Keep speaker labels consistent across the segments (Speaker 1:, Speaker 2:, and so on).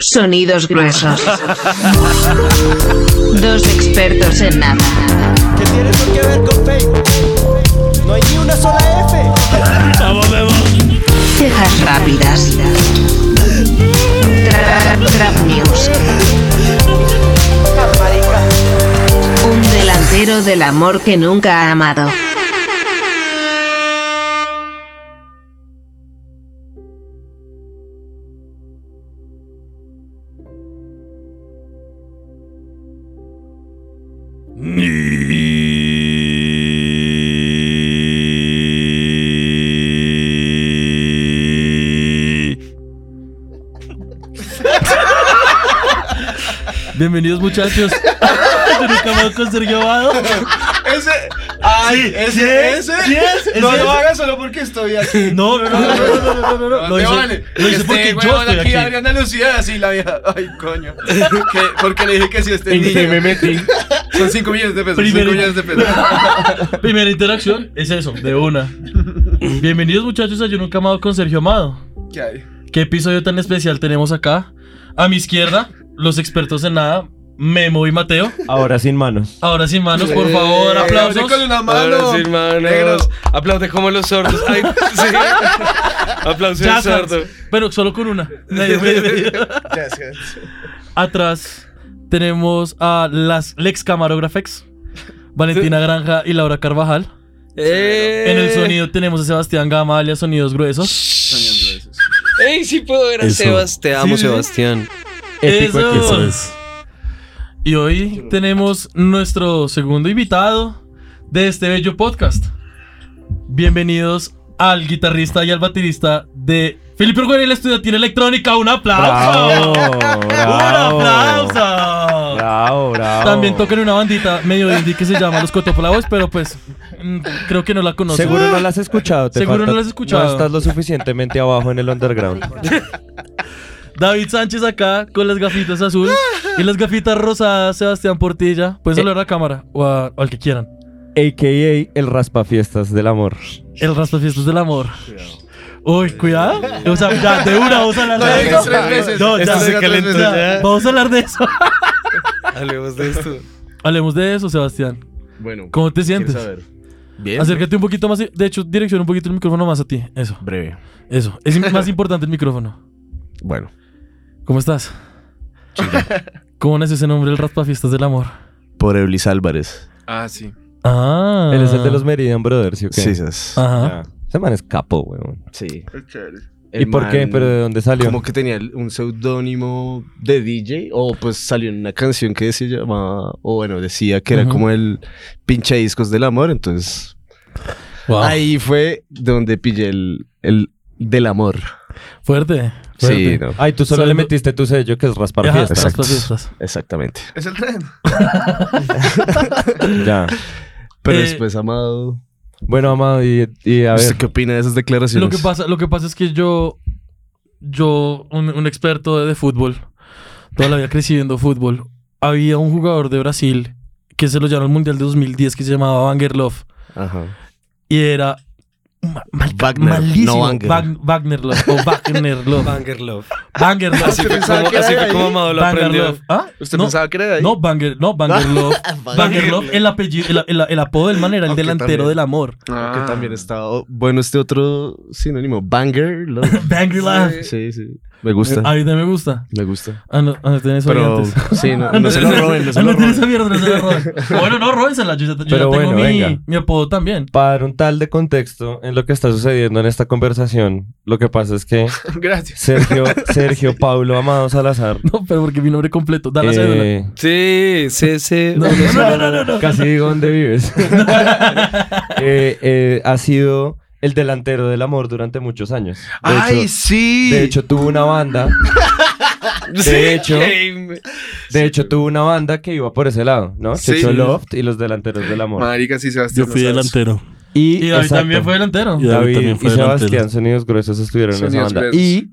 Speaker 1: Sonidos gruesos. Dos expertos en nada.
Speaker 2: ¿Qué tiene eso que ver con Facebook? No hay ni una sola F.
Speaker 3: Vamos, vemos.
Speaker 1: Cejas rápidas. Tra- Trap News. Un delantero del amor que nunca ha amado.
Speaker 3: Bienvenidos, muchachos. Nunca más con Sergio Abado.
Speaker 4: Ese. Ay, ese,
Speaker 3: sí,
Speaker 4: ese.
Speaker 3: sí es,
Speaker 4: no
Speaker 3: ese
Speaker 4: lo
Speaker 3: es.
Speaker 4: hagas solo porque estoy aquí.
Speaker 3: No, no, no, no, no, no, no, no, no.
Speaker 4: No
Speaker 3: Lo
Speaker 4: te
Speaker 3: hice,
Speaker 4: vale.
Speaker 3: lo hice
Speaker 4: Este
Speaker 3: porque yo
Speaker 4: huevón
Speaker 3: estoy aquí.
Speaker 4: Adriana Lucía, así la vieja. Ay, coño. ¿Qué? Porque le dije que sí a este
Speaker 5: ¿En qué me
Speaker 4: niño.
Speaker 5: metí?
Speaker 4: Son 5 millones de pesos. 5
Speaker 3: Primero.
Speaker 4: millones de pesos.
Speaker 3: Primera interacción es eso, de una. Bienvenidos, muchachos, a Yo Nunca Amado con Sergio Amado.
Speaker 4: ¿Qué hay?
Speaker 3: ¿Qué episodio tan especial tenemos acá? A mi izquierda, los expertos en nada, Memo y Mateo.
Speaker 5: Ahora sin manos.
Speaker 3: Ahora sin manos, por favor,
Speaker 4: Eh,
Speaker 3: aplausos.
Speaker 4: Con una mano.
Speaker 5: Ahora sin manos.
Speaker 4: Negros.
Speaker 5: Aplaude como los sordos. Ay, sí. Aplauso
Speaker 3: Ya
Speaker 5: de
Speaker 3: sabes,
Speaker 5: sordo.
Speaker 3: Pero solo con una. Medio, medio, medio.
Speaker 4: Gracias.
Speaker 3: Atrás tenemos a las Lex Camarografex, Valentina Granja y Laura Carvajal.
Speaker 5: Eh.
Speaker 3: En el sonido tenemos a Sebastián Gama, alias Sonidos Gruesos.
Speaker 5: Ey, sí puedo ver a
Speaker 6: Eso.
Speaker 5: Sebas. Te amo,
Speaker 3: sí, sí.
Speaker 5: Sebastián.
Speaker 6: Épico
Speaker 3: Eso.
Speaker 6: aquí, eso es.
Speaker 3: Y hoy tenemos nuestro segundo invitado de este bello podcast. Bienvenidos al guitarrista y al baterista de Felipe Orgüel y el Estudiantil Electrónica. ¡Un aplauso!
Speaker 5: Bravo, bravo.
Speaker 3: ¡Un aplauso!
Speaker 5: Bravo, bravo.
Speaker 3: También tocan una bandita medio indie que se llama Los Cotoplavos, pero pues mm, creo que no la conocen.
Speaker 5: Seguro no la has escuchado. te
Speaker 3: Seguro no la has escuchado.
Speaker 5: No estás lo suficientemente abajo en el underground.
Speaker 3: David Sánchez acá con las gafitas azules y las gafitas rosadas, Sebastián Portilla. Puedes
Speaker 5: Eh.
Speaker 3: hablar a la cámara o, a- o al que quieran.
Speaker 5: AKA el raspafiestas del amor.
Speaker 3: El Raspafiestas del Amor. Uy, cuidado. O sea, ya, de una vamos a hablar
Speaker 4: Lo
Speaker 3: de
Speaker 4: digas
Speaker 3: eso.
Speaker 4: tres veces.
Speaker 3: No,
Speaker 4: Esto
Speaker 3: ya.
Speaker 4: se calentó
Speaker 3: O sea,
Speaker 4: ya.
Speaker 3: Vamos a hablar de eso.
Speaker 4: Hablemos de esto.
Speaker 3: Hablemos de eso, Sebastián.
Speaker 6: Bueno,
Speaker 3: ¿Cómo te
Speaker 6: ¿quieres
Speaker 3: sientes?
Speaker 6: saber? Bien.
Speaker 3: Acércate un poquito más. y- De hecho, direcciona un poquito el micrófono más a ti. Eso,
Speaker 6: Breve.
Speaker 3: eso. Es im- más importante el micrófono.
Speaker 6: Bueno,
Speaker 3: ¿Cómo estás? ¿Cómo nace ese nombre, el Raspafiestas del Amor?
Speaker 6: por Eulis Álvarez.
Speaker 4: Ah, sí.
Speaker 3: Ah.
Speaker 5: Él es el de los Meridian Brothers, ¿sí o qué?
Speaker 6: Sí, esas.
Speaker 3: Ajá.
Speaker 5: Ah. Ese man escapó, weón.
Speaker 6: Sí. El
Speaker 5: ¿Y por qué?
Speaker 6: man
Speaker 5: ¿Pero de dónde salió?
Speaker 6: Como que tenía un seudónimo de DJ, o pues salió en una canción que se llamaba, o bueno, decía que era
Speaker 3: Ujú.
Speaker 6: como el pinche discos del amor, entonces
Speaker 3: Wow.
Speaker 6: ahí fue donde pillé el, el del amor.
Speaker 3: Fuerte.
Speaker 6: Sí,
Speaker 3: fuerte.
Speaker 6: no,
Speaker 5: Ay, tú solo
Speaker 3: Solo-
Speaker 5: le metiste tu sello que es raspar
Speaker 3: Ajá,
Speaker 5: fiestas.
Speaker 6: exacto.
Speaker 3: Raspafiestas.
Speaker 6: exactamente.
Speaker 4: Es el tren.
Speaker 5: Ya.
Speaker 6: Pero
Speaker 3: Eh,
Speaker 6: después, Amado,
Speaker 5: Bueno, Amado, y, y a ver.
Speaker 6: ¿usted qué opina de esas declaraciones?
Speaker 3: Lo que pasa, lo que pasa es que yo, yo, un, un experto de, de fútbol, toda la vida crecí viendo fútbol, había un jugador de Brasil que se lo llevó al Mundial de 2010 que se llamaba Wagner Love
Speaker 6: Ajá.
Speaker 3: y era ma- mal-
Speaker 6: Wagner,
Speaker 3: malísimo.
Speaker 6: no Wagner.
Speaker 3: Wag- Wagner Love o Wagner Love.
Speaker 5: Banger Love.
Speaker 3: Wagner Love.
Speaker 5: Así fue como, así fue como Amado lo
Speaker 3: Wagner
Speaker 5: aprendió.
Speaker 3: Love. ¿Ah?
Speaker 4: ¿Usted
Speaker 3: no,
Speaker 4: pensaba que era de ahí?
Speaker 3: no, Wagner, no, Wagner Love. Wagner Love, el apellido, el, el- el apodo del man era el
Speaker 6: Aunque
Speaker 3: delantero
Speaker 6: también.
Speaker 3: del amor.
Speaker 4: Ah.
Speaker 6: Que también está, oh, bueno, este otro sinónimo, banger, love.
Speaker 3: Wagner Love.
Speaker 6: Sí, sí. Me gusta.
Speaker 3: A mí también me gusta.
Speaker 6: Me gusta.
Speaker 3: Ah, no, ah, no tenés
Speaker 6: Pero
Speaker 3: variantes.
Speaker 6: sí, no, no se lo roben, no se
Speaker 3: Ah,
Speaker 6: lo
Speaker 3: tiene esa
Speaker 6: roben.
Speaker 3: mierda, no se la roben. Bueno, no, róbensela. Yo ya, yo ya
Speaker 5: Pero
Speaker 3: tengo
Speaker 5: bueno,
Speaker 3: mi,
Speaker 5: venga.
Speaker 3: mi apodo también.
Speaker 5: Para dar un tal de contexto en lo que está sucediendo en esta conversación, lo que pasa es que
Speaker 4: Gracias.
Speaker 5: Sergio, Sergio Paulo Amado Salazar.
Speaker 3: No, pero porque mi nombre completo. Da la cédula.
Speaker 5: eh,
Speaker 7: Sí, sí, sí.
Speaker 3: No, no, no, no, no, no.
Speaker 5: casi digo dónde vives. Eh, eh, ha sido el delantero del amor durante muchos años. De
Speaker 4: Ay,
Speaker 5: hecho-
Speaker 4: sí.
Speaker 5: de hecho, tuvo una banda. De hecho, De hecho, tuvo una banda que iba por ese lado, ¿no?
Speaker 4: Sí.
Speaker 5: Checho Loft y los delanteros del amor.
Speaker 4: Marica, sí, Sebastián.
Speaker 8: Yo fui
Speaker 4: no sabes.
Speaker 8: delantero.
Speaker 3: Y David
Speaker 5: exacto,
Speaker 3: también fue delantero.
Speaker 8: Y David
Speaker 5: David
Speaker 8: también fue
Speaker 5: y
Speaker 8: delantero.
Speaker 5: Sebastián, Sonidos Gruesos, estuvieron en esa
Speaker 4: Sonidos
Speaker 5: banda.
Speaker 4: Gruesos.
Speaker 5: Y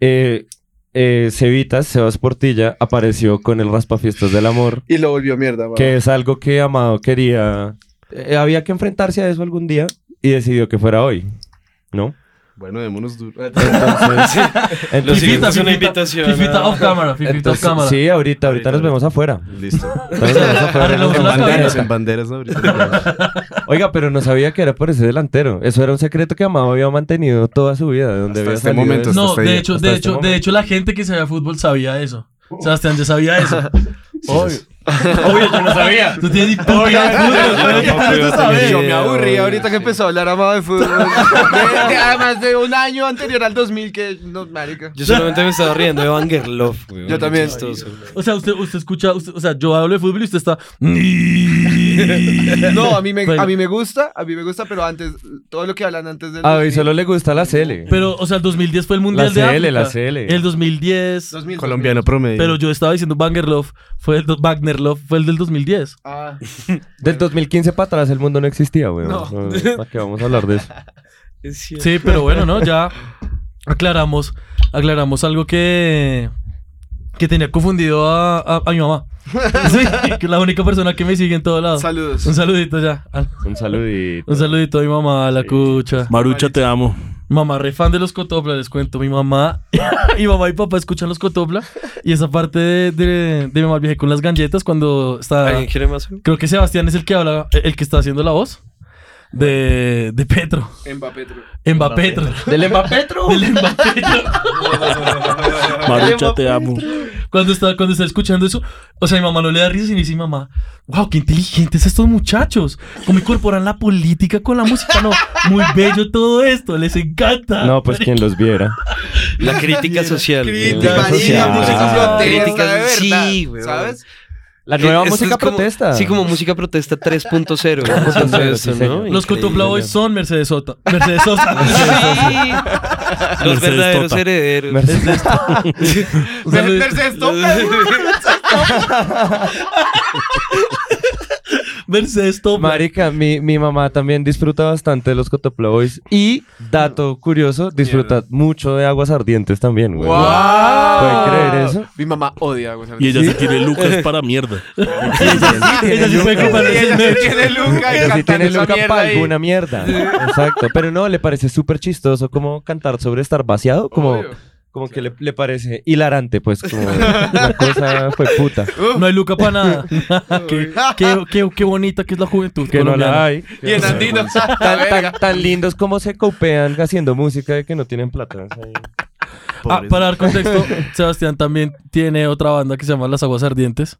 Speaker 5: eh, eh, Cevitas, Sebas Portilla, apareció con el Raspafiestas del Amor,
Speaker 4: Y lo volvió mierda, va.
Speaker 5: que es algo que Amado quería. eh, había que enfrentarse a eso algún día y decidió que fuera hoy, ¿no?
Speaker 4: Bueno, démonos duro.
Speaker 5: Entonces,
Speaker 8: Lo
Speaker 5: entonces-
Speaker 8: siguiente es una invitación.
Speaker 3: Fifita
Speaker 8: a-
Speaker 3: off camera, fifita off
Speaker 5: entonces-
Speaker 3: cámara.
Speaker 5: sí, ahorita, ahorita nos vemos afuera.
Speaker 4: Listo.
Speaker 5: Ahorita nos vemos afuera.
Speaker 3: Arreglamos
Speaker 4: en
Speaker 3: la
Speaker 4: banderas,
Speaker 3: cabeza.
Speaker 4: en banderas ahorita.
Speaker 5: Oiga, pero no sabía que era por ese delantero. Eso era un secreto que Amado había mantenido toda su vida. de Donde
Speaker 4: Hasta
Speaker 5: había
Speaker 4: este
Speaker 5: salido
Speaker 4: momento.
Speaker 5: eso.
Speaker 3: No,
Speaker 4: hasta
Speaker 3: de
Speaker 4: este-
Speaker 3: hecho,
Speaker 5: hasta
Speaker 3: de
Speaker 5: este
Speaker 3: hecho, de
Speaker 5: momento.
Speaker 3: hecho, la gente que sabía fútbol sabía eso. Sebastián ya sabía eso.
Speaker 5: Obvio.
Speaker 3: Obvio, yo no sabía. Tú tienes ni puta idea de fútbol, güey. Tú sabes.
Speaker 8: Yo
Speaker 4: me
Speaker 8: aburrí
Speaker 4: ahorita
Speaker 8: que
Speaker 4: empezó a hablar amado de fútbol. además de un año anterior al 2000 que no, marica.
Speaker 8: Yo solamente me estaba riendo de Vangerlof, güey.
Speaker 4: Yo también.
Speaker 8: Chistoso.
Speaker 3: O sea, usted, usted escucha, usted- o sea, yo hablo de fútbol y usted está. "Mm".
Speaker 4: No, a mí, me,
Speaker 3: Bueno.
Speaker 4: a mí me gusta, a mí me gusta, pero antes, todo lo que hablan antes del
Speaker 5: A David solo le gusta la Cele.
Speaker 3: Pero, o sea, el 2010 fue el mundial de
Speaker 5: La CL,
Speaker 3: África.
Speaker 5: la CL.
Speaker 3: El 2010.
Speaker 4: 2000. Colombiano promedio.
Speaker 3: Pero yo estaba diciendo Bangerlof fue el do- Wagnerlof fue el del 2010.
Speaker 4: Ah,
Speaker 5: Del 2015 para atrás el mundo no existía, weón.
Speaker 8: No.
Speaker 5: No, ¿Para qué vamos a hablar de eso?
Speaker 8: Es cierto.
Speaker 3: Sí, pero bueno, ¿no? Ya aclaramos, aclaramos algo que que tenía confundido a, a- a mi mamá. Sí, que es la única persona que me sigue en todo lado.
Speaker 4: saludos.
Speaker 3: Un saludito ya. al-
Speaker 5: Un saludito.
Speaker 3: Un saludito a mi mamá, a la cucha.
Speaker 9: Marucha, te amo.
Speaker 3: Mamá, re fan de los Cotopla, les cuento. Mi mamá, mi mamá y papá escuchan los Cotopla. Y esa parte de, de, de mi mamá viajé con las galletas cuando está.
Speaker 8: ¿Alguien quiere más? güey?
Speaker 3: Creo que Sebastián es el que habla, el que está haciendo la voz de, de Petro. Embapetro.
Speaker 5: ¿Del Mbappetro?
Speaker 3: Del Embapetro.
Speaker 9: Marucha, te amo.
Speaker 3: cuando, está, cuando está escuchando eso, o sea, mi mamá no le da risa y me dice, mi mamá, wow, qué inteligentes estos muchachos. Cómo incorporan la política con la música. No, muy bello todo esto, les encanta.
Speaker 5: No, pues quien los viera.
Speaker 8: La crítica social. güey.
Speaker 5: Crítica,
Speaker 8: La
Speaker 5: marica,
Speaker 8: social.
Speaker 5: música
Speaker 8: Ah,
Speaker 4: protesta,
Speaker 8: crítica-
Speaker 4: de verdad,
Speaker 8: Sí, güey.
Speaker 4: ¿sabes?
Speaker 5: La nueva
Speaker 8: Esto es
Speaker 5: música
Speaker 8: como-
Speaker 5: protesta.
Speaker 8: Sí, como música protesta 3.0. güey, haciendo
Speaker 5: sí,
Speaker 8: esto, ¿no?
Speaker 5: señor.
Speaker 3: Los
Speaker 8: Increíble.
Speaker 3: Cotopla hoy son Mercedes Sosa. Mercedes Sosa.
Speaker 8: Sí.
Speaker 9: Mercedes
Speaker 8: Los verdaderos
Speaker 9: Tota.
Speaker 8: herederos.
Speaker 5: Mercedes-
Speaker 3: Un saludo-
Speaker 4: Mercedes
Speaker 3: Mercedes Topla.
Speaker 5: Marica, mi, mi mamá también disfruta bastante de los Cotopla Boys. Y, dato curioso, disfruta mucho de aguas ardientes también, güey. ¿Pueden creer eso?
Speaker 4: Mi mamá odia a Gonzalo.
Speaker 9: Y ella se tiene lucas para mierda.
Speaker 3: Ella sí puede comprar
Speaker 4: Sí,
Speaker 3: ese
Speaker 4: ella sí
Speaker 3: merch.
Speaker 4: tiene Luca y
Speaker 5: Pero si
Speaker 4: cantar
Speaker 5: tiene
Speaker 4: esa
Speaker 5: Luca
Speaker 4: mierda
Speaker 5: para
Speaker 4: ahí.
Speaker 5: alguna mierda. Exacto. Pero no, le parece súper chistoso como cantar sobre estar vaciado. Como,
Speaker 4: Obvio.
Speaker 5: como que le, le parece hilarante, pues. Como una cosa fue puta.
Speaker 3: No hay luca para nada. qué, qué- qué- qué bonita que es la juventud
Speaker 5: Que no
Speaker 3: colombiana.
Speaker 5: la hay.
Speaker 4: Y en Andino.
Speaker 5: Tan, tan- tan lindos como se copean haciendo música de que no tienen plata. O sea,
Speaker 3: Ah, para dar contexto, Sebastián también tiene otra banda que se llama Las Aguas Ardientes.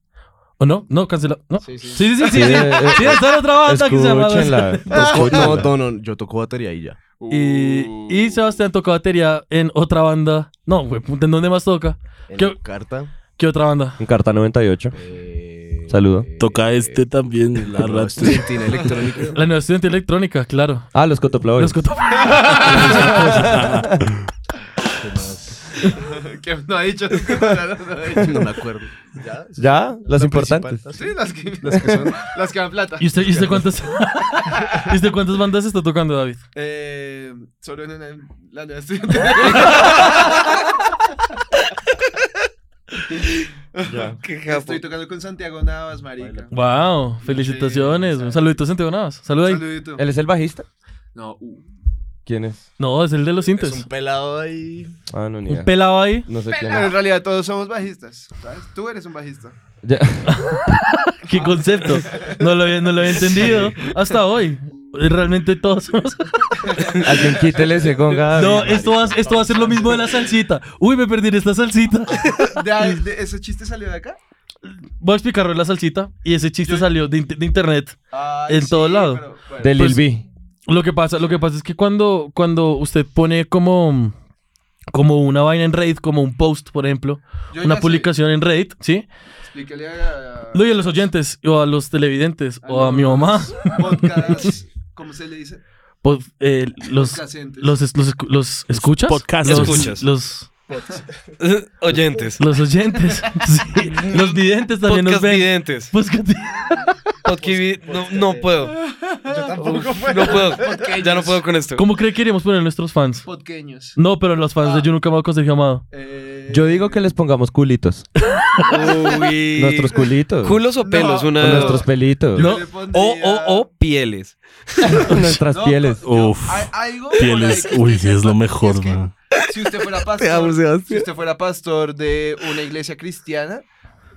Speaker 3: ¿O no? No, cancela. ¿No? Sí, sí, sí. Sí, sí, sí.
Speaker 5: Sí, eh,
Speaker 3: Sí, está la otra banda que se llama Las
Speaker 5: Escúchenla.
Speaker 4: No, no, no, yo toco batería y ya.
Speaker 3: Y, y Sebastián toca batería en otra banda. No, güey, puta, ¿en dónde más toca?
Speaker 4: En
Speaker 3: ¿Qué-
Speaker 4: carta.
Speaker 3: ¿Qué otra banda?
Speaker 5: En Carta 98. Saludo.
Speaker 9: Toca este también, la
Speaker 4: La
Speaker 9: rata.
Speaker 4: estudiantina electrónica.
Speaker 3: La Nueva Estudiante Electrónica, claro.
Speaker 5: Ah, los Cotopla
Speaker 3: Los
Speaker 5: Boys.
Speaker 3: Coto-
Speaker 4: que no ha dicho. No me acuerdo. ¿Ya?
Speaker 5: ¿Ya? Los
Speaker 4: La
Speaker 5: importantes.
Speaker 4: principal. Sí, las que, las que son. Las que dan plata.
Speaker 3: ¿Y usted, y usted cuántas, ¿Y usted cuántas bandas está tocando, David?
Speaker 4: Eh, solo en una. La nueva estudiante.
Speaker 8: Qué capo.
Speaker 4: Estoy tocando con Santiago Navas, marica.
Speaker 3: Wow, felicitaciones. Un saludito a Santiago Navas. Saluda ahí.
Speaker 4: Saludito.
Speaker 5: ¿Él es el bajista?
Speaker 4: No, uh,
Speaker 5: ¿Quién es?
Speaker 3: No, es el de los
Speaker 4: es
Speaker 3: cintes.
Speaker 4: un pelado ahí.
Speaker 5: Ah, no, ni idea.
Speaker 3: Un pelado ahí.
Speaker 5: No sé quién
Speaker 4: Pero en
Speaker 5: es.
Speaker 4: realidad todos somos bajistas. ¿sabes? Tú eres un bajista.
Speaker 5: Ya.
Speaker 3: ¿Qué concepto? No lo había, no lo había entendido hasta hoy. Realmente todos somos.
Speaker 5: Alguien quítele ese conga.
Speaker 3: No, eh, esto va, esto va a ser lo mismo de la salsita. Uy, me perdí en esta salsita.
Speaker 4: ¿De, de- ¿Ese chiste salió de acá?
Speaker 3: Voy a explicarlo de la salsita. Y ese chiste salió de, int- de internet.
Speaker 4: Ay,
Speaker 3: En todo lado.
Speaker 4: pero, bueno.
Speaker 5: De Lil
Speaker 3: Pues-
Speaker 5: B.
Speaker 3: Lo que pasa, lo que pasa es que cuando, cuando usted pone como, como una vaina en Reddit, como un post, por ejemplo,
Speaker 4: Yo ya
Speaker 3: una
Speaker 4: sé.
Speaker 3: publicación en Reddit, ¿sí?
Speaker 4: Explícale a.
Speaker 3: Lo oye a los oyentes, o a los televidentes,
Speaker 4: a
Speaker 3: o a mi
Speaker 4: los
Speaker 3: mamá.
Speaker 4: Podcast. ¿Cómo se le dice?
Speaker 3: Pues, eh, los,
Speaker 4: Podcastentes.
Speaker 3: los, es- los, escu- los escuchas.
Speaker 9: podcasts.
Speaker 3: Los,
Speaker 8: Escuchas.
Speaker 3: Los,
Speaker 8: Oyentes.
Speaker 3: los oyentes. sí. Los videntes también
Speaker 8: Podcast
Speaker 3: nos ven. Pues
Speaker 8: videntes.
Speaker 3: Podcast-
Speaker 8: Podcast vi- No, no puedo.
Speaker 4: Yo tampoco puedo.
Speaker 8: No puedo. Ya no puedo con esto.
Speaker 3: ¿Cómo cree que queríamos poner nuestros fans?
Speaker 4: Podqueños.
Speaker 3: No, pero los fans de Yo Nunca Me Aconsejo Amado.
Speaker 4: Eh,
Speaker 5: Yo digo que les pongamos culitos.
Speaker 8: Uy.
Speaker 5: Nuestros culitos.
Speaker 8: Culos o pelos,
Speaker 4: No,
Speaker 8: una.
Speaker 5: O nuestros pelitos.
Speaker 3: No.
Speaker 8: O, o, o pieles.
Speaker 5: Nuestras pieles.
Speaker 7: Uf.
Speaker 4: algo
Speaker 7: Pieles.
Speaker 4: por ahí que
Speaker 7: Uy,
Speaker 4: usted
Speaker 7: es lo
Speaker 4: sepa,
Speaker 7: mejor,
Speaker 4: es que
Speaker 7: man.
Speaker 4: Si usted fuera
Speaker 8: Te amo,
Speaker 4: pastor, si
Speaker 8: Sebastián.
Speaker 4: usted fuera pastor de una iglesia cristiana,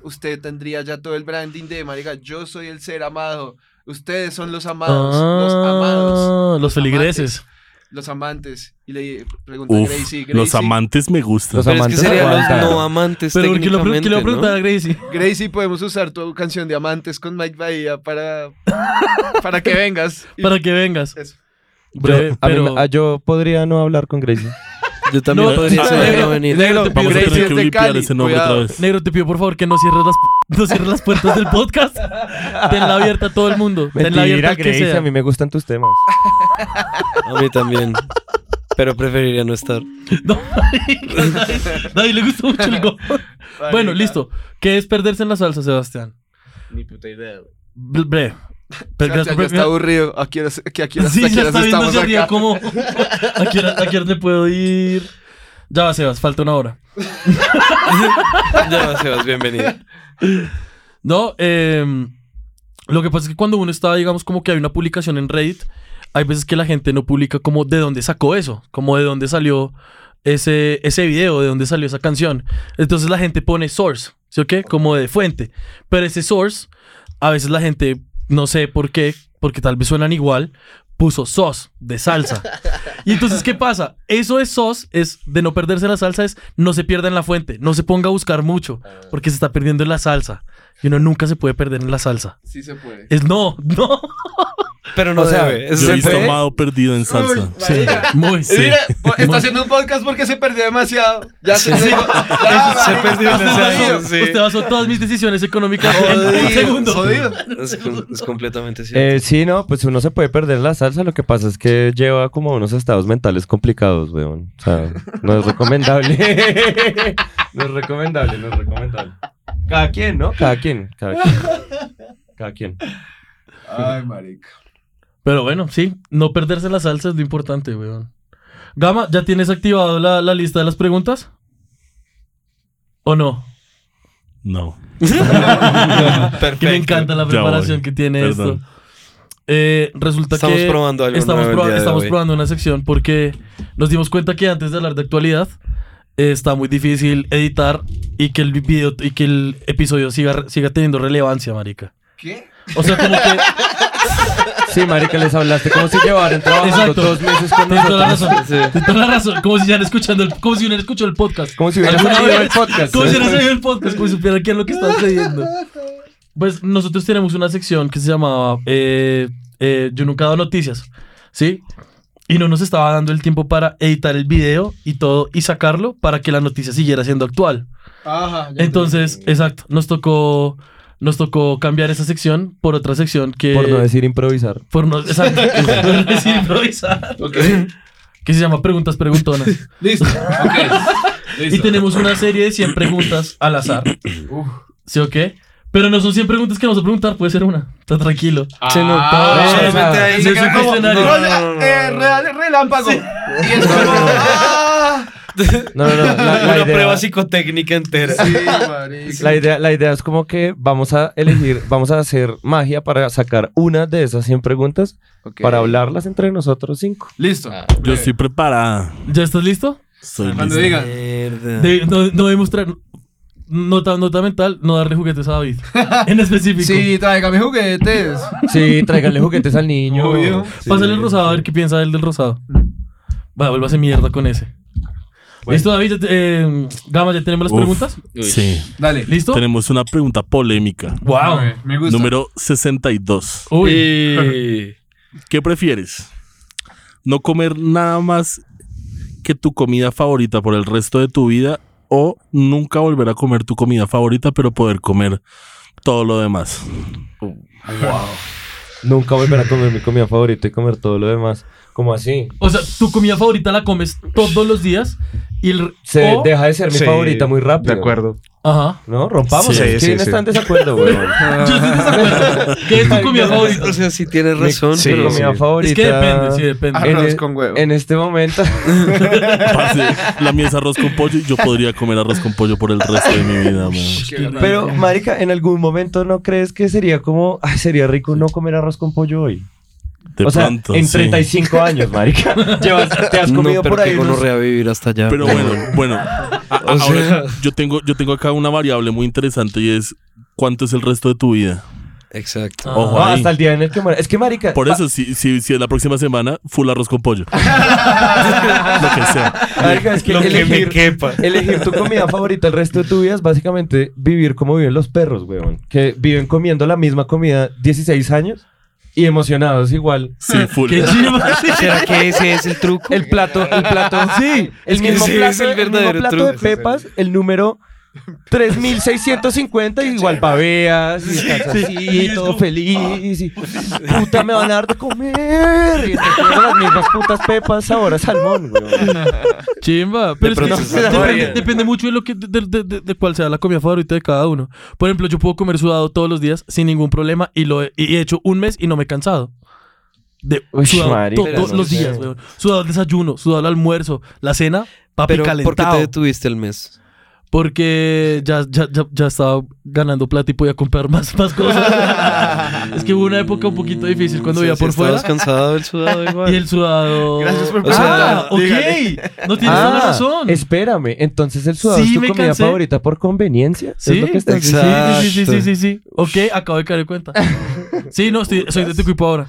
Speaker 4: usted tendría ya todo el branding de, marica, yo soy el ser amado, ustedes son los amados, los amados,
Speaker 3: Ah, los feligreses.
Speaker 4: los amantes. Y le pregunta a
Speaker 7: Uf.
Speaker 4: Gracie, Gracie,
Speaker 7: Los amantes me gustan.
Speaker 5: Los
Speaker 8: Pero es que
Speaker 5: amantes
Speaker 8: serían los
Speaker 5: aguantan.
Speaker 8: no amantes.
Speaker 3: Pero porque lo, pre-
Speaker 8: técnicamente,
Speaker 3: que le voy a
Speaker 8: ¿no?
Speaker 3: preguntar a Gracie.
Speaker 4: Gracie, podemos usar tu canción de amantes con Mike Bahía para, para que vengas. Y-
Speaker 3: Para que vengas.
Speaker 4: Eso.
Speaker 5: Yo,
Speaker 3: Breve,
Speaker 5: a mí
Speaker 3: pero.
Speaker 5: me- ah, yo podría no hablar con Gracie.
Speaker 8: Yo también
Speaker 3: No,
Speaker 8: podría
Speaker 3: ah,
Speaker 8: ser
Speaker 3: negro,
Speaker 8: no venir.
Speaker 3: negro, te pido-
Speaker 7: Vamos a
Speaker 4: Gracie
Speaker 7: tener
Speaker 4: es
Speaker 7: que
Speaker 4: de
Speaker 7: limpiar
Speaker 4: Cali,
Speaker 7: ese nombre
Speaker 4: cuidado.
Speaker 7: otra vez.
Speaker 3: Negro, te pido por favor que no cierres las, pu- no cierres las puertas del podcast. Tenla abierta a todo el mundo. Tenla abierta
Speaker 5: Mentira,
Speaker 3: al que
Speaker 5: Gracie,
Speaker 3: sea.
Speaker 5: a mí me gustan tus temas.
Speaker 8: A mí también. Pero preferiría no estar.
Speaker 3: No, David, David le gustó mucho el gol. Bueno, listo. ¿Qué es perderse en la salsa, Sebastián?
Speaker 6: Ni puta idea.
Speaker 3: Bre- Breve. Pero
Speaker 4: Sebastián ya
Speaker 3: gracias
Speaker 4: está
Speaker 3: por-
Speaker 4: aburrido. ¿A qué horas, a qué horas-
Speaker 3: Sí,
Speaker 4: a qué
Speaker 3: ya
Speaker 4: horas
Speaker 3: está viendo
Speaker 4: estamos
Speaker 3: ese día
Speaker 4: acá?
Speaker 3: como... ¿A qué, hora, ¿A qué hora me puedo ir? Ya va, Sebas, falta una hora.
Speaker 8: ya, Sebas, bienvenido.
Speaker 3: No, em, lo que pasa es que cuando uno está, digamos, como que hay una publicación en Reddit, hay veces que la gente no publica como de dónde sacó eso, como de dónde salió ese, ese video, de dónde salió esa canción. Entonces la gente pone source, ¿sí o qué? Como de fuente. Pero ese source, a veces la gente, no sé por qué, porque tal vez suenan igual, puso sos de salsa. Y entonces, ¿qué pasa? Eso es sos, es de no perderse la salsa, es no se pierda en la fuente, no se ponga a buscar mucho, porque se está perdiendo en la salsa. Y uno nunca se puede perder en la salsa.
Speaker 4: Sí se puede.
Speaker 3: Es no, no.
Speaker 8: Pero no
Speaker 5: O sea,
Speaker 8: debe. Eso
Speaker 7: Yo
Speaker 8: se
Speaker 7: he visto
Speaker 8: puede.
Speaker 7: amado perdido en salsa.
Speaker 4: Uy, marica.
Speaker 3: Muy, sí.
Speaker 4: Mira, po- está haciendo un podcast porque se perdió demasiado. Ya se, Ah, se,
Speaker 8: Se perdió
Speaker 4: en
Speaker 3: Usted basó,
Speaker 8: sí.
Speaker 3: usted basó todas mis decisiones económicas en un segundo.
Speaker 4: Jodido.
Speaker 8: Es, es completamente cierto.
Speaker 5: Eh, sí, no, pues uno se puede perder la salsa. Lo que pasa es que lleva como unos estados mentales complicados, weón. O sea, no es recomendable. no es recomendable, no es recomendable. Cada quien, ¿no? Cada quien, cada quien. Cada quien.
Speaker 4: Ay, marica.
Speaker 3: Pero bueno, sí, no perderse la salsa es lo importante, weón. Gama, ¿ya tienes activado la, la lista de las preguntas? ¿O no?
Speaker 7: No.
Speaker 8: Perfecto.
Speaker 3: Que me encanta la
Speaker 7: Ya
Speaker 3: preparación
Speaker 7: voy.
Speaker 3: que tiene
Speaker 7: Perdón.
Speaker 3: esto. Eh, resulta
Speaker 8: Estamos
Speaker 3: que
Speaker 8: probando algo
Speaker 3: estamos,
Speaker 8: nuevo el
Speaker 3: proba-
Speaker 8: día de
Speaker 3: estamos
Speaker 8: hoy.
Speaker 3: probando una sección porque nos dimos cuenta que antes de hablar de actualidad eh, está muy difícil editar y que el video y que el episodio siga, siga teniendo relevancia, marica.
Speaker 4: ¿Qué?
Speaker 3: O sea, como que
Speaker 5: Sí, marica, les hablaste como si llevaran trabajando
Speaker 3: Exacto.
Speaker 5: dos meses con
Speaker 3: tienes toda la
Speaker 5: nosotros.
Speaker 3: razón, tienes toda la razón, como si ya escuchando el, como si hubieran escuchado el podcast.
Speaker 5: Como si hubieran
Speaker 3: Alguna
Speaker 5: oído
Speaker 3: vez.
Speaker 5: el podcast. ¿eh?
Speaker 3: Como si hubieran sabido el podcast, como si supieran qué es lo que está sucediendo. Pues nosotros tenemos una sección que se llamaba eh, eh, Yo nunca he dado noticias, ¿sí? Y no nos estaba dando el tiempo para editar el video y todo y sacarlo para que la noticia siguiera siendo actual.
Speaker 4: Ajá.
Speaker 3: eh,
Speaker 4: ya
Speaker 3: Entonces, exacto, nos tocó, nos tocó cambiar esa sección por otra sección que...
Speaker 5: Por no decir improvisar.
Speaker 3: por no- exacto, por no decir improvisar. Que se llama Preguntas Preguntonas.
Speaker 4: entendí. Listo. Ok.
Speaker 3: Y
Speaker 4: Listo.
Speaker 3: tenemos una serie de 100 preguntas al azar. ¿Sí o qué? Pero no son 100 preguntas que vamos a preguntar, puede ser una. Está tranquilo.
Speaker 8: Sí, no,
Speaker 5: Ah,
Speaker 8: solamente
Speaker 5: o sea,
Speaker 8: ahí.
Speaker 3: Ese es un cuestionario.
Speaker 4: No, no, eh, re- relámpago. Y es como, ah.
Speaker 5: No, no, no. La, la
Speaker 8: una
Speaker 5: idea-
Speaker 8: prueba psicotécnica entera.
Speaker 4: Sí, marica.
Speaker 5: La idea, la idea es como que vamos a elegir, vamos a hacer magia para sacar una de esas 100 preguntas
Speaker 4: Ok.
Speaker 5: para hablarlas entre nosotros cinco.
Speaker 4: Listo.
Speaker 8: Ah,
Speaker 7: Yo estoy preparada.
Speaker 3: ¿Ya estás listo?
Speaker 7: Soy
Speaker 4: Cuando
Speaker 7: listo.
Speaker 4: digan.
Speaker 5: Eh.
Speaker 8: Mierda.
Speaker 3: De- no, no demostrar. Nota, nota mental, no darle juguetes a David. En específico.
Speaker 4: Sí, tráigame juguetes.
Speaker 5: Sí, tráiganle juguetes al niño.
Speaker 4: Obvio.
Speaker 3: Pásale el rosado a ver qué piensa él del rosado. Va, vuélvase mierda con ese. ¿Listo, David? Ya te- eh, Gama, ¿ya tenemos las
Speaker 7: Uf.
Speaker 3: preguntas?
Speaker 7: Sí.
Speaker 4: Dale.
Speaker 3: ¿Listo?
Speaker 7: Tenemos una pregunta polémica.
Speaker 3: ¡Wow!
Speaker 4: Ok, Me gusta.
Speaker 7: Número Eh. 62.
Speaker 3: Uy.
Speaker 7: ¿Qué prefieres? ¿No comer nada más que tu comida favorita por el resto de tu vida o nunca volver a comer tu comida favorita pero poder comer todo lo demás?
Speaker 5: Nunca volver a comer mi comida favorita y comer todo lo demás. Como así.
Speaker 3: O sea, tu comida favorita la comes todos los días y el...
Speaker 5: Se
Speaker 3: o-
Speaker 5: deja de ser mi
Speaker 6: Sí,
Speaker 5: favorita muy rápido.
Speaker 6: De acuerdo.
Speaker 3: Ajá.
Speaker 5: ¿No? Rompamos.
Speaker 7: Sí,
Speaker 5: es que
Speaker 6: sí,
Speaker 5: no
Speaker 6: sí.
Speaker 5: están en desacuerdo, weón.
Speaker 3: Yo estoy en desacuerdo. ¿Qué es tu comida favorita?
Speaker 8: O sea, sí tienes razón,
Speaker 6: Sí,
Speaker 8: pero...
Speaker 5: comida favorita.
Speaker 3: Es que depende, sí, depende.
Speaker 8: Ah,
Speaker 5: En
Speaker 4: Arroz
Speaker 5: el-
Speaker 4: con huevo.
Speaker 5: En este momento.
Speaker 7: Parce, la mía es arroz con pollo y yo podría comer arroz con pollo por el resto de mi vida, man.
Speaker 5: Pero, Marica, en algún momento no crees que sería como. Ay, sería rico no comer arroz con pollo hoy.
Speaker 7: De
Speaker 5: o sea,
Speaker 7: pronto,
Speaker 5: en
Speaker 7: sí.
Speaker 5: 35 años, Marica. Llevas- te has
Speaker 8: No,
Speaker 5: comido
Speaker 8: pero
Speaker 5: por ahí.
Speaker 8: que
Speaker 5: unos-
Speaker 8: gonorrea vivir hasta allá.
Speaker 7: Pero bueno, bueno. a- a- ahora yo tengo, yo tengo acá una variable muy interesante y es cuánto es el resto de tu vida.
Speaker 8: Exacto.
Speaker 3: Ah.
Speaker 7: Ojo
Speaker 5: Ah,
Speaker 7: ahí.
Speaker 5: hasta el día en el que muera. Es que, Marica.
Speaker 7: Por
Speaker 5: pa-
Speaker 7: eso, si, si, si es la próxima semana, full arroz con pollo. Lo que sea.
Speaker 5: Marica, es que
Speaker 7: Lo que me
Speaker 5: elegir, elegir tu comida favorita el resto de tu vida es básicamente vivir como viven los perros, weón. Que viven comiendo la misma comida 16 años y emocionados igual.
Speaker 7: Sí, full.
Speaker 3: ¡Qué chiva!
Speaker 8: ¿Será que ese es el truco?
Speaker 5: El plato, el plato, sí. El
Speaker 8: que
Speaker 5: mismo
Speaker 8: ese
Speaker 5: plato,
Speaker 8: es el
Speaker 5: el mismo
Speaker 8: verdadero
Speaker 5: plato
Speaker 8: truco.
Speaker 5: de pepas, el número 3650, y igual babeas y estás así, todo feliz. Y, puta, me van a dar de comer. Y te comiendo las mismas putas pepas, sabor a salmón, weón.
Speaker 3: Chimba, pero es que
Speaker 8: pronto se
Speaker 3: depende,
Speaker 8: saborea.
Speaker 3: depende mucho de lo que de, de- de- de cuál sea la comida favorita de cada uno. Por ejemplo, yo puedo comer sudado todos los días sin ningún problema y lo he, y he hecho un mes y no me he cansado. De
Speaker 5: Uy,
Speaker 3: sudado
Speaker 5: marica,
Speaker 3: todos
Speaker 8: pero no
Speaker 3: los
Speaker 8: sé.
Speaker 3: días, weón. Sudado el desayuno, sudado el almuerzo, la cena, papi
Speaker 8: Pero ¿por qué te
Speaker 3: calentado.
Speaker 8: detuviste el mes?
Speaker 3: porque ya, ya, ya, ya estaba ganando plata y podía comprar más, más cosas. es que hubo una época un poquito difícil cuando
Speaker 8: Mm,
Speaker 3: vivía
Speaker 8: sí,
Speaker 3: por
Speaker 8: sí,
Speaker 3: fuera.
Speaker 8: Estabas cansado del sudado igual.
Speaker 3: Y el sudado.
Speaker 4: Gracias por
Speaker 3: o sea,
Speaker 4: preguntar.
Speaker 3: ok.
Speaker 4: Dígale.
Speaker 3: No tienes una
Speaker 5: Ah,
Speaker 3: razón.
Speaker 5: espérame. Entonces, el sudado
Speaker 3: Sí,
Speaker 5: es tu
Speaker 3: me
Speaker 5: comida
Speaker 3: cansé.
Speaker 5: favorita por conveniencia.
Speaker 3: Sí,
Speaker 5: es lo que estás
Speaker 3: sí,
Speaker 5: diciendo.
Speaker 8: Exacto.
Speaker 3: sí, sí, sí, sí, sí. Ok, acabo de caer en cuenta. Sí, no, estoy, soy de tu equipo ahora.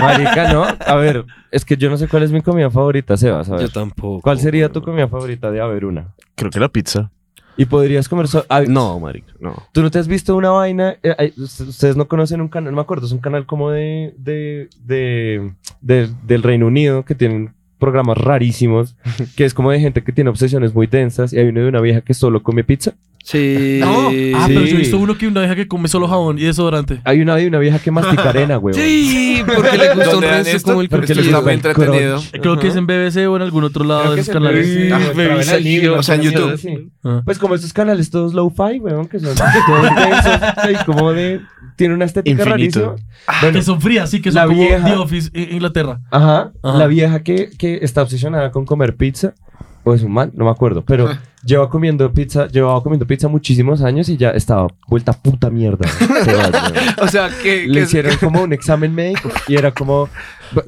Speaker 5: Marica, no. A ver, es que yo no sé cuál es mi comida favorita, Sebas. A ver.
Speaker 8: Yo tampoco.
Speaker 5: ¿Cuál sería tu comida favorita de haber una?
Speaker 6: Creo que la pizza.
Speaker 5: Y podrías comer. so- ah,
Speaker 6: No, marica, no.
Speaker 5: ¿Tú no te has visto una vaina? Eh, ay, us- ustedes no conocen un canal, no me acuerdo, es un canal como de, de, de, de- del Reino Unido que tienen programas rarísimos, que es como de gente que tiene obsesiones muy densas y hay uno de una vieja que solo come pizza.
Speaker 8: Sí.
Speaker 3: No. Ah,
Speaker 8: sí.
Speaker 3: pero yo he visto uno que una vieja que come solo jabón y desodorante.
Speaker 5: Hay una de una vieja que mastica arena, güey.
Speaker 8: Sí, porque le gusta un
Speaker 4: ¿Dónde dan
Speaker 8: resto
Speaker 4: esto?
Speaker 8: como el
Speaker 5: Porque
Speaker 8: cuchillo.
Speaker 5: les
Speaker 4: está muy
Speaker 5: el
Speaker 4: entretenido.
Speaker 3: Creo que es en BBC o en algún otro lado de esos canales.
Speaker 8: BBC.
Speaker 3: Ah,
Speaker 8: Ah, Baby Shark,
Speaker 4: o sea, en YouTube.
Speaker 3: Ah.
Speaker 5: Pues como estos canales todos low-fi, weón, que son todos densos y como de... Tiene una estética
Speaker 6: Infinito.
Speaker 5: rarísima. Bueno,
Speaker 3: Ah, que son frías, sí, que
Speaker 5: La
Speaker 3: son como
Speaker 5: vieja.
Speaker 3: The Office en Inglaterra.
Speaker 5: Ajá,
Speaker 3: Ajá.
Speaker 5: La vieja que, que está obsesionada con comer pizza. O es un man, no me acuerdo. Pero lleva comiendo pizza, llevaba comiendo pizza muchísimos años y ya estaba vuelta puta mierda. Se va, güey.
Speaker 4: O sea, que,
Speaker 5: Le
Speaker 4: que-
Speaker 5: hicieron como un examen médico y era como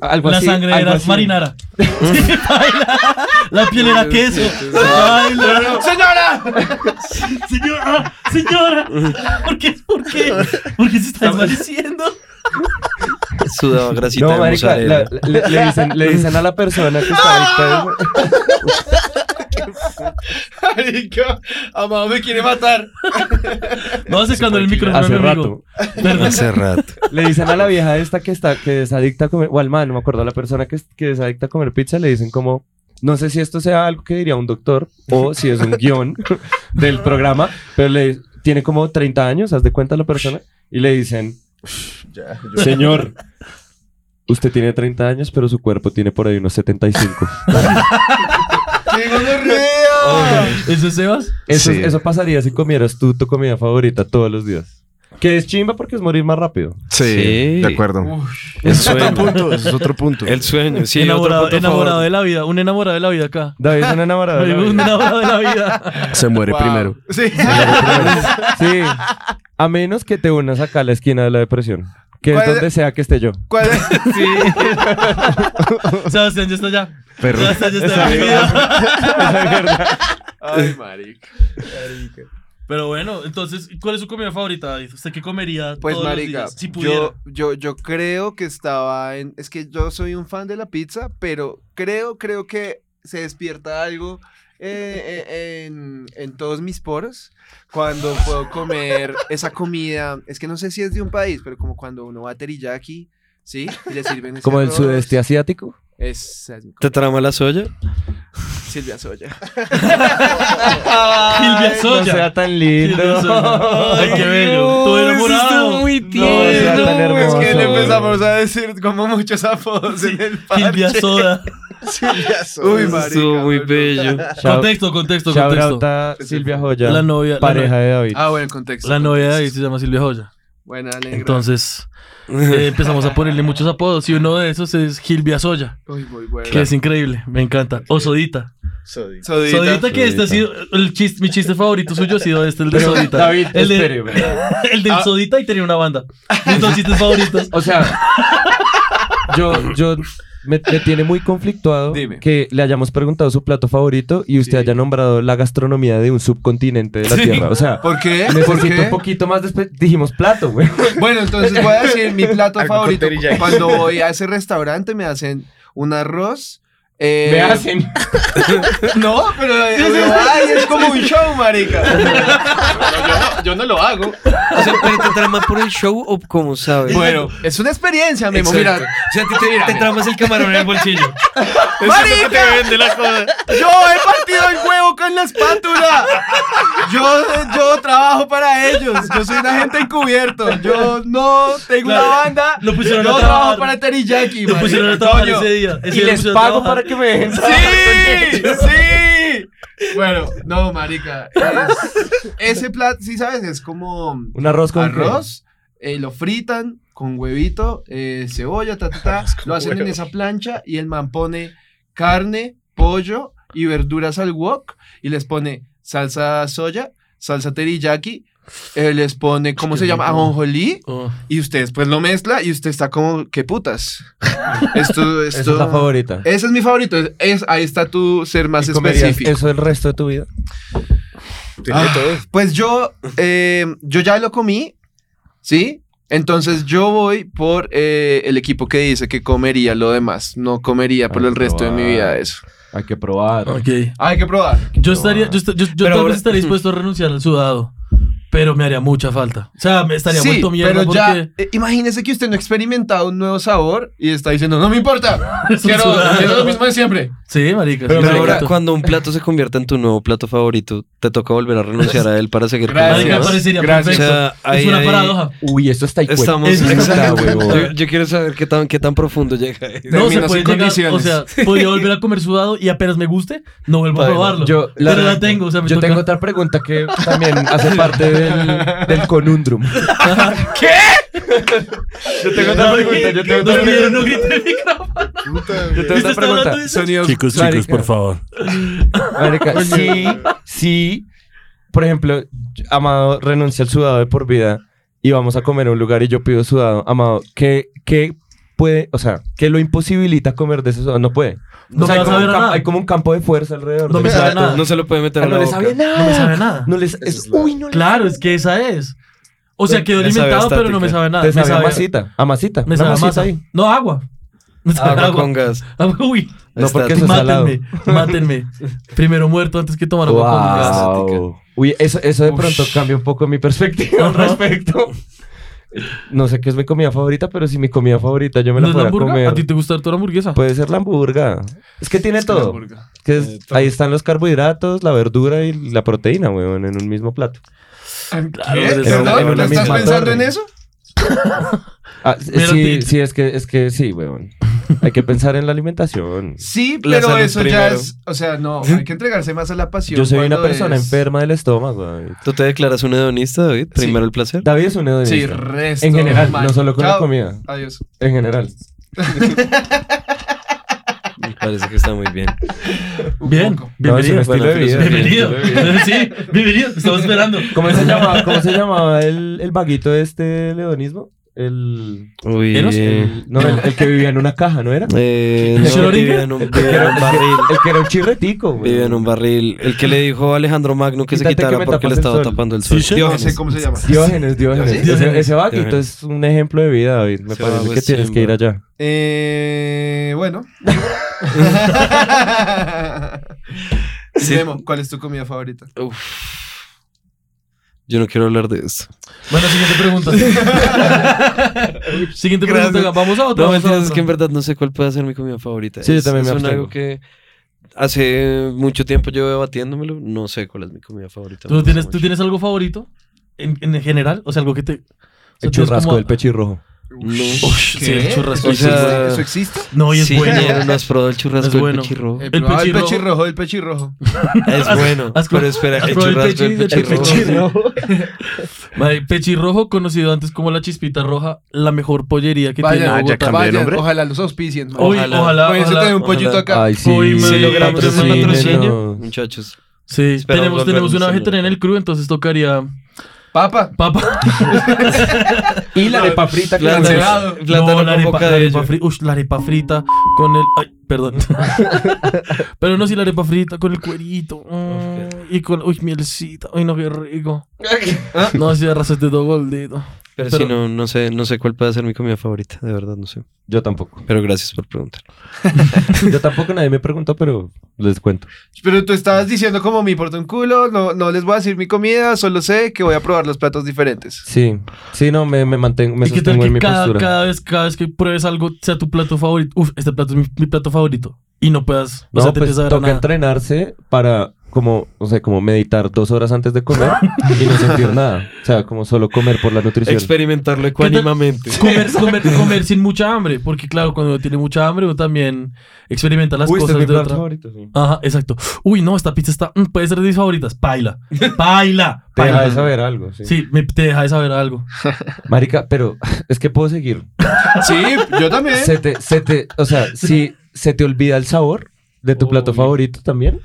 Speaker 5: algo
Speaker 3: La
Speaker 5: así.
Speaker 3: sangre
Speaker 5: algo
Speaker 3: era
Speaker 5: así.
Speaker 3: marinara. Sí, baila. La piel era queso. Baila.
Speaker 4: ¡Señora!
Speaker 3: Señora, señora. ¿Por qué? ¿Por qué? ¿Por qué se está desvaneciendo?
Speaker 8: Sudaba grasita
Speaker 5: No,
Speaker 8: de
Speaker 5: marica,
Speaker 8: mozzarella.
Speaker 5: la- le, le dicen, le dicen a la persona que está enferma.
Speaker 4: Marica, Amado me quiere matar.
Speaker 3: Vamos secando el micrófono,
Speaker 5: Hace
Speaker 3: mi amigo.
Speaker 5: rato.
Speaker 3: Perdón.
Speaker 8: Hace rato.
Speaker 5: Le dicen a la vieja esta que está, que es adicta a comer, o al man, no me acuerdo, a la persona que es, que es adicta a comer pizza, le dicen como, no sé si esto sea algo que diría un doctor o si es un guión del programa, pero le tiene como 30 años, haz de cuenta la persona, y le dicen, señor, usted tiene 30 años, pero su cuerpo tiene por ahí unos 75.
Speaker 4: ¡Qué gonorrea!
Speaker 3: ¿Eso es Sebas?
Speaker 5: Eso,
Speaker 6: Sí.
Speaker 5: eso pasaría si comieras tú tu comida favorita todos los días. Que es chimba porque es morir más rápido.
Speaker 6: Sí,
Speaker 8: Sí.
Speaker 6: de acuerdo.
Speaker 8: El
Speaker 6: Ese es otro
Speaker 8: sueño.
Speaker 6: punto, ese es otro punto.
Speaker 8: El sueño, sí.
Speaker 3: enamorado,
Speaker 8: otro punto a favor.
Speaker 3: enamorado de la vida, un enamorado de la vida acá.
Speaker 5: David es una enamorada.
Speaker 3: Un enamorado de la vida.
Speaker 6: Se muere
Speaker 4: Wow.
Speaker 6: primero.
Speaker 4: Sí.
Speaker 5: Sí. A menos que te unas acá a la esquina de la depresión. Que es
Speaker 4: ¿Cuál es?
Speaker 5: donde sea que esté yo.
Speaker 4: ¿Cuál es? Sí.
Speaker 3: Sebastián ya está allá.
Speaker 6: Perro.
Speaker 3: Sebastián ya está en la vida.
Speaker 4: Ay, marica.
Speaker 3: Pero bueno, entonces, ¿cuál es su comida favorita, David? ¿Usted qué comería
Speaker 4: Pues,
Speaker 3: todos
Speaker 4: marica,
Speaker 3: los días? Si pudiera.
Speaker 4: yo, yo, yo creo que estaba en... Es que yo soy un fan de la pizza, pero creo, creo que se despierta algo eh, eh, en, en todos mis poros cuando puedo comer esa comida. Es que no sé si es de un país, pero como cuando uno va a teriyaki, ¿sí? Y le sirven ese
Speaker 5: Como del
Speaker 4: arroz.
Speaker 5: sudeste asiático.
Speaker 4: Esa es mi
Speaker 8: ¿Te trama la soya?
Speaker 4: Silvia Soya.
Speaker 3: Silvia
Speaker 5: No
Speaker 3: Soya.
Speaker 5: sea tan lindo.
Speaker 3: Silvia Soya. Ay, qué bello. Todo enamorado.
Speaker 8: muy
Speaker 5: sea
Speaker 8: tierno.
Speaker 5: tan
Speaker 4: es
Speaker 5: hermoso,
Speaker 4: que le
Speaker 5: güey.
Speaker 4: empezamos a decir como muchos apodos en el parche.
Speaker 3: Silvia Soda.
Speaker 4: Silvia Soya. Uy, marica.
Speaker 8: Estuvo muy
Speaker 4: no.
Speaker 8: bello.
Speaker 5: Shout-
Speaker 3: Contexto, contexto,
Speaker 5: shout
Speaker 3: contexto.
Speaker 5: out a Silvia Joya.
Speaker 3: La novia- la
Speaker 5: Pareja
Speaker 3: novia-
Speaker 5: de David.
Speaker 4: Ah, bueno, contexto.
Speaker 3: La novia de David
Speaker 4: contexto.
Speaker 3: se llama Silvia Joya.
Speaker 4: Buena, negra.
Speaker 3: Entonces eh, empezamos a ponerle muchos apodos y uno de esos es Silvia Soya,
Speaker 4: Uy, muy buena.
Speaker 3: que es increíble, me encanta. O Sodita.
Speaker 6: Sodi.
Speaker 4: Sodita.
Speaker 3: Sodita que este ha sido el chis- mi chiste favorito suyo ha sido este el de Sodita.
Speaker 5: David,
Speaker 3: el de,
Speaker 5: espere, ¿verdad?
Speaker 3: el
Speaker 4: Ah.
Speaker 3: del Sodita y tenía una banda. Mis dos chistes favoritos.
Speaker 5: O sea, yo, yo me, me tiene muy conflictuado
Speaker 4: Dime.
Speaker 5: que le hayamos preguntado su plato favorito y usted
Speaker 4: Sí.
Speaker 5: haya nombrado la gastronomía de un subcontinente de la
Speaker 3: Sí.
Speaker 5: Tierra. O sea,
Speaker 4: ¿Por qué? ¿Por
Speaker 5: necesito
Speaker 4: qué?
Speaker 5: un poquito más de... espe- Dijimos plato, güey.
Speaker 4: Bueno, entonces voy a decir mi plato
Speaker 6: Algo con
Speaker 4: favorito.
Speaker 6: teriyaki.
Speaker 4: Cuando voy a ese restaurante me hacen un arroz. eh,
Speaker 5: Me hacen...
Speaker 4: No, pero eh, ay, es como un show, marica. yo, no, lo hago.
Speaker 8: O sea, pero te tramas por el show o cómo sabes.
Speaker 4: Bueno, es una experiencia, Memo.
Speaker 8: Exacto.
Speaker 4: Mira,
Speaker 8: O sea, a ti te, te tramas el camarón en el bolsillo.
Speaker 4: ¡Marica! Yo he partido el huevo con la espátula. Yo, yo trabajo para ellos. Yo soy un agente encubierto. Yo no tengo
Speaker 3: Claro.
Speaker 4: una banda.
Speaker 3: Lo pusieron
Speaker 4: yo
Speaker 3: a trabajar.
Speaker 4: trabajo para Teriyaki.
Speaker 3: Lo pusieron a
Speaker 4: marica,
Speaker 3: trabajar
Speaker 4: coño.
Speaker 3: ese día. Ese
Speaker 5: Y
Speaker 3: día lo
Speaker 5: les
Speaker 3: pusieron a
Speaker 5: pago
Speaker 3: trabajar.
Speaker 5: para que me dejen...
Speaker 4: ¡Sí! ¡Sí! Bueno, no, marica. es- ese plato, sí, ¿sabes? Es como
Speaker 5: Un arroz con... qué?
Speaker 4: arroz, eh, lo fritan con huevito, eh, cebolla, ta, ta, ta. Lo hacen en esa plancha y el man pone carne, pollo y verduras al wok y les pone salsa soya, salsa teriyaki, eh, les pone, ¿cómo se llama? Ajonjolí.
Speaker 3: Oh.
Speaker 4: Y usted después lo mezcla y usted está como, ¿qué putas? Esto,
Speaker 5: Esa
Speaker 4: esto...
Speaker 5: es la favorita.
Speaker 4: Ese es mi favorito. es- es- ahí está tu ser más
Speaker 5: ¿Y comerías
Speaker 4: específico.
Speaker 5: Eso el resto de tu vida.
Speaker 6: Tiene
Speaker 4: Ah.
Speaker 6: todo.
Speaker 4: Pues yo, eh, yo ya lo comí, ¿sí? Entonces yo voy por eh, el equipo que dice que comería lo demás. No comería por
Speaker 5: Ay,
Speaker 4: el resto de mi
Speaker 5: probar.
Speaker 4: vida eso.
Speaker 5: Hay que probar.
Speaker 3: Ok.
Speaker 4: Hay que probar.
Speaker 3: Yo estaría, yo, esta- yo, yo
Speaker 8: Pero
Speaker 3: tal
Speaker 8: ahora-
Speaker 3: vez estaría dispuesto a renunciar al sudado, pero me haría mucha falta. O sea, me estaría
Speaker 4: sí,
Speaker 3: vuelto mierda
Speaker 4: pero ya,
Speaker 3: porque
Speaker 4: eh, imagínese que usted no ha experimentado un nuevo sabor y está diciendo, no me importa,
Speaker 3: Es un
Speaker 4: quiero,
Speaker 3: sudado".
Speaker 4: quiero lo mismo de siempre.
Speaker 3: sí, marica.
Speaker 8: Pero,
Speaker 3: sí,
Speaker 8: ahora,
Speaker 3: marica.
Speaker 8: cuando un plato se convierta en tu nuevo plato favorito, te toca volver a renunciar a él para seguir con
Speaker 4: Gracias.
Speaker 3: marica
Speaker 8: el tema.
Speaker 3: parecería
Speaker 8: O
Speaker 3: perfecto.
Speaker 8: sea, ahí-
Speaker 3: es una
Speaker 8: ahí
Speaker 3: paradoja.
Speaker 5: Uy, esto está hijueputa,
Speaker 8: Estamos
Speaker 5: Exacto.
Speaker 8: yo,
Speaker 5: huevón.
Speaker 8: yo quiero saber qué tan, qué tan profundo llega. eso.
Speaker 3: No se
Speaker 4: Términos
Speaker 3: puede
Speaker 4: y
Speaker 3: llegar, o
Speaker 4: condiciones.
Speaker 3: sea, podría volver a comer sudado y apenas me guste, no vuelvo a
Speaker 8: Bueno,
Speaker 3: probarlo.
Speaker 5: Yo,
Speaker 3: pero la tengo, o sea, me
Speaker 5: yo
Speaker 3: toca.
Speaker 5: tengo otra pregunta que también hace parte del, del conundrum.
Speaker 3: yo
Speaker 5: tengo otra pregunta, yo tengo otra
Speaker 3: No, no grité el micrófono.
Speaker 5: Yo tengo
Speaker 3: ¿Usted
Speaker 5: otra
Speaker 3: está hablando
Speaker 5: pregunta.
Speaker 3: de eso?
Speaker 4: Sonidos.
Speaker 7: Chicos, chicos,
Speaker 5: Marica.
Speaker 7: por favor.
Speaker 5: Marica, sí, sí. Por ejemplo, Amado renuncia al sudado de por vida y vamos a comer a un lugar y yo pido sudado. Amado, ¿qué, qué puede, o sea, qué lo imposibilita comer de ese sudado? No puede.
Speaker 3: No
Speaker 5: O sea,
Speaker 3: me
Speaker 5: hay,
Speaker 3: vas a
Speaker 5: como
Speaker 3: ver
Speaker 5: un cam-
Speaker 3: nada.
Speaker 5: hay como un campo de fuerza alrededor.
Speaker 3: No
Speaker 5: del
Speaker 3: me sabe
Speaker 5: plato.
Speaker 3: nada.
Speaker 8: No se lo puede meter
Speaker 5: Ah,
Speaker 8: a la
Speaker 5: no le
Speaker 8: boca.
Speaker 5: sabe nada.
Speaker 3: No me sabe nada.
Speaker 5: No les, es, uy, no le
Speaker 3: Claro, es que esa es. O sea, quedó
Speaker 8: Me sabe
Speaker 3: alimentado, pero no
Speaker 8: estática.
Speaker 3: me sabe nada.
Speaker 5: Te
Speaker 3: Ah, Me
Speaker 5: sabe a
Speaker 3: sabe,
Speaker 5: masita, a masita.
Speaker 3: me
Speaker 5: una
Speaker 3: sabe a
Speaker 5: masita
Speaker 3: masa.
Speaker 5: ahí.
Speaker 3: No, agua. Me sabe
Speaker 8: Agua
Speaker 3: agua.
Speaker 8: con gas.
Speaker 3: Agua, Uy,
Speaker 5: No, porque
Speaker 8: Estática.
Speaker 5: eso es salado.
Speaker 3: mátenme, mátenme. Primero muerto antes que tomar agua con gas.
Speaker 5: Wow. Uy, eso, eso de pronto cambia un poco mi perspectiva al
Speaker 3: Ajá.
Speaker 5: respecto. No sé qué es mi comida favorita, pero si mi comida favorita yo me
Speaker 3: ¿No
Speaker 5: la
Speaker 3: es la
Speaker 5: fuera a
Speaker 3: hamburguesa? ¿A ti
Speaker 5: comer. Pues,
Speaker 3: te gusta tu hamburguesa?
Speaker 5: Puede ser la hamburga. Es que tiene todo. Que es- ahí están los carbohidratos, la verdura y la proteína, weón, en un mismo plato.
Speaker 3: Claro,
Speaker 4: ¿Eh?
Speaker 3: pero-
Speaker 5: en una- en
Speaker 4: ¿Perdón?
Speaker 5: una
Speaker 4: ¿Estás
Speaker 5: misma
Speaker 4: pensando
Speaker 5: torre.
Speaker 4: en eso?
Speaker 5: Ah,
Speaker 3: Mira,
Speaker 5: sí,
Speaker 3: Tit.
Speaker 5: sí, es que, es que sí, weón. Hay que pensar en la alimentación.
Speaker 4: Sí,
Speaker 8: La
Speaker 4: pero
Speaker 8: salud
Speaker 4: eso ya
Speaker 8: primero.
Speaker 4: es, o sea, no, hay que entregarse más a la pasión.
Speaker 5: Yo soy una
Speaker 4: cuando
Speaker 5: persona
Speaker 4: es-
Speaker 5: enferma del estómago. David.
Speaker 8: ¿Tú te declaras un hedonista, David? Primero el placer.
Speaker 5: David es un hedonista.
Speaker 4: Sí, resto.
Speaker 5: en general,
Speaker 4: mal.
Speaker 5: no solo con la
Speaker 4: Chao.
Speaker 5: comida.
Speaker 4: Adiós.
Speaker 5: En general.
Speaker 8: Me parece que está muy bien.
Speaker 3: Bien,
Speaker 5: No, es
Speaker 3: bienvenido.
Speaker 5: un estilo de vida.
Speaker 3: Bienvenido. Sí, bienvenido. Estamos esperando.
Speaker 5: ¿Cómo se llamaba, cómo se llamaba el, el vaguito de este leonismo? El,
Speaker 8: Uy.
Speaker 3: ¿Eros?
Speaker 8: eh,
Speaker 5: no, el, el que vivía en una caja, ¿no era?
Speaker 8: eh, no,
Speaker 3: ¿Señor Oribe?
Speaker 8: vive en un, vive en un barril.
Speaker 5: El que era un chirretico. güey.
Speaker 8: Vive en un barril. El que le dijo a Alejandro Magno que
Speaker 5: Quítate
Speaker 8: se
Speaker 5: que
Speaker 8: quitara
Speaker 5: me
Speaker 8: porque le
Speaker 5: tapas el
Speaker 8: estaba
Speaker 5: sol.
Speaker 8: tapando el sol.
Speaker 7: Sí,
Speaker 4: Yo no
Speaker 8: Diógenes.
Speaker 4: sé cómo se llama.
Speaker 5: Diógenes, Diógenes.
Speaker 4: ¿Sí?
Speaker 5: Ese, ese vaguito
Speaker 8: Diógenes.
Speaker 5: es un ejemplo de vida, David. Me
Speaker 8: Se va,
Speaker 5: parece que
Speaker 8: pues,
Speaker 5: tienes
Speaker 8: sí,
Speaker 5: que ir allá.
Speaker 4: Eh, bueno. Memo, ¿cuál es tu comida favorita?
Speaker 8: Yo no quiero hablar de eso.
Speaker 3: Bueno, siguiente pregunta. siguiente pregunta.
Speaker 8: Gracias.
Speaker 3: Vamos a otra.
Speaker 8: No,
Speaker 3: vamos a
Speaker 8: mentiras, es
Speaker 3: otra.
Speaker 8: que en verdad no sé cuál puede ser mi comida favorita.
Speaker 5: Sí, yo
Speaker 8: Es-
Speaker 5: también me
Speaker 8: es un
Speaker 5: abstengo.
Speaker 8: algo que Hace mucho tiempo yo debatiéndomelo. No sé cuál es mi comida favorita. me
Speaker 3: ¿Tú, no
Speaker 8: gusta
Speaker 3: tienes, ¿tú
Speaker 8: mucho.
Speaker 3: tienes algo favorito en, en general? O sea, algo que te... o sea,
Speaker 5: El
Speaker 3: tienes
Speaker 5: churrasco
Speaker 3: como-
Speaker 5: del pechirrojo.
Speaker 8: No.
Speaker 3: Ush, sí, el
Speaker 4: ¿Qué?
Speaker 3: churrasco.
Speaker 8: O
Speaker 4: ¿Eso,
Speaker 8: sea-
Speaker 4: existe? ¿Eso existe?
Speaker 3: No, y es
Speaker 8: sí,
Speaker 3: bueno.
Speaker 8: ñero, no has probado el churrasco
Speaker 3: Es
Speaker 8: del
Speaker 3: bueno.
Speaker 8: pechirrojo?
Speaker 4: He
Speaker 3: El
Speaker 4: probado El
Speaker 3: pechirrojo.
Speaker 4: pechirrojo, el pechirrojo.
Speaker 8: Es bueno.
Speaker 3: has-
Speaker 8: pero espera,
Speaker 3: has
Speaker 8: el
Speaker 3: probado el
Speaker 8: churrasco del
Speaker 3: pechi- el
Speaker 8: pechirrojo.
Speaker 3: pechirrojo? Mae, Pechirrojo, conocido antes como la chispita roja, la mejor pollería que
Speaker 4: Vayan,
Speaker 3: tiene
Speaker 6: Ah, ya
Speaker 3: Bogotá.
Speaker 6: cambió. de nombre?
Speaker 4: ojalá los auspicien. man.
Speaker 3: Uy, ojalá, ojalá.
Speaker 4: Oye, se te ve un pollito
Speaker 8: ojalá.
Speaker 4: acá.
Speaker 5: Ay, sí.
Speaker 3: Uy, me
Speaker 8: Sí,
Speaker 3: Sí,
Speaker 8: logramos ese
Speaker 3: patrocínenos.
Speaker 8: patrocinio, muchachos.
Speaker 3: Sí,
Speaker 8: Esperamos
Speaker 3: tenemos, tenemos
Speaker 8: volvernos
Speaker 3: una
Speaker 8: a
Speaker 3: vegetariana en
Speaker 8: ver.
Speaker 3: el crew, entonces tocaría
Speaker 4: Papa.
Speaker 3: papa.
Speaker 5: Y la arepa frita que
Speaker 8: Plátano,
Speaker 5: lanzaron.
Speaker 3: No,
Speaker 8: plátano
Speaker 3: la
Speaker 8: con
Speaker 3: arepa, la
Speaker 8: bocadillo.
Speaker 3: arepa frita. Ush, la arepa frita con el. Ay, perdón. Pero no, sí, la arepa frita con el cuerito. mm, y con. Uy, mielcita. Uy, no, qué rico. Ah. No, sí, arrasaste todo gordito.
Speaker 8: Pero,
Speaker 3: Pero-
Speaker 8: sí, no, no sé, no sé cuál puede ser mi comida favorita, de verdad no sé.
Speaker 5: Yo tampoco.
Speaker 8: Pero gracias por preguntar.
Speaker 5: Yo tampoco nadie me preguntó, pero les cuento.
Speaker 4: Pero tú estabas diciendo como me importa un culo, no, no les voy a decir mi comida, solo sé que voy a probar los platos diferentes.
Speaker 5: Sí. Sí, no, me, me mantengo, me
Speaker 3: y qué tal
Speaker 5: sostengo en
Speaker 3: que
Speaker 5: mi
Speaker 3: cada,
Speaker 5: postura.
Speaker 3: cada vez, cada vez que pruebes algo sea tu plato favorito. Uf, este plato es mi, mi plato favorito. Y no puedas.
Speaker 5: No,
Speaker 3: o sea, te
Speaker 5: pues
Speaker 3: empieza a
Speaker 5: toca
Speaker 3: dar nada.
Speaker 5: entrenarse para como, o sea, como meditar dos horas antes de comer y no sentir nada. O sea, como solo comer por la nutrición.
Speaker 8: Experimentarlo ecuánimamente.
Speaker 3: Comer, comer, comer sin mucha hambre. Porque, claro, cuando uno tiene mucha hambre, uno también experimenta las
Speaker 5: Uy, este
Speaker 3: cosas
Speaker 5: es mi
Speaker 3: de
Speaker 5: plato
Speaker 3: otra.
Speaker 5: favorito, sí.
Speaker 3: Ajá, exacto. Uy, no, esta pizza está. mm, puede ser de mis favoritas. Paila. Paila.
Speaker 5: Te deja de
Speaker 3: Paila.
Speaker 5: saber algo, sí.
Speaker 3: Sí, me, te deja de saber algo.
Speaker 5: Marica, pero es que puedo seguir.
Speaker 4: Sí, yo también.
Speaker 5: Se te, se te, o sea, si se te olvida el sabor de tu plato favorito también,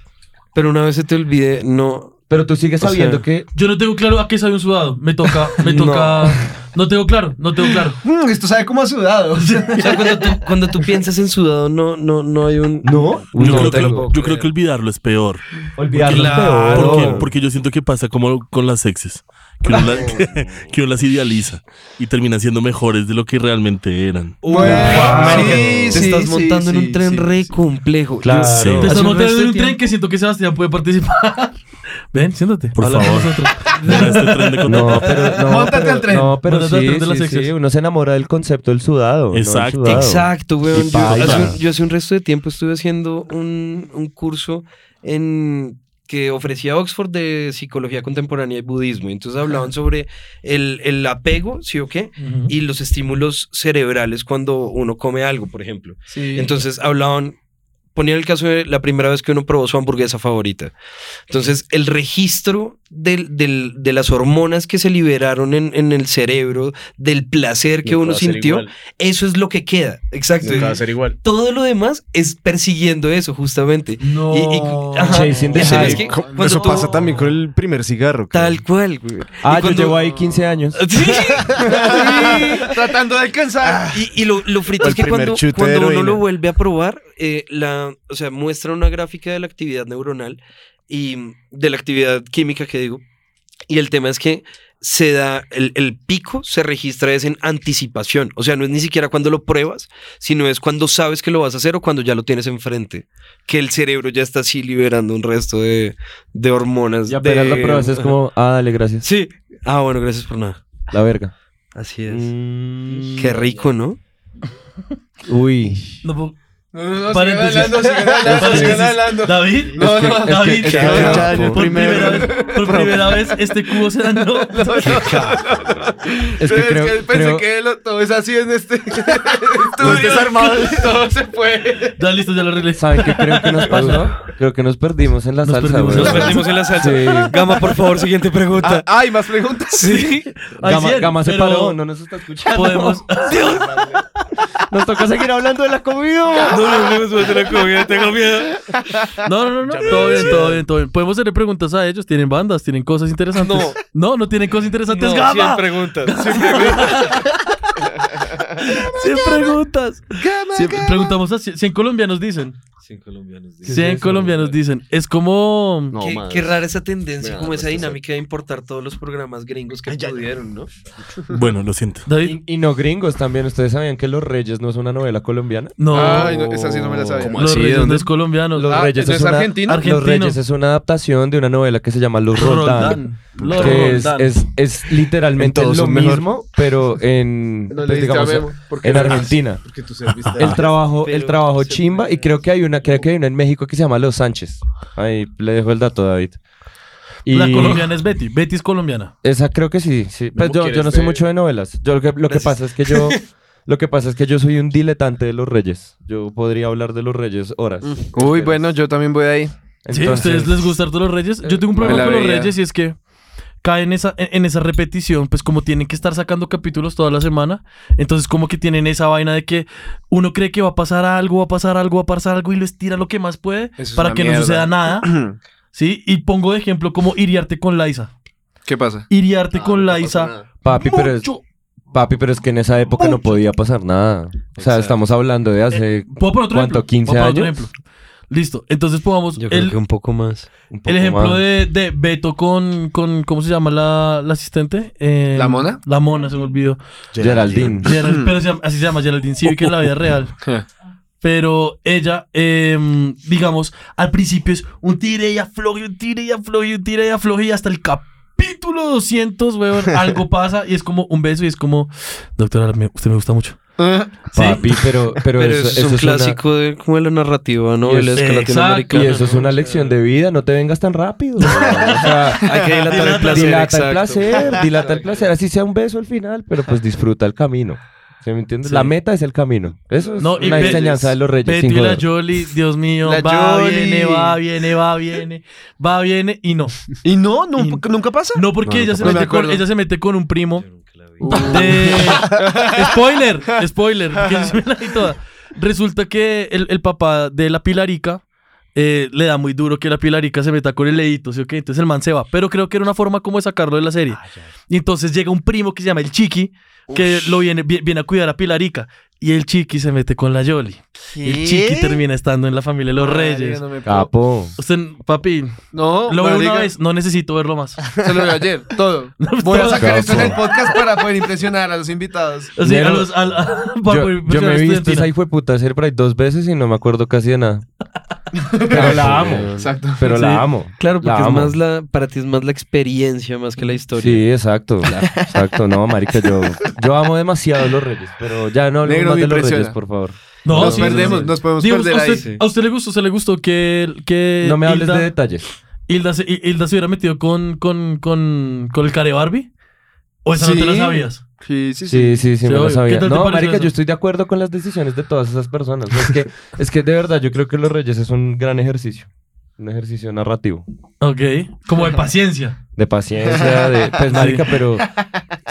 Speaker 8: Pero una vez se te olvide, no.
Speaker 5: pero tú sigues
Speaker 8: O sea,
Speaker 5: sabiendo que
Speaker 3: Yo no tengo claro a qué sabe un sudado. Me toca, me
Speaker 8: No.
Speaker 3: toca. No, tengo claro, no tengo claro.
Speaker 4: Mm, esto sabe como a sudado.
Speaker 8: O sea, cuando tú, cuando tú piensas en sudado, no, no, no hay un.
Speaker 5: no,
Speaker 7: Yo,
Speaker 5: no
Speaker 7: creo, que,
Speaker 5: tengo.
Speaker 7: yo creo que olvidarlo es peor.
Speaker 5: olvidarlo es
Speaker 7: Porque-
Speaker 5: peor.
Speaker 7: Porque, yo siento que pasa como con las exes. Que uno, la- que uno las idealiza y termina siendo mejores de lo que realmente eran.
Speaker 4: Bueno,
Speaker 8: Marica,
Speaker 4: sí,
Speaker 8: te
Speaker 4: sí,
Speaker 8: estás
Speaker 4: sí,
Speaker 8: montando en
Speaker 4: sí,
Speaker 8: un tren
Speaker 4: sí,
Speaker 8: re
Speaker 4: sí.
Speaker 8: complejo.
Speaker 5: Claro.
Speaker 7: Sí.
Speaker 3: Te
Speaker 8: Hace
Speaker 3: estás
Speaker 8: un
Speaker 3: montando
Speaker 8: resto
Speaker 3: en
Speaker 8: de
Speaker 3: un tren
Speaker 8: tiempo.
Speaker 3: que siento que Sebastián puede participar. Ven, siéntate.
Speaker 7: Por
Speaker 3: Habla con
Speaker 7: favor.
Speaker 3: nosotros.
Speaker 7: Era este tren de control.
Speaker 5: No, pero no,
Speaker 4: Móntate
Speaker 5: pero,
Speaker 4: al tren.
Speaker 5: no, pero
Speaker 3: Móntate al
Speaker 5: sí,
Speaker 3: tren de las
Speaker 5: sí,
Speaker 3: exes.
Speaker 5: sí, uno se enamora del concepto del sudado. no el
Speaker 7: Exacto.
Speaker 5: sudado.
Speaker 8: Exacto, weón.
Speaker 5: Y
Speaker 8: Yo
Speaker 5: paila.
Speaker 8: hace, un, yo hace un resto de tiempo estuve haciendo un, un curso en que ofrecía Oxford de psicología contemporánea y budismo. Entonces hablaban sobre el, el apego, ¿sí o qué?
Speaker 3: Ujú.
Speaker 8: Y los estímulos cerebrales cuando uno come algo, por ejemplo.
Speaker 4: Sí.
Speaker 8: Entonces hablaban, ponían el caso de la primera vez que uno probó su hamburguesa favorita. Entonces el registro del- del- de las hormonas que se liberaron en, en el cerebro, del placer que uno sintió, eso es lo que queda. Exacto.
Speaker 6: Nunca va a ser igual.
Speaker 8: Todo lo demás es persiguiendo eso, justamente.
Speaker 3: No.
Speaker 8: Y- y- ajá.
Speaker 5: Chasing the
Speaker 8: O sea,
Speaker 5: high.
Speaker 8: es que
Speaker 6: Co-
Speaker 8: cuando
Speaker 6: Eso
Speaker 8: tú-
Speaker 6: pasa también con el primer cigarro. creo.
Speaker 8: Tal cual, güey.
Speaker 5: Ah,
Speaker 8: Y cuando-
Speaker 5: yo llevo ahí 15 años.
Speaker 8: Sí.
Speaker 4: Tratando de alcanzar.
Speaker 8: Y, y lo, lo frito
Speaker 6: O el
Speaker 8: es que
Speaker 6: primer
Speaker 8: cuando,
Speaker 6: chute de
Speaker 8: cuando uno
Speaker 6: heroína.
Speaker 8: lo vuelve a probar, eh, la, o sea, muestra una gráfica de la actividad neuronal y mm, de la actividad química que digo. Y el tema es que se da, el, el pico se registra es en anticipación. O sea, no es ni siquiera cuando lo pruebas, sino es cuando sabes que lo vas a hacer o cuando ya lo tienes enfrente. Que el cerebro ya está así liberando un resto de, de hormonas.
Speaker 5: Y apenas
Speaker 8: de-
Speaker 5: lo pruebas, es como, ah, dale, gracias.
Speaker 8: Sí. Ah, bueno, gracias por nada.
Speaker 5: La verga.
Speaker 8: Así es.
Speaker 5: Mm.
Speaker 8: Qué rico, ¿no?
Speaker 5: Uy.
Speaker 3: No puedo-
Speaker 4: No, no, no, sigan
Speaker 3: Paréntesis.
Speaker 4: hablando, sigan hablando, sigan hablando.
Speaker 3: David,
Speaker 4: No, no,
Speaker 5: es que-
Speaker 3: David,
Speaker 5: es que-
Speaker 3: David,
Speaker 6: ya,
Speaker 3: por,
Speaker 6: el
Speaker 3: primera
Speaker 6: primero.
Speaker 3: vez, por primera vez este cubo se dañó.
Speaker 5: Es que
Speaker 4: Pero
Speaker 5: creo,
Speaker 4: pensé
Speaker 5: creo-
Speaker 4: que lo- todo es así en este
Speaker 5: No es
Speaker 4: estudio. todo se fue.
Speaker 3: Ya listo, ya lo arreglé.
Speaker 5: ¿Saben qué creo que nos pasó? Creo que nos perdimos en la
Speaker 3: Nos
Speaker 5: salsa,
Speaker 3: perdimos,
Speaker 5: güey.
Speaker 3: nos
Speaker 8: Perdimos en la salsa.
Speaker 5: Sí.
Speaker 8: Gama, por favor, siguiente pregunta.
Speaker 4: Ay, Ah, más preguntas.
Speaker 8: Ah. Sí.
Speaker 3: Ay,
Speaker 5: Ah, Gama,
Speaker 3: cien,
Speaker 5: Gama se
Speaker 3: pero
Speaker 5: paró, no nos está escuchando.
Speaker 3: Podemos.
Speaker 5: Nos toca seguir hablando de la comida.
Speaker 8: No hablemos más de la comida, tengo miedo.
Speaker 3: No, no, no, no. Todo bien, todo bien, todo bien. Podemos hacerle preguntas a ellos. Tienen bandas, tienen cosas interesantes.
Speaker 8: No.
Speaker 3: no, no tienen cosas interesantes. Gama,
Speaker 8: preguntas.
Speaker 3: cien preguntas. Cien- preguntamos a cien, cien colombianos dicen. Cien colombianos dicen. Es como.
Speaker 6: No,
Speaker 8: qué,
Speaker 6: madre.
Speaker 8: qué rara esa tendencia,
Speaker 6: Vea,
Speaker 8: como
Speaker 6: pues,
Speaker 8: esa
Speaker 6: eso.
Speaker 8: dinámica de importar todos los programas gringos
Speaker 4: Ah,
Speaker 8: que pudieron, ¿no?
Speaker 7: Bueno, lo siento.
Speaker 3: David.
Speaker 5: Y, y no gringos también. ¿Ustedes sabían que Los Reyes no es una novela colombiana?
Speaker 3: No.
Speaker 4: Ay, no, esa sí no me la sabía.
Speaker 6: ¿Cómo
Speaker 3: los
Speaker 6: así?
Speaker 3: reyes no
Speaker 6: ¿Dónde?
Speaker 3: es colombiano.
Speaker 5: Los
Speaker 4: Ah,
Speaker 5: Reyes
Speaker 4: ¿no es
Speaker 5: una-
Speaker 4: argentino?
Speaker 5: Los
Speaker 3: Argentino.
Speaker 5: Reyes es una adaptación de una novela que se llama Los Roldán.
Speaker 3: Roldán. Los
Speaker 5: que es,
Speaker 3: Roldán.
Speaker 5: es, es literalmente
Speaker 6: En todos
Speaker 5: lo
Speaker 6: son mejor.
Speaker 5: mismo, pero en,
Speaker 4: No
Speaker 5: pues,
Speaker 4: le diste a
Speaker 5: digamos,
Speaker 4: Memo. ¿Por qué
Speaker 5: en
Speaker 4: no?
Speaker 5: Argentina.
Speaker 6: Porque tú serviste.
Speaker 5: El trabajo, el
Speaker 8: Pero
Speaker 5: trabajo
Speaker 8: se
Speaker 5: chimba y creo que hay un una, creo que hay una en México que se llama Los Sánchez. Ahí le dejo el dato, David. Y
Speaker 3: La colombiana es Betty. Betty es colombiana.
Speaker 5: Esa creo que sí, sí. Pues yo, yo no sé mucho de novelas. Yo lo que, lo que pasa es que yo... Lo que pasa es que yo soy un diletante de los reyes. Yo podría hablar de los reyes horas.
Speaker 4: Uy, bueno, yo también voy ahí.
Speaker 3: Sí, ¿A ustedes les gusta Arturo Reyes? Yo tengo un
Speaker 4: eh, me
Speaker 3: problema
Speaker 4: la
Speaker 3: con los
Speaker 4: veía.
Speaker 3: Reyes y es que caen en esa, en en esa repetición, pues como tienen que estar sacando capítulos toda la semana, entonces como que tienen esa vaina de que uno cree que va a pasar algo, va a pasar algo, va a pasar algo y lo estira lo que más puede
Speaker 4: Eso es
Speaker 3: para
Speaker 4: una
Speaker 3: que no
Speaker 4: mierda.
Speaker 3: suceda nada, ¿sí? Y pongo de ejemplo como iriarte con Laisa.
Speaker 4: ¿Qué pasa?
Speaker 3: Iriarte con Laisa.
Speaker 5: Papi, pero es,
Speaker 3: mucho.
Speaker 5: papi, pero es que en esa época no podía pasar nada. O sea, estamos hablando de hace
Speaker 3: ¿Puedo poner otro
Speaker 5: ¿Cuánto,
Speaker 3: ejemplo?
Speaker 5: 15
Speaker 3: ¿Puedo poner otro
Speaker 5: años?
Speaker 3: ejemplo? Listo, entonces pongamos
Speaker 5: Yo creo
Speaker 3: el,
Speaker 5: que un poco más. un poco
Speaker 3: el ejemplo
Speaker 5: más.
Speaker 3: de, de Beto con, con, ¿cómo se llama la, la asistente? Eh,
Speaker 4: ¿La mona?
Speaker 3: La mona, se me olvidó.
Speaker 5: Geraldine.
Speaker 3: Gerald- pero se llama- así se llama Geraldine Civic en la vida real. Pero ella, em, digamos, al principio es un tire y afloje, un tire y afloje, un tire y afloje, y hasta el capítulo 200, weón, algo pasa y es como un beso y es como, doctora, me- usted me gusta mucho. Sí.
Speaker 5: Papi, pero, pero,
Speaker 8: Pero
Speaker 5: eso,
Speaker 8: eso, es
Speaker 5: eso
Speaker 8: un
Speaker 5: es una-
Speaker 8: clásico de, como de la narrativa novelesca
Speaker 3: Exacto.
Speaker 8: latinoamericana.
Speaker 5: y eso es una lección de vida, no te vengas tan rápido. güey. O sea,
Speaker 8: Hay que dilatar el placer.
Speaker 5: dilata el
Speaker 8: exacto.
Speaker 5: placer, dilata el placer, así sea un beso al final, pero pues disfruta el camino. ¿Se me entiende? La meta es el camino. Eso es
Speaker 3: No, y
Speaker 5: una
Speaker 3: Be-
Speaker 5: enseñanza de los reyes.
Speaker 3: Beto
Speaker 5: sin
Speaker 3: y la
Speaker 5: joder.
Speaker 3: Jolie, Dios mío,
Speaker 4: La
Speaker 3: va,
Speaker 4: Jolie.
Speaker 3: viene, va, viene, va, viene, va, viene, y no.
Speaker 4: ¿Y no? ¿Nun-
Speaker 3: Y-
Speaker 4: ¿Nunca, pasa?
Speaker 3: No, porque ella, se
Speaker 4: no me
Speaker 3: mete con,
Speaker 4: acuerdo.
Speaker 3: ella se mete con un primo de... spoiler, spoiler, porque yo sí me la vi toda. Resulta que el, el papá de la Pilarica eh, le da muy duro que la Pilarica se meta con el leíto, ¿sí o qué? Entonces el man se va. Pero creo que era una forma como de sacarlo de la serie. Y entonces llega un primo que se llama el Chiqui, que lo viene, vi- viene a cuidar a Pilarica. Y el Chiqui se mete con la Yoli. Y el Chiqui termina estando en la familia de los Reyes.
Speaker 4: No, me puedo-
Speaker 5: Capo.
Speaker 3: Usted, papi,
Speaker 4: no
Speaker 3: lo veo
Speaker 4: marica,
Speaker 3: una vez, no necesito verlo más.
Speaker 4: Se lo veo ayer, todo. Voy a
Speaker 3: Todo.
Speaker 4: sacar esto en el
Speaker 5: Capo.
Speaker 4: podcast para poder impresionar a los invitados.
Speaker 3: O sea,
Speaker 5: Nero,
Speaker 3: a los- al- a- para
Speaker 8: pues,
Speaker 5: Yo,
Speaker 3: poder
Speaker 5: yo me
Speaker 3: impresionar
Speaker 5: he visto
Speaker 3: estudiantina.
Speaker 5: esa hijo de puta hacer por ahí dos veces y no me acuerdo casi de nada. Pero la amo.
Speaker 4: Exacto.
Speaker 5: Pero
Speaker 3: Sí.
Speaker 5: la amo.
Speaker 8: Claro,
Speaker 5: La
Speaker 8: porque es
Speaker 5: amo.
Speaker 8: más la, para ti es más la experiencia más que la historia.
Speaker 5: Sí, exacto. Exacto. No, marica, yo, yo amo demasiado los reyes, pero ya no hablemos
Speaker 4: Negro,
Speaker 5: más
Speaker 4: me
Speaker 5: de los
Speaker 4: impresiona.
Speaker 5: reyes, por favor.
Speaker 3: No,
Speaker 4: nos
Speaker 3: sí, sí, sí.
Speaker 4: perdemos, nos podemos
Speaker 3: Digamos,
Speaker 4: perder
Speaker 3: a,
Speaker 4: ahí.
Speaker 3: usted, a usted le gustó, se le gustó que, que
Speaker 8: Eh,
Speaker 5: No me hables
Speaker 3: Hilda,
Speaker 5: de detalles.
Speaker 3: Hilda, se, Hi- Hilda se hubiera metido con, con, con, con el care Barbie. ¿O esa no
Speaker 4: Sí.
Speaker 3: te la sabías?
Speaker 4: Sí,
Speaker 5: Sí,
Speaker 4: sí, sí.
Speaker 5: sí, sí,
Speaker 3: Sí,
Speaker 5: me lo
Speaker 3: obvio. ¿Qué
Speaker 5: sabía.
Speaker 3: tal te
Speaker 5: No,
Speaker 3: pareció
Speaker 5: marica,
Speaker 3: eso?
Speaker 5: yo estoy de acuerdo con las decisiones de todas esas personas. Es que, es que de verdad, yo creo que los reyes es un gran ejercicio. Un ejercicio narrativo.
Speaker 3: Ok. Como de paciencia.
Speaker 5: De paciencia, de... Pues, marica, pero...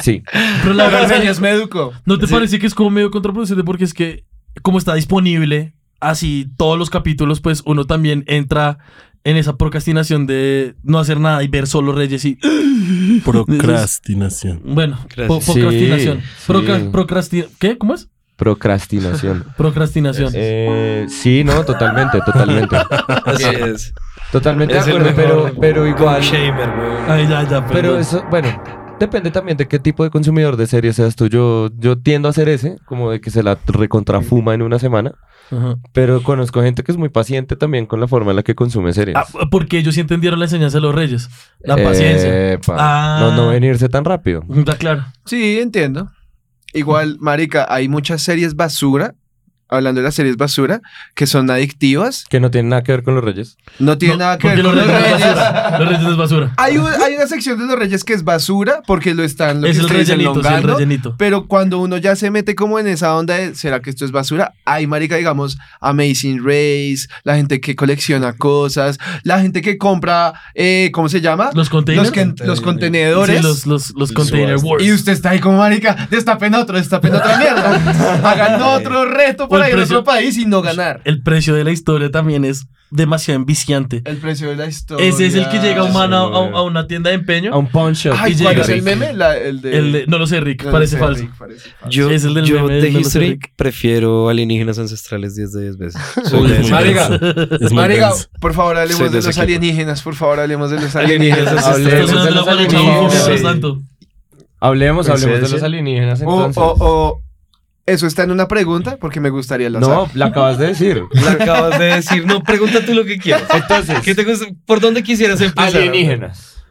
Speaker 5: Sí.
Speaker 3: Pero la
Speaker 4: Pero
Speaker 3: verdad,
Speaker 4: Reyes me educó.
Speaker 3: ¿no te parece que es como medio contraproducente? Porque es que, como está disponible así todos los capítulos, pues uno también entra en esa procrastinación de no hacer nada y ver solo Reyes y
Speaker 7: Procrastinación.
Speaker 3: Bueno,
Speaker 8: Gracias.
Speaker 3: po-
Speaker 5: Sí,
Speaker 3: procrastinación.
Speaker 5: sí.
Speaker 3: Procra- procrasti- ¿Qué? ¿Cómo es?
Speaker 5: Procrastinación.
Speaker 3: Procrastinación.
Speaker 5: Eh, sí, no, totalmente, totalmente.
Speaker 8: Así es.
Speaker 5: Totalmente
Speaker 8: Es
Speaker 5: de
Speaker 8: el
Speaker 5: acuerdo,
Speaker 8: mejor.
Speaker 5: pero, pero igual...
Speaker 8: Shamer, weón.
Speaker 3: Ay, ya, ya,
Speaker 5: Pero
Speaker 3: perdón.
Speaker 5: eso, bueno, depende también de qué tipo de consumidor de series seas tú. Yo, yo tiendo a ser ese, como de que se la recontrafuma en una semana.
Speaker 3: Ajá.
Speaker 5: Pero conozco gente que es muy paciente también con la forma en la que consume series.
Speaker 3: Ah, porque ellos sí entendieron la enseñanza de los reyes. La paciencia.
Speaker 5: Epa,
Speaker 3: Ah.
Speaker 5: Eh, No, no venirse tan rápido.
Speaker 3: Está claro.
Speaker 4: Sí, entiendo. Igual, marica, hay muchas series basura, hablando de las series basura, que son adictivas,
Speaker 5: Que no tiene nada que ver con los reyes.
Speaker 4: no tienen
Speaker 3: No,
Speaker 4: nada que ver
Speaker 3: porque
Speaker 4: con los
Speaker 3: los reyes. es
Speaker 4: reyes.
Speaker 3: basura. Los reyes es basura.
Speaker 4: Hay, un- hay una sección de los reyes que es basura porque lo están lo
Speaker 3: es
Speaker 4: que
Speaker 3: el
Speaker 4: ustedes dicen,
Speaker 3: rellenito, sí, el
Speaker 4: longando,
Speaker 3: rellenito.
Speaker 4: Pero cuando uno ya se mete como en esa onda de, ¿será que esto es basura? Hay, marica, digamos, Amazing Race, la gente que colecciona cosas, la gente que compra, eh, ¿cómo se llama?
Speaker 3: Los
Speaker 4: Los,
Speaker 3: containers.
Speaker 4: que- los contenedores.
Speaker 3: Sí, Este. los, los, los container wars.
Speaker 4: Y usted está ahí como marica, destapen otro, destapen otra mierda. Hagan otro reto
Speaker 3: O
Speaker 4: para
Speaker 3: el
Speaker 4: ir a
Speaker 3: precio-
Speaker 4: otro país y no ganar.
Speaker 3: El precio de la historia también es demasiado enviciante.
Speaker 4: El precio de la historia.
Speaker 3: Ese es el que llega humano a, a- a una tienda de
Speaker 5: A
Speaker 3: empeño.
Speaker 5: un pawn shop.
Speaker 4: Ay,
Speaker 3: y
Speaker 4: ¿cuál
Speaker 3: llega
Speaker 4: es el
Speaker 3: Rick.
Speaker 4: meme? La- el de...
Speaker 3: El de- no lo sé, Rick.
Speaker 4: No,
Speaker 3: parece
Speaker 4: sí,
Speaker 3: falso.
Speaker 4: Rick, parece falso.
Speaker 8: Yo,
Speaker 3: Es el del
Speaker 8: yo
Speaker 3: meme
Speaker 8: de
Speaker 3: del Melo
Speaker 8: History
Speaker 3: Rick.
Speaker 8: prefiero alienígenas ancestrales 10 de 10 veces.
Speaker 7: Uy, es muy
Speaker 4: Marica.
Speaker 7: denso. Es muy
Speaker 4: Marica,
Speaker 7: denso.
Speaker 4: por favor,
Speaker 8: Soy
Speaker 4: hablemos
Speaker 8: de
Speaker 4: de
Speaker 8: ese
Speaker 4: los
Speaker 8: equipo.
Speaker 4: alienígenas, por favor, hablemos de los
Speaker 8: Alienígenas
Speaker 4: alienígenas.
Speaker 3: Estás
Speaker 5: Hablemos
Speaker 3: hablando
Speaker 5: de
Speaker 3: de la
Speaker 5: los
Speaker 3: buena chavo,
Speaker 5: alienígenas.
Speaker 3: mientras
Speaker 5: Sí.
Speaker 3: tanto.
Speaker 5: Hablemos, hablemos de
Speaker 6: Coincidencia.
Speaker 5: los alienígenas
Speaker 4: O,
Speaker 5: entonces.
Speaker 4: o- o- eso está en una pregunta porque me gustaría la
Speaker 5: No, la acabas de decir.
Speaker 8: La acabas de decir. No, pregúntate lo que quieras.
Speaker 5: Entonces,
Speaker 8: ¿Qué te gusta- ¿Por dónde quisieras empezar?
Speaker 5: alienígenas.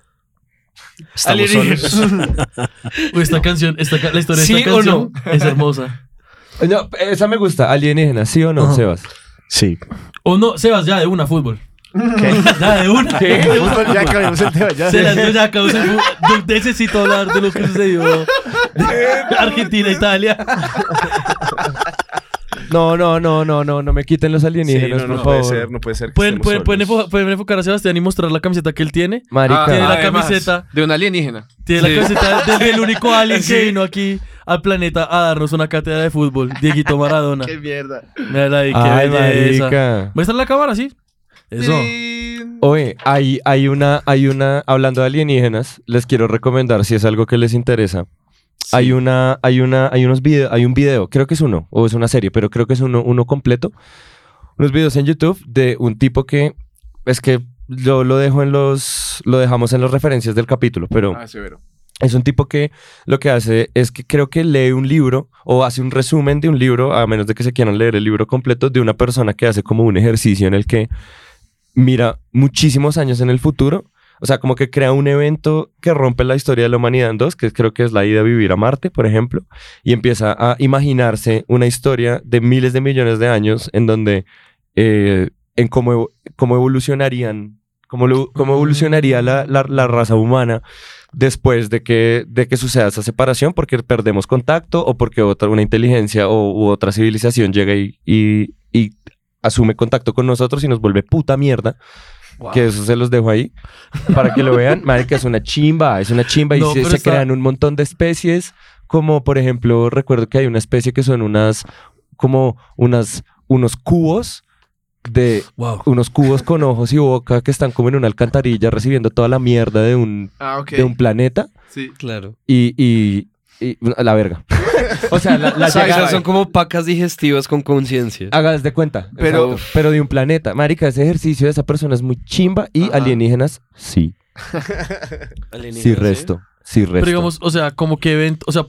Speaker 8: Estamos solos.
Speaker 3: Uy, esta canción, esta, ca- la historia
Speaker 8: ¿Sí
Speaker 3: de esta
Speaker 8: o
Speaker 3: canción es hermosa.
Speaker 5: No, esa me gusta, alienígenas, ¿sí o no,
Speaker 3: Ajá.
Speaker 5: Sebas?
Speaker 6: Sí.
Speaker 3: O no, Sebas, ya de una fútbol. Ya de una.
Speaker 6: Justo ya acabamos el tema. Ya.
Speaker 3: Sebas, yo ya acabo de- yo Necesito hablar de lo que sucedió. de Argentina, Italia.
Speaker 5: No, no, no, no, no, no me quiten los
Speaker 6: Sí,
Speaker 5: alienígenas,
Speaker 6: no, no,
Speaker 5: por
Speaker 6: puede
Speaker 5: favor.
Speaker 6: ser, no puede ser. que
Speaker 3: Pueden,
Speaker 6: estemos
Speaker 3: pueden, pueden,
Speaker 6: solos.
Speaker 3: enfo- pueden enfocar a Sebastián y mostrar la camiseta que él tiene.
Speaker 5: Marica.
Speaker 3: Ah, Tiene la
Speaker 4: Ah, Además,
Speaker 3: camiseta.
Speaker 4: De un alienígena.
Speaker 3: Tiene
Speaker 4: Sí.
Speaker 3: la camiseta del, del único alien que
Speaker 4: Sí.
Speaker 3: vino aquí al planeta a darnos una cátedra de fútbol, Dieguito Maradona.
Speaker 4: Qué mierda.
Speaker 3: Mira ahí, qué
Speaker 5: Ay,
Speaker 3: belleza.
Speaker 5: marica.
Speaker 3: ¿Muestra la cámara, sí? Eso.
Speaker 4: Sí.
Speaker 5: Oye, hay, hay una, hay una, hablando de alienígenas, les quiero recomendar si es algo que les interesa. Hay una, hay una, hay unos videos, hay un video, creo que es uno, o es una serie, pero creo que es uno, uno completo. Unos videos en YouTube de un tipo que, es que yo lo dejo en los, lo dejamos en las referencias del capítulo, pero
Speaker 4: Ah, severo.
Speaker 5: es un tipo que lo que hace es que creo que lee un libro o hace un resumen de un libro, a menos de que se quieran leer el libro completo, de una persona que hace como un ejercicio en el que mira muchísimos años en el futuro. O sea, como que crea un evento que rompe la historia de la humanidad en dos, que creo que es la ida a vivir a Marte, por ejemplo, y empieza a imaginarse una historia de miles de millones de años en donde, eh, en cómo, evo- cómo evolucionarían, cómo, lo- cómo evolucionaría la,
Speaker 3: Mm.
Speaker 5: la- la raza humana después de que, de que suceda esa separación, porque perdemos contacto o porque otra, una inteligencia o, u otra civilización llega y, y- y asume contacto con nosotros y nos vuelve puta mierda. Que eso se los dejo ahí para que lo vean. Marica, es una chimba, es una chimba y
Speaker 3: No,
Speaker 5: se,
Speaker 3: pero
Speaker 5: se
Speaker 3: está-
Speaker 5: crean un montón de especies. Como por ejemplo, recuerdo que hay una especie que son unas, como unas, unos cubos de
Speaker 3: Wow.
Speaker 5: unos cubos con ojos y boca que están como en una alcantarilla recibiendo toda la mierda de un,
Speaker 4: Ah, ok.
Speaker 5: de un planeta
Speaker 4: Sí.
Speaker 8: Claro.
Speaker 5: y, y, y- la verga. o sea, la, la
Speaker 8: O sea,
Speaker 5: llegada-
Speaker 8: esas son como pacas digestivas con conciencia.
Speaker 5: Hagas de cuenta.
Speaker 4: Pero-
Speaker 5: Pero, pero de un planeta. Marica, ese ejercicio de esa persona es muy chimba y
Speaker 4: Ajá.
Speaker 5: alienígenas, sí. Sí,
Speaker 8: Alienígenas,
Speaker 5: resto. Sí, resto.
Speaker 3: Pero digamos, o sea, como que evento, o sea,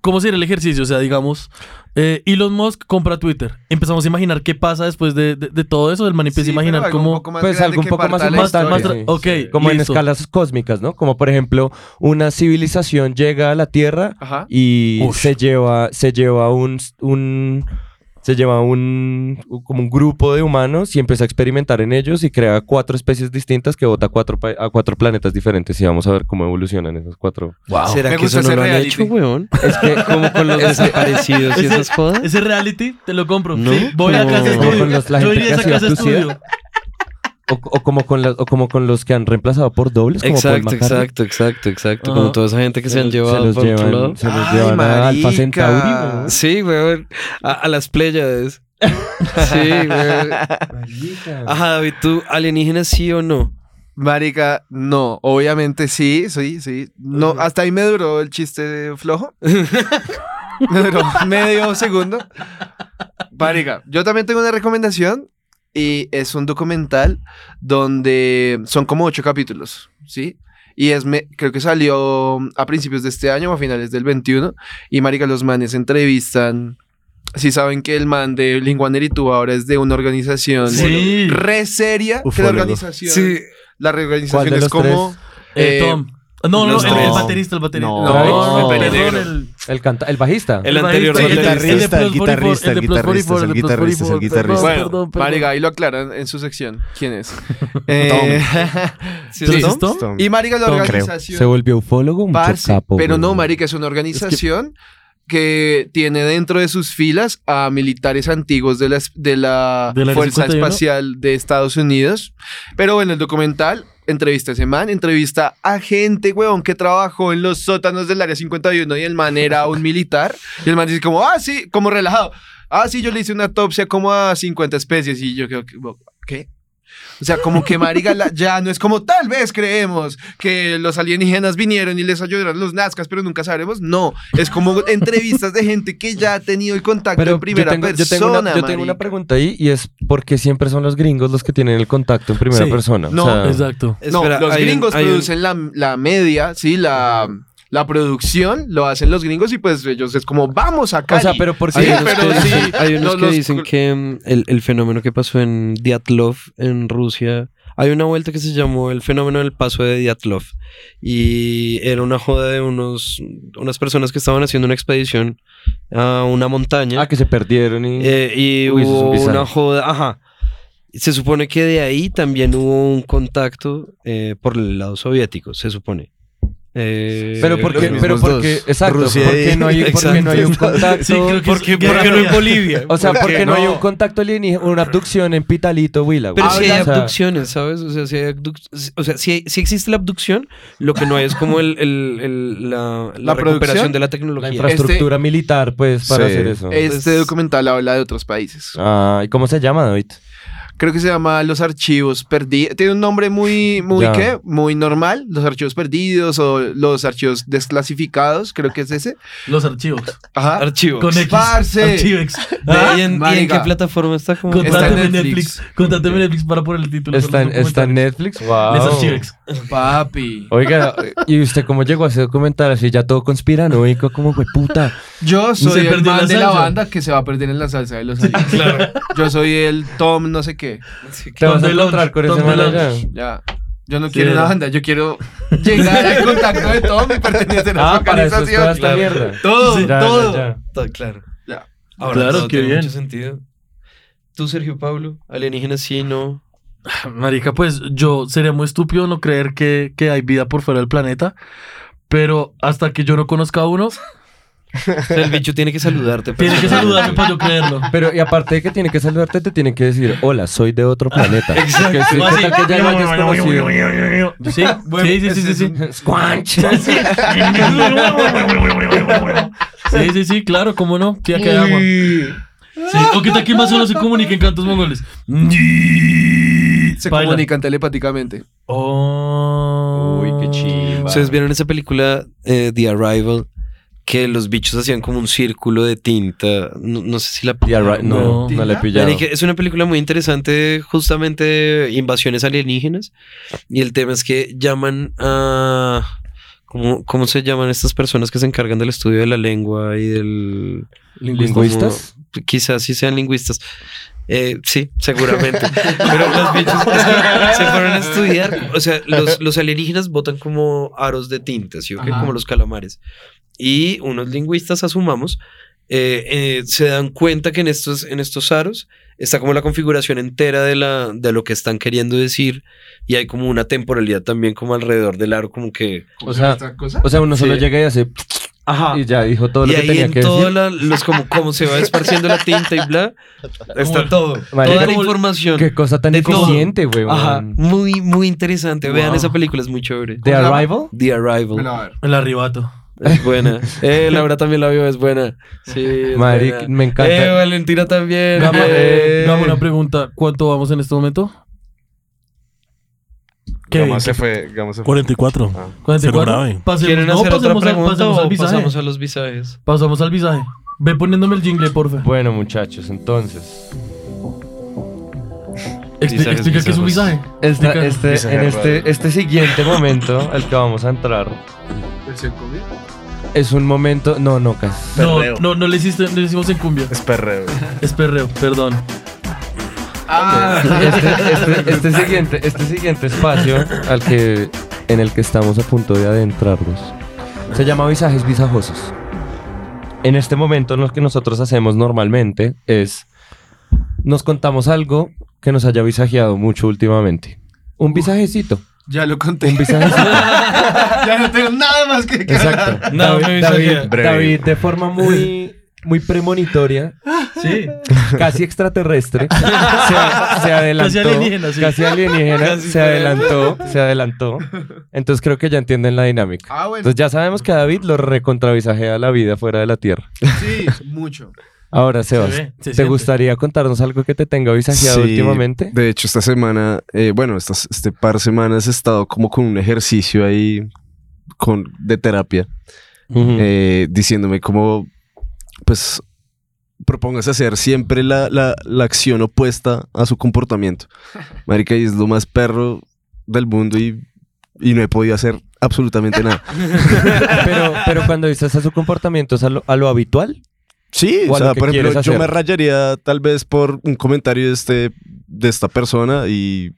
Speaker 3: ¿cómo sería el ejercicio? O sea, digamos, eh, Elon Musk compra Twitter. Empezamos a imaginar qué pasa después de, de- de todo eso. El man empieza
Speaker 4: Sí,
Speaker 3: a imaginar
Speaker 4: pero algo
Speaker 3: cómo...
Speaker 4: un poco más
Speaker 5: pues,
Speaker 4: grande
Speaker 5: algo un
Speaker 4: que
Speaker 5: poco más
Speaker 4: parta la
Speaker 3: más,
Speaker 5: importante.
Speaker 3: más
Speaker 4: historia.
Speaker 3: tra- ok,
Speaker 5: como en
Speaker 3: listo.
Speaker 5: escalas cósmicas, ¿no? Como por ejemplo, una civilización llega a la Tierra
Speaker 4: Ajá.
Speaker 5: y
Speaker 3: Ush.
Speaker 5: se lleva, se lleva un, un se lleva un como un grupo de humanos y empieza a experimentar en ellos y crea cuatro especies distintas que vota cuatro pa- a cuatro planetas diferentes y vamos a ver cómo evolucionan esos cuatro.
Speaker 8: ¿Será
Speaker 4: Me
Speaker 8: que
Speaker 4: gusta
Speaker 8: eso no
Speaker 4: ese
Speaker 8: lo han
Speaker 4: reality.
Speaker 8: hecho, weón?
Speaker 5: Es que
Speaker 8: Como con los desaparecidos y
Speaker 3: ese-
Speaker 8: esas cosas.
Speaker 3: Ese reality te lo compro.
Speaker 8: No.
Speaker 3: Sí, voy a
Speaker 8: No.
Speaker 3: casa
Speaker 8: Como
Speaker 3: estudio.
Speaker 5: con los- la
Speaker 3: Yo
Speaker 5: gente
Speaker 3: iría a
Speaker 5: que
Speaker 3: esa
Speaker 5: hacía
Speaker 3: casa
Speaker 5: Tucida.
Speaker 3: estudio.
Speaker 5: o, o como con las o como con los que han reemplazado por dobles como Paul
Speaker 8: Exacto,
Speaker 5: McCartney.
Speaker 8: exacto, exacto, exacto.
Speaker 3: Ajá.
Speaker 8: Como toda esa gente que se, han
Speaker 5: Se
Speaker 8: llevado
Speaker 5: los
Speaker 8: por otro lado.
Speaker 5: llevan, se los
Speaker 4: Ay,
Speaker 5: llevan a Alpha
Speaker 4: marica.
Speaker 5: Centauri. weón.
Speaker 8: Sí, weón. A, a las pléyades. Sí, weón. Ajá, David, ¿tú alienígenas sí o no?
Speaker 4: Marica, no, obviamente sí, sí, sí. No, hasta ahí me duró el chiste flojo. me duró medio segundo. Marica, yo también tengo una recomendación y es un documental donde son como ocho capítulos, ¿sí? Y es, me- creo que salió a principios de este año o a finales del 21 y marica, los manes entrevistan... Si saben que el man de Linguanerituba ahora es de una organización
Speaker 3: Sí.
Speaker 4: re seria, que la
Speaker 6: Ufólogo.
Speaker 4: organización la
Speaker 5: ¿Cuál
Speaker 4: reorganización
Speaker 5: de
Speaker 4: es
Speaker 5: los
Speaker 4: como.
Speaker 3: Eh,
Speaker 4: Eh,
Speaker 3: Tom. No, no,
Speaker 4: los
Speaker 3: el, el
Speaker 4: tres.
Speaker 3: baterista, el baterista.
Speaker 6: No,
Speaker 5: No,
Speaker 3: perdón,
Speaker 5: el
Speaker 4: peligro.
Speaker 3: el,
Speaker 5: El canta, el bajista.
Speaker 8: El anterior
Speaker 3: bajista,
Speaker 8: baterista.
Speaker 3: el de Plus
Speaker 6: El guitarrista,
Speaker 3: 44, de
Speaker 6: el
Speaker 3: Plus
Speaker 6: guitarrista,
Speaker 3: 44,
Speaker 6: el
Speaker 3: de Plus
Speaker 6: guitarrista, el
Speaker 3: 44, perdón,
Speaker 6: guitarrista.
Speaker 4: Bueno,
Speaker 3: perdón, perdón.
Speaker 4: Marica, ahí lo aclaran en su sección. ¿Quién es? Eh,
Speaker 8: ¿Sí
Speaker 3: ¿Sí
Speaker 8: o
Speaker 3: es
Speaker 8: no?
Speaker 3: Tom?
Speaker 6: Tom.
Speaker 4: y Marica, la
Speaker 5: Tom, Se
Speaker 4: organización.
Speaker 5: volvió ufólogo, mucho
Speaker 4: parce,
Speaker 5: capo.
Speaker 4: pero no,
Speaker 5: weón.
Speaker 4: Marica, es una organización que... tiene dentro de sus filas a militares antiguos de la, es- de la,
Speaker 3: ¿De la
Speaker 4: Fuerza
Speaker 3: 51?
Speaker 4: Espacial de Estados Unidos. Pero bueno, el documental entrevista a ese man, entrevista a gente, weón, que trabajó en los sótanos del Área 51 y el man era un militar. Y el man dice como, ah, sí, como relajado. Ah, sí, yo le hice una autopsia como a 50 especies y yo creo que... ¿Qué? O sea, como que marica la- ya no es como tal vez creemos que los alienígenas vinieron y les ayudaron los nazcas, pero nunca sabremos. No, es como entrevistas de gente que ya ha tenido el contacto
Speaker 5: Pero
Speaker 4: en primera
Speaker 5: yo tengo,
Speaker 4: persona.
Speaker 5: yo tengo una, yo tengo una
Speaker 4: marica.
Speaker 5: pregunta ahí y es ¿por qué siempre son los gringos los que tienen el contacto en primera
Speaker 3: Sí.
Speaker 5: persona? O
Speaker 4: No,
Speaker 5: sea,
Speaker 3: Exacto.
Speaker 4: No,
Speaker 8: Espera,
Speaker 4: los
Speaker 8: hay un-
Speaker 4: gringos
Speaker 8: hay un-
Speaker 4: producen la, la media, sí, la, la producción lo hacen los gringos y pues ellos es como vamos acá.
Speaker 5: o sea, pero ¿por
Speaker 8: Hay
Speaker 5: qué?
Speaker 8: unos
Speaker 4: pero
Speaker 8: que
Speaker 4: sí,
Speaker 8: dicen, hay unos
Speaker 4: los-
Speaker 8: que,
Speaker 4: los-
Speaker 8: dicen que mm, el, el fenómeno que pasó en Diatlov, en Rusia, hay una vuelta que se llamó el fenómeno del paso de Diatlov. Y era una joda de unos, unas personas que estaban haciendo una expedición a una montaña.
Speaker 5: Ah, que se perdieron y...
Speaker 8: Eh, y
Speaker 5: Uy, eso es
Speaker 8: hubo
Speaker 5: bizarro.
Speaker 8: una joda, ajá. Se supone que de ahí también hubo un contacto eh, por el lado soviético, se supone. Eh,
Speaker 5: Pero porque,
Speaker 6: los
Speaker 5: pero
Speaker 6: mismos
Speaker 5: porque,
Speaker 6: dos.
Speaker 5: exacto,
Speaker 6: Rusia
Speaker 5: porque
Speaker 6: y-
Speaker 5: no hay, porque no hay un contacto.
Speaker 3: Sí, creo que
Speaker 8: porque,
Speaker 3: es-
Speaker 8: porque no en Bolivia.
Speaker 5: O sea, porque no hay
Speaker 8: no?
Speaker 5: un contacto alienígena, una abducción en Pitalito, Huila.
Speaker 8: Pero
Speaker 5: güey.
Speaker 8: si hay
Speaker 5: O sea,
Speaker 8: abducciones, ¿sabes? O sea, si, hay abduc- o sea, si, hay- si existe la abducción, lo que no hay es como el, el- el- la, la
Speaker 4: ¿La
Speaker 8: recuperación
Speaker 4: producción?
Speaker 8: de la
Speaker 5: La
Speaker 8: tecnología.
Speaker 5: infraestructura militar, pues, para
Speaker 6: Sí.
Speaker 5: hacer eso. Pues
Speaker 4: Este documental habla de otros países.
Speaker 5: Ah, ¿y cómo se llama, David?
Speaker 4: Creo que se llama Los Archivos Perdidos. Tiene un nombre muy, muy,
Speaker 5: Ya.
Speaker 4: ¿qué? Muy normal. Los Archivos Perdidos o Los Archivos Desclasificados, creo que es ese.
Speaker 3: Los archivos.
Speaker 5: Ah,
Speaker 4: Ajá.
Speaker 8: Archivos.
Speaker 3: Con X.
Speaker 4: Parce.
Speaker 3: Archivex.
Speaker 8: ¿Ve?
Speaker 3: ¿Ah?
Speaker 8: ¿Y, en, y en
Speaker 4: marica.
Speaker 8: qué plataforma está? Como-
Speaker 4: Está en
Speaker 3: Contáteme en
Speaker 4: Netflix.
Speaker 3: Netflix. Contáteme en Netflix para poner el título.
Speaker 5: ¿Está en,
Speaker 3: para los
Speaker 5: está en Netflix? Wow.
Speaker 3: documentales. Les Archivex.
Speaker 4: Papi.
Speaker 5: Oiga, ¿y usted cómo llegó a ese documental así ya todo conspiranoico? ¿Cómo fue puta?
Speaker 4: Yo
Speaker 3: Se
Speaker 4: soy el
Speaker 3: perdió la
Speaker 4: man de la
Speaker 3: salsa.
Speaker 4: banda que se va a perder en la salsa de los años. Yo soy el Tom, no sé qué.
Speaker 5: Te vas
Speaker 3: Tom
Speaker 5: a
Speaker 3: DeLonge,
Speaker 5: encontrar con ese
Speaker 3: Tom
Speaker 5: man
Speaker 3: DeLonge.
Speaker 5: allá.
Speaker 4: Ya. Yo no
Speaker 3: Sí,
Speaker 4: quiero una
Speaker 3: era.
Speaker 4: banda, yo quiero llegar al contacto de Tom y pertenecer a
Speaker 5: Ah,
Speaker 4: su
Speaker 5: para eso es toda
Speaker 4: organización.
Speaker 5: esta
Speaker 8: Claro.
Speaker 5: mierda.
Speaker 8: Todo,
Speaker 5: Ya, ya,
Speaker 8: todo.
Speaker 5: ya.
Speaker 8: Todo, claro.
Speaker 4: Ya.
Speaker 8: Ahora,
Speaker 3: Claro,
Speaker 8: todo
Speaker 3: qué
Speaker 8: tiene
Speaker 3: bien.
Speaker 8: mucho sentido. Tú, Sergio Pablo, alienígena sí, no.
Speaker 3: Marica, pues yo sería muy estúpido no creer que, que hay vida por fuera del planeta. Pero hasta que yo no conozca a uno,
Speaker 8: O sea, el bicho tiene que saludarte.
Speaker 3: tiene que
Speaker 8: personalmente.
Speaker 3: saludarme para yo creerlo.
Speaker 5: Pero, y aparte de que tiene que saludarte, te tiene que decir, hola, soy de otro planeta. Exacto. Que sí,
Speaker 3: Así.
Speaker 5: ¿qué tal que ya lo hayas conocido?
Speaker 3: Sí, sí, sí, sí, sí, sí.
Speaker 5: Squanch.
Speaker 3: Sí, sí, sí, claro, cómo no. Sí, acá hay
Speaker 4: Mm.
Speaker 3: agua. Sí. O que aquí más solo se comuniquen cantos mongoles.
Speaker 4: Se
Speaker 3: Baila.
Speaker 4: comunican telepáticamente.
Speaker 3: Oh.
Speaker 6: Uy, qué chimba.
Speaker 8: Ustedes vieron esa película eh, The Arrival que los bichos hacían como un círculo de tinta. No, no sé si la
Speaker 5: Y alright, no,
Speaker 3: No.
Speaker 5: no le he pillado.
Speaker 8: Marica, es una película muy interesante, justamente de invasiones alienígenas. Y el tema es que llaman a. ¿Cómo, cómo se llaman estas personas que se encargan del estudio de la lengua y del.
Speaker 5: ¿Lingüistas?
Speaker 8: como- quizás sí sean lingüistas. Eh, sí, seguramente. Pero los bichos es que se fueron a estudiar. O sea, los, los alienígenas botan como aros de tinta, ¿sí o qué?
Speaker 4: Ajá.
Speaker 8: Como los calamares. Y unos lingüistas, asumamos, eh, eh, se dan cuenta que en estos, en estos aros está como la configuración entera de, la, de lo que están queriendo decir. Y hay como una temporalidad también como alrededor del aro, como que...
Speaker 5: O sea,
Speaker 4: ¿Otra cosa?
Speaker 5: o sea, uno solo
Speaker 8: Sí. Ah.
Speaker 5: llega y hace... Y ya dijo todo
Speaker 8: y
Speaker 5: lo que
Speaker 8: ahí
Speaker 5: tenía
Speaker 8: en
Speaker 5: que
Speaker 8: todo
Speaker 5: decir.
Speaker 8: la- los como, como se va esparciendo la tinta y bla, está
Speaker 3: Como-
Speaker 8: todo.
Speaker 5: Marica,
Speaker 8: toda la
Speaker 5: como-
Speaker 8: información.
Speaker 5: Qué cosa tan
Speaker 8: de todo.
Speaker 5: eficiente, güey.
Speaker 8: Ajá, muy, muy interesante. Vean
Speaker 3: Wow.
Speaker 8: esa película, es muy chévere.
Speaker 5: ¿De Arrival?
Speaker 8: The Arrival.
Speaker 4: Pero a ver.
Speaker 3: El arrebato.
Speaker 8: Es buena. Eh, Laura también la vio, es buena. Sí, es
Speaker 5: Marica,
Speaker 8: buena.
Speaker 5: me encanta.
Speaker 8: Eh, Valentina también.
Speaker 3: Gama,
Speaker 8: eh.
Speaker 3: Gama, una pregunta. ¿Cuánto vamos en este momento? ¿Qué?
Speaker 6: Gama se fue, Gama se fue.
Speaker 7: 44.
Speaker 6: Ah.
Speaker 7: Cero
Speaker 3: 44.
Speaker 7: grave.
Speaker 3: Pasemos,
Speaker 8: ¿Quieren
Speaker 3: no,
Speaker 8: hacer otra
Speaker 3: pasemos, al,
Speaker 8: pregunta
Speaker 3: pasemos
Speaker 8: o
Speaker 3: al visaje.
Speaker 8: pasamos a los visajes?
Speaker 3: Pasamos al visaje. Ve poniéndome el jingle, porfa.
Speaker 5: Bueno, muchachos, entonces.
Speaker 3: Expli-
Speaker 8: Visajes,
Speaker 3: explica qué es un
Speaker 8: visajes.
Speaker 3: visaje.
Speaker 5: esta-
Speaker 3: Explica.
Speaker 5: este,
Speaker 6: Dice
Speaker 5: en
Speaker 6: Gerardo.
Speaker 5: este, este siguiente momento al que vamos a entrar
Speaker 4: ¿Versión cumbia?
Speaker 5: es un momento. No, no, casi.
Speaker 3: No,
Speaker 6: Perreo.
Speaker 3: no, no le, hiciste, le hicimos en cumbia.
Speaker 6: Es perreo.
Speaker 3: Es perreo, perdón.
Speaker 4: Ah,
Speaker 5: Este, este- este siguiente, este siguiente espacio al que, en el que estamos a punto de adentrarnos se llama visajes visajosos. En este momento, lo que nosotros hacemos normalmente es nos contamos algo que nos haya visajeado mucho últimamente. Un visajecito.
Speaker 4: ya lo
Speaker 5: Un
Speaker 4: conté.
Speaker 5: visajecito.
Speaker 4: ya no tengo nada más que
Speaker 5: Exacto.
Speaker 8: No,
Speaker 5: David,
Speaker 8: me
Speaker 5: David,
Speaker 8: visajea.
Speaker 6: Breve.
Speaker 5: David, de forma muy, muy premonitoria,
Speaker 3: Sí.
Speaker 5: casi extraterrestre, se, se adelantó.
Speaker 3: Casi alienígena, sí.
Speaker 5: casi alienígena,
Speaker 8: Casi
Speaker 5: se adelantó, se adelantó. Entonces creo que ya entienden la dinámica.
Speaker 4: Ah, bueno,
Speaker 5: Entonces ya sabemos que a David lo recontravisajea la vida fuera de la Tierra.
Speaker 4: sí, mucho.
Speaker 5: Ahora, Sebas,
Speaker 3: ve, se
Speaker 5: ¿te
Speaker 3: siente.
Speaker 5: gustaría contarnos algo que te tenga visajeado
Speaker 6: Sí,
Speaker 5: últimamente?
Speaker 6: De hecho, esta semana, eh, bueno, estas, este par de semanas he estado como con un ejercicio ahí con, de terapia,
Speaker 5: Ujú.
Speaker 6: eh, diciéndome como, pues, propongas hacer siempre la, la- la acción opuesta a su comportamiento. Marica, y es lo más perro del mundo y, y no he podido hacer absolutamente nada.
Speaker 5: pero, pero cuando dices a su comportamiento, ¿es a lo, a lo habitual?
Speaker 6: Sí,
Speaker 5: o
Speaker 6: o
Speaker 5: a lo
Speaker 6: sea,
Speaker 5: que
Speaker 6: por ejemplo,
Speaker 5: quieres
Speaker 6: yo
Speaker 5: hacer.
Speaker 6: me rayaría tal vez por un comentario de, este, de esta persona y,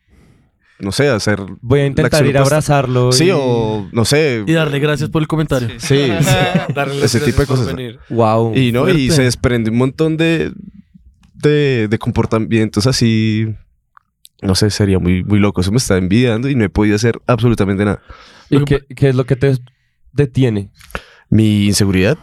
Speaker 6: no sé, hacer...
Speaker 5: Voy a intentar
Speaker 6: acción
Speaker 5: ir a
Speaker 6: opuesta.
Speaker 5: abrazarlo.
Speaker 6: Sí,
Speaker 5: y-
Speaker 6: o no sé.
Speaker 3: Y darle gracias por el comentario.
Speaker 6: Sí,
Speaker 8: Darles
Speaker 6: Ese tipo
Speaker 8: gracias por
Speaker 6: de cosas.
Speaker 8: venir.
Speaker 5: Wow.
Speaker 6: Y no, y
Speaker 3: fuerte.
Speaker 6: se desprende un montón de, de, de comportamientos así No sé, sería muy, muy loco. Eso me está envidiando y no he podido hacer absolutamente nada.
Speaker 5: ¿Y qué, qué es lo que te detiene?
Speaker 6: Mi inseguridad.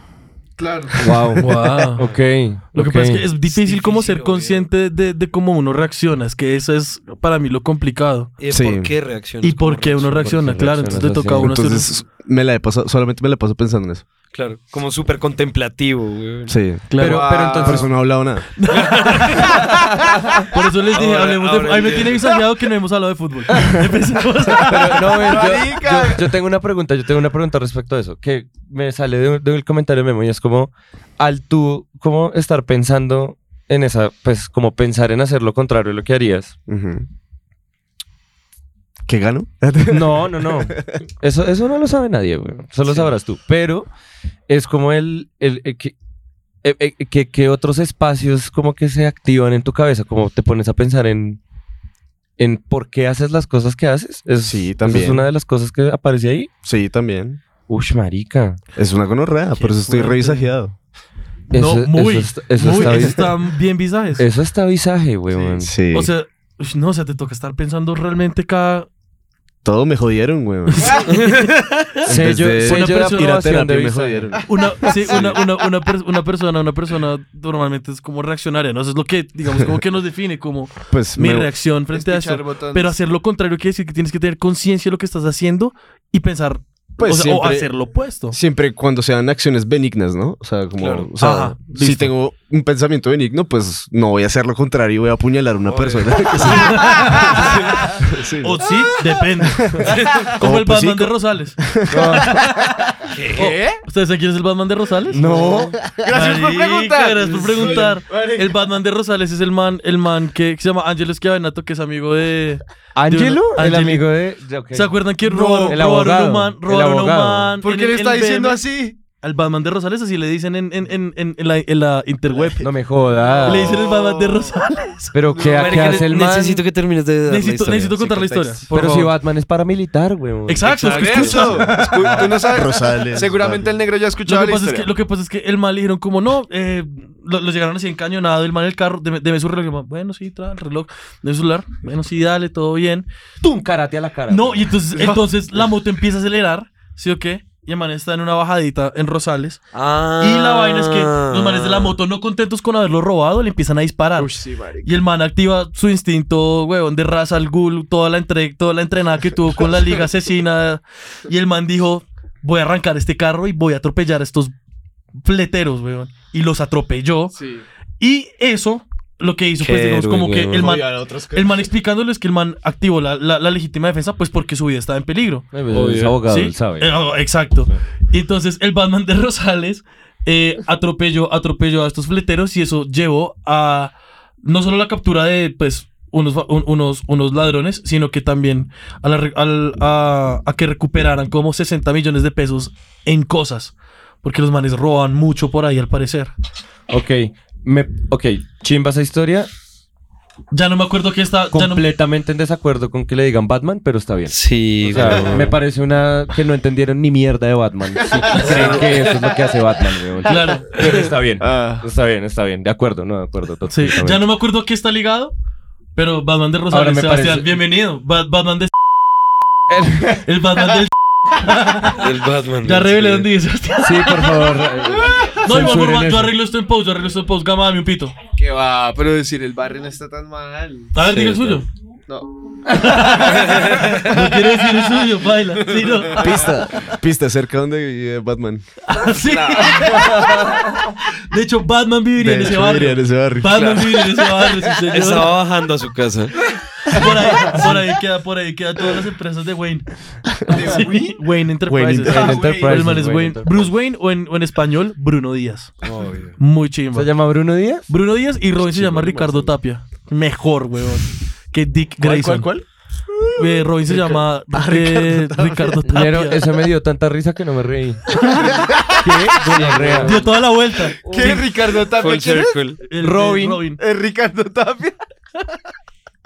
Speaker 4: Claro.
Speaker 5: Wow.
Speaker 3: Wow.
Speaker 5: ok.
Speaker 3: Ah. Lo que
Speaker 5: ok.
Speaker 3: pasa es que es difícil, como
Speaker 8: difícil,
Speaker 3: ser
Speaker 8: obvio.
Speaker 3: consciente de, de cómo uno reacciona. Es que eso es para mí lo complicado.
Speaker 8: ¿Y de
Speaker 6: Sí.
Speaker 8: por qué reacciona?
Speaker 3: Y por qué uno reacciona,
Speaker 5: reacciona,
Speaker 3: claro. Entonces le
Speaker 5: reacciona,
Speaker 3: toca a uno hacer un-
Speaker 6: Entonces, me la he pasado, solamente me la paso pensando en eso.
Speaker 8: Claro, como súper contemplativo, güey.
Speaker 6: Sí.
Speaker 3: Claro.
Speaker 5: Pero, pero entonces...
Speaker 6: Por Ah, eso no he hablado nada.
Speaker 3: Por eso les dije,
Speaker 8: Ahora-
Speaker 3: hablemos
Speaker 8: ahora
Speaker 3: de Ahí me
Speaker 8: entiendo.
Speaker 3: tiene visajeado que no hemos hablado de fútbol. Empecemos.
Speaker 5: Pero, no, ven, yo, yo- yo tengo una pregunta, yo tengo una pregunta respecto a eso, que me sale de, un- de un comentario de Memo y es como, al tú, como estar pensando en esa, pues como pensar en hacer lo contrario de lo que harías.
Speaker 6: Ujú. ¿Qué gano?
Speaker 5: No, no, no. Eso, eso no lo sabe nadie, güey. Solo sabrás tú. Pero es como el... el, eh, que, eh, eh, que- que otros espacios como que se activan en tu cabeza? Como te pones a pensar en, en por qué haces las cosas que haces. Es,
Speaker 6: Sí,
Speaker 5: eso Es
Speaker 6: también.
Speaker 5: una de las cosas que aparece ahí.
Speaker 6: Sí, también.
Speaker 5: Uy, marica.
Speaker 6: Es una gonorrea, por eso estoy
Speaker 3: fuerte.
Speaker 6: revisajeado.
Speaker 3: No, muy.
Speaker 5: Eso, está- eso
Speaker 3: Muy,
Speaker 5: está,
Speaker 3: eso
Speaker 5: vi-
Speaker 3: están bien visajes.
Speaker 5: eso está visaje, weón.
Speaker 6: Sí.
Speaker 3: O sea, ush, no, o sea, te toca estar pensando realmente cada.
Speaker 6: Todo me jodieron, güey.
Speaker 5: Sello,
Speaker 6: de
Speaker 5: sello de
Speaker 3: una persona-
Speaker 6: Ir a
Speaker 5: aprobación de
Speaker 6: terapia me
Speaker 5: visaje.
Speaker 6: jodieron.
Speaker 3: Una, sí, una, una, una, per- una persona, una persona normalmente es como reaccionaria, ¿no? Eso es lo que, digamos, como que nos define, como
Speaker 6: Pues
Speaker 3: mi
Speaker 6: me-
Speaker 3: reacción frente a
Speaker 4: Espichar
Speaker 3: eso.
Speaker 4: botones.
Speaker 3: Pero hacer lo contrario quiere decir que tienes que tener conciencia de lo que estás haciendo y pensar,
Speaker 6: Pues
Speaker 3: o, sea, o
Speaker 6: siempre-
Speaker 3: hacer lo opuesto.
Speaker 6: Siempre cuando sean acciones benignas, ¿no? O sea, como...
Speaker 8: Claro.
Speaker 6: o sea,
Speaker 3: Ajá,
Speaker 6: si
Speaker 3: listo.
Speaker 6: tengo un pensamiento benigno, pues no voy a hacer lo contrario, voy a apuñalar a una
Speaker 8: Obvio.
Speaker 6: persona. Sí. Sí.
Speaker 3: O sí, depende. como
Speaker 6: Oh,
Speaker 3: el
Speaker 6: pues sí,
Speaker 3: Batman de
Speaker 6: co-
Speaker 3: Rosales. Oh, ¿Ustedes saben quién es el Batman de Rosales?
Speaker 6: No.
Speaker 3: Gracias
Speaker 4: por preguntar.
Speaker 3: Gracias por preguntar. El Batman de Rosales es el man, el man que, que se llama Ángel Esquiavenato, que es amigo de.
Speaker 5: Ángelo, el
Speaker 3: Ángelo.
Speaker 5: amigo de... de- ok.
Speaker 3: ¿Se acuerdan que
Speaker 5: No,
Speaker 3: robaron,
Speaker 5: el
Speaker 3: robaron a
Speaker 5: abogado,
Speaker 3: un man?
Speaker 5: el
Speaker 3: Robaron a un
Speaker 5: abogado.
Speaker 3: man.
Speaker 4: ¿Por
Speaker 3: en
Speaker 4: qué
Speaker 3: el-
Speaker 4: le
Speaker 3: en
Speaker 4: está
Speaker 3: el
Speaker 4: diciendo
Speaker 3: BM?
Speaker 4: así?
Speaker 3: Al Batman de Rosales, así le dicen en, en, en, en, en la, en la interweb.
Speaker 5: No me jodas.
Speaker 3: Le dicen el Batman de Rosales.
Speaker 5: Pero ¿qué,
Speaker 8: Marica,
Speaker 5: qué hace el man?
Speaker 8: Necesito que termines de dar
Speaker 3: Necesito-
Speaker 8: la historia.
Speaker 3: necesito contar la
Speaker 8: sin contexto.
Speaker 3: historia.
Speaker 5: Pero
Speaker 3: Por
Speaker 5: si
Speaker 3: favor.
Speaker 5: Batman es paramilitar, weón.
Speaker 3: Exacto, es que
Speaker 4: Exacto.
Speaker 3: escucha.
Speaker 4: Escu- Tú no sabes.
Speaker 6: Rosales,
Speaker 4: Seguramente el negro ya ha escuchado
Speaker 3: Lo que,
Speaker 4: la
Speaker 3: pasa es
Speaker 4: historia.
Speaker 3: que, lo que pasa es que el mal le dijeron como no, eh, lo, lo llegaron así encañonado, el man en el carro, deme, deme su reloj, el man, bueno, sí, trae el reloj, deme su celular, bueno, sí, dale, todo bien.
Speaker 5: ¡Tum! Karate a la cara.
Speaker 3: No, y entonces, entonces la moto empieza a acelerar, ¿sí o qué? Y el man está en una bajadita en Rosales.
Speaker 8: Ah.
Speaker 3: Y la vaina es que los manes de
Speaker 4: Ah.
Speaker 3: la moto, no contentos con haberlo robado, le empiezan a disparar.
Speaker 4: Uy, sí, marica.
Speaker 3: Y el man activa su instinto, huevón, de raza al ghoul, toda la, entre- toda la entrenada que tuvo con la liga asesina. Y el man dijo, voy a arrancar este carro y voy a atropellar a estos fleteros, huevón. Y los atropelló.
Speaker 4: Sí.
Speaker 3: Y eso, lo que hizo,
Speaker 8: Qué
Speaker 3: pues, digamos,
Speaker 8: héroe,
Speaker 3: como que
Speaker 8: huevón.
Speaker 3: el man, el man explicándoles que el man activó la, la- la legítima defensa, pues porque su vida estaba en peligro.
Speaker 5: pues, Es abogado,
Speaker 3: ¿Sí?
Speaker 5: él sabe.
Speaker 3: Eh, oh, exacto. Y entonces el Batman de Rosales eh, atropelló, atropelló a estos fleteros y eso llevó a no solo la captura de pues unos, fa- un- unos, unos ladrones, sino que también a, la re- al- a- a que recuperaran como 60 millones de pesos en cosas. Porque los manes roban mucho por ahí al parecer.
Speaker 5: Ok. Me, ok, chimba esa historia.
Speaker 3: Ya no me acuerdo qué está... Ya no,
Speaker 5: Completamente en desacuerdo con que le digan Batman, pero está bien.
Speaker 8: Sí,
Speaker 5: O sea,
Speaker 8: güey.
Speaker 5: me parece una que no entendieron ni mierda de Batman. Sí, creen que eso es lo que hace Batman, weón.
Speaker 3: claro.
Speaker 5: Pero está bien.
Speaker 6: Ah,
Speaker 5: Está bien, está bien. De acuerdo, no, de acuerdo.
Speaker 3: Sí,
Speaker 5: totalmente.
Speaker 3: ya no me acuerdo a qué está ligado, pero Batman de
Speaker 5: Ahora
Speaker 3: Rosales,
Speaker 5: me
Speaker 3: Sebastián,
Speaker 5: parece-
Speaker 3: bienvenido. Ba- Batman de... El Batman del...
Speaker 8: El Batman. este
Speaker 3: Ya
Speaker 8: güey.
Speaker 3: revelé dónde dice Sebastián.
Speaker 5: Sí, por favor. eh,
Speaker 3: No, igual,
Speaker 5: censuren
Speaker 3: forma,
Speaker 5: eso.
Speaker 3: yo arreglo esto en post, yo arreglo esto en post, gama, dame un pito.
Speaker 4: Que va, pero decir el barrio no está tan mal.
Speaker 3: A ver, diga el suyo.
Speaker 4: No.
Speaker 3: No quiero decir el suyo, baila. Sí, no.
Speaker 6: pista. Pista cerca donde vive Batman.
Speaker 3: Ah, sí. De hecho, Batman viviría en
Speaker 6: De
Speaker 3: ese
Speaker 6: hecho,
Speaker 3: barrio.
Speaker 6: viviría en ese barrio.
Speaker 3: Batman viviría en ese barrio, sí, señor.
Speaker 8: Estaba bajando a su casa.
Speaker 3: Por ahí, por ahí queda, por ahí queda todas las empresas de Wayne. Sí, Wayne
Speaker 5: Wayne
Speaker 3: Enterprises.
Speaker 5: Inter-
Speaker 3: Ah,
Speaker 5: Enterprises,
Speaker 3: Wayne. El man es
Speaker 5: Wayne
Speaker 3: Wayne.
Speaker 5: Enterprises.
Speaker 3: Bruce Wayne o en, o en español, Bruno Díaz. Muy chimba.
Speaker 5: ¿Se llama Bruno Díaz?
Speaker 3: Bruno Díaz y Robin se llama Ricardo Tapia. Mejor, weón. Que Dick Grayson.
Speaker 6: cuál?
Speaker 3: Eh, Robin se llama eh, Ricardo Tapia.
Speaker 5: Pero eso me dio tanta risa que no me reí. ¿Qué? Gonorrea.
Speaker 3: Dio toda la vuelta.
Speaker 4: ¿Qué? Ricardo Tapia.
Speaker 8: Full
Speaker 4: ¿Quién es?
Speaker 8: circle.
Speaker 3: El- el
Speaker 5: Robin.
Speaker 3: Robin.
Speaker 4: Eh, Ricardo Tapia.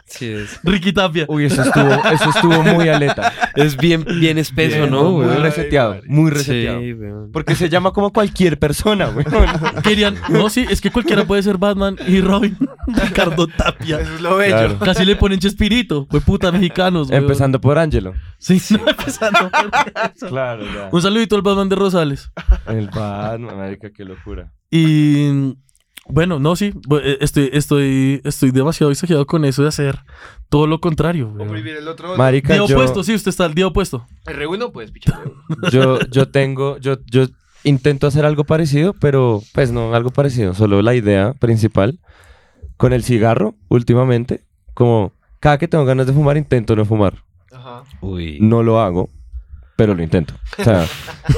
Speaker 8: Sí, es.
Speaker 3: Ricky Tapia.
Speaker 5: Uy, eso estuvo, eso estuvo muy aleta.
Speaker 8: es bien, bien espeso,
Speaker 5: Bien,
Speaker 8: ¿no?
Speaker 5: Muy
Speaker 8: weón?
Speaker 5: reseteado, muy reseteado.
Speaker 8: Sí, weón.
Speaker 5: Porque se llama como cualquier persona, güey.
Speaker 3: Querían. No, sí, es que cualquiera puede ser Batman y Robin. Ricardo Tapia.
Speaker 4: Eso es lo bello.
Speaker 5: Claro.
Speaker 3: Casi le ponen Chespirito. Fue puta mexicanos, weón.
Speaker 5: Empezando por Angelo.
Speaker 3: Sí, no, empezando.
Speaker 5: Claro, ya.
Speaker 3: Un saludito al Batman de Rosales.
Speaker 5: El Batman, marica, qué locura.
Speaker 3: Y bueno, no, sí, bu- eh, estoy, estoy, estoy demasiado exagerado con eso de hacer todo lo contrario. weón.
Speaker 4: Oprimir el otro.
Speaker 5: Marica,
Speaker 3: Día
Speaker 5: yo,
Speaker 3: opuesto, sí, usted está al día opuesto.
Speaker 4: R1, pues, picha.
Speaker 5: yo, yo tengo, yo, yo intento hacer algo parecido, pero pues no algo parecido, solo la idea principal con el cigarro últimamente, como cada que tengo ganas de fumar intento no fumar,
Speaker 4: Ajá.
Speaker 8: Uy.
Speaker 5: no lo hago, pero lo intento, o sea,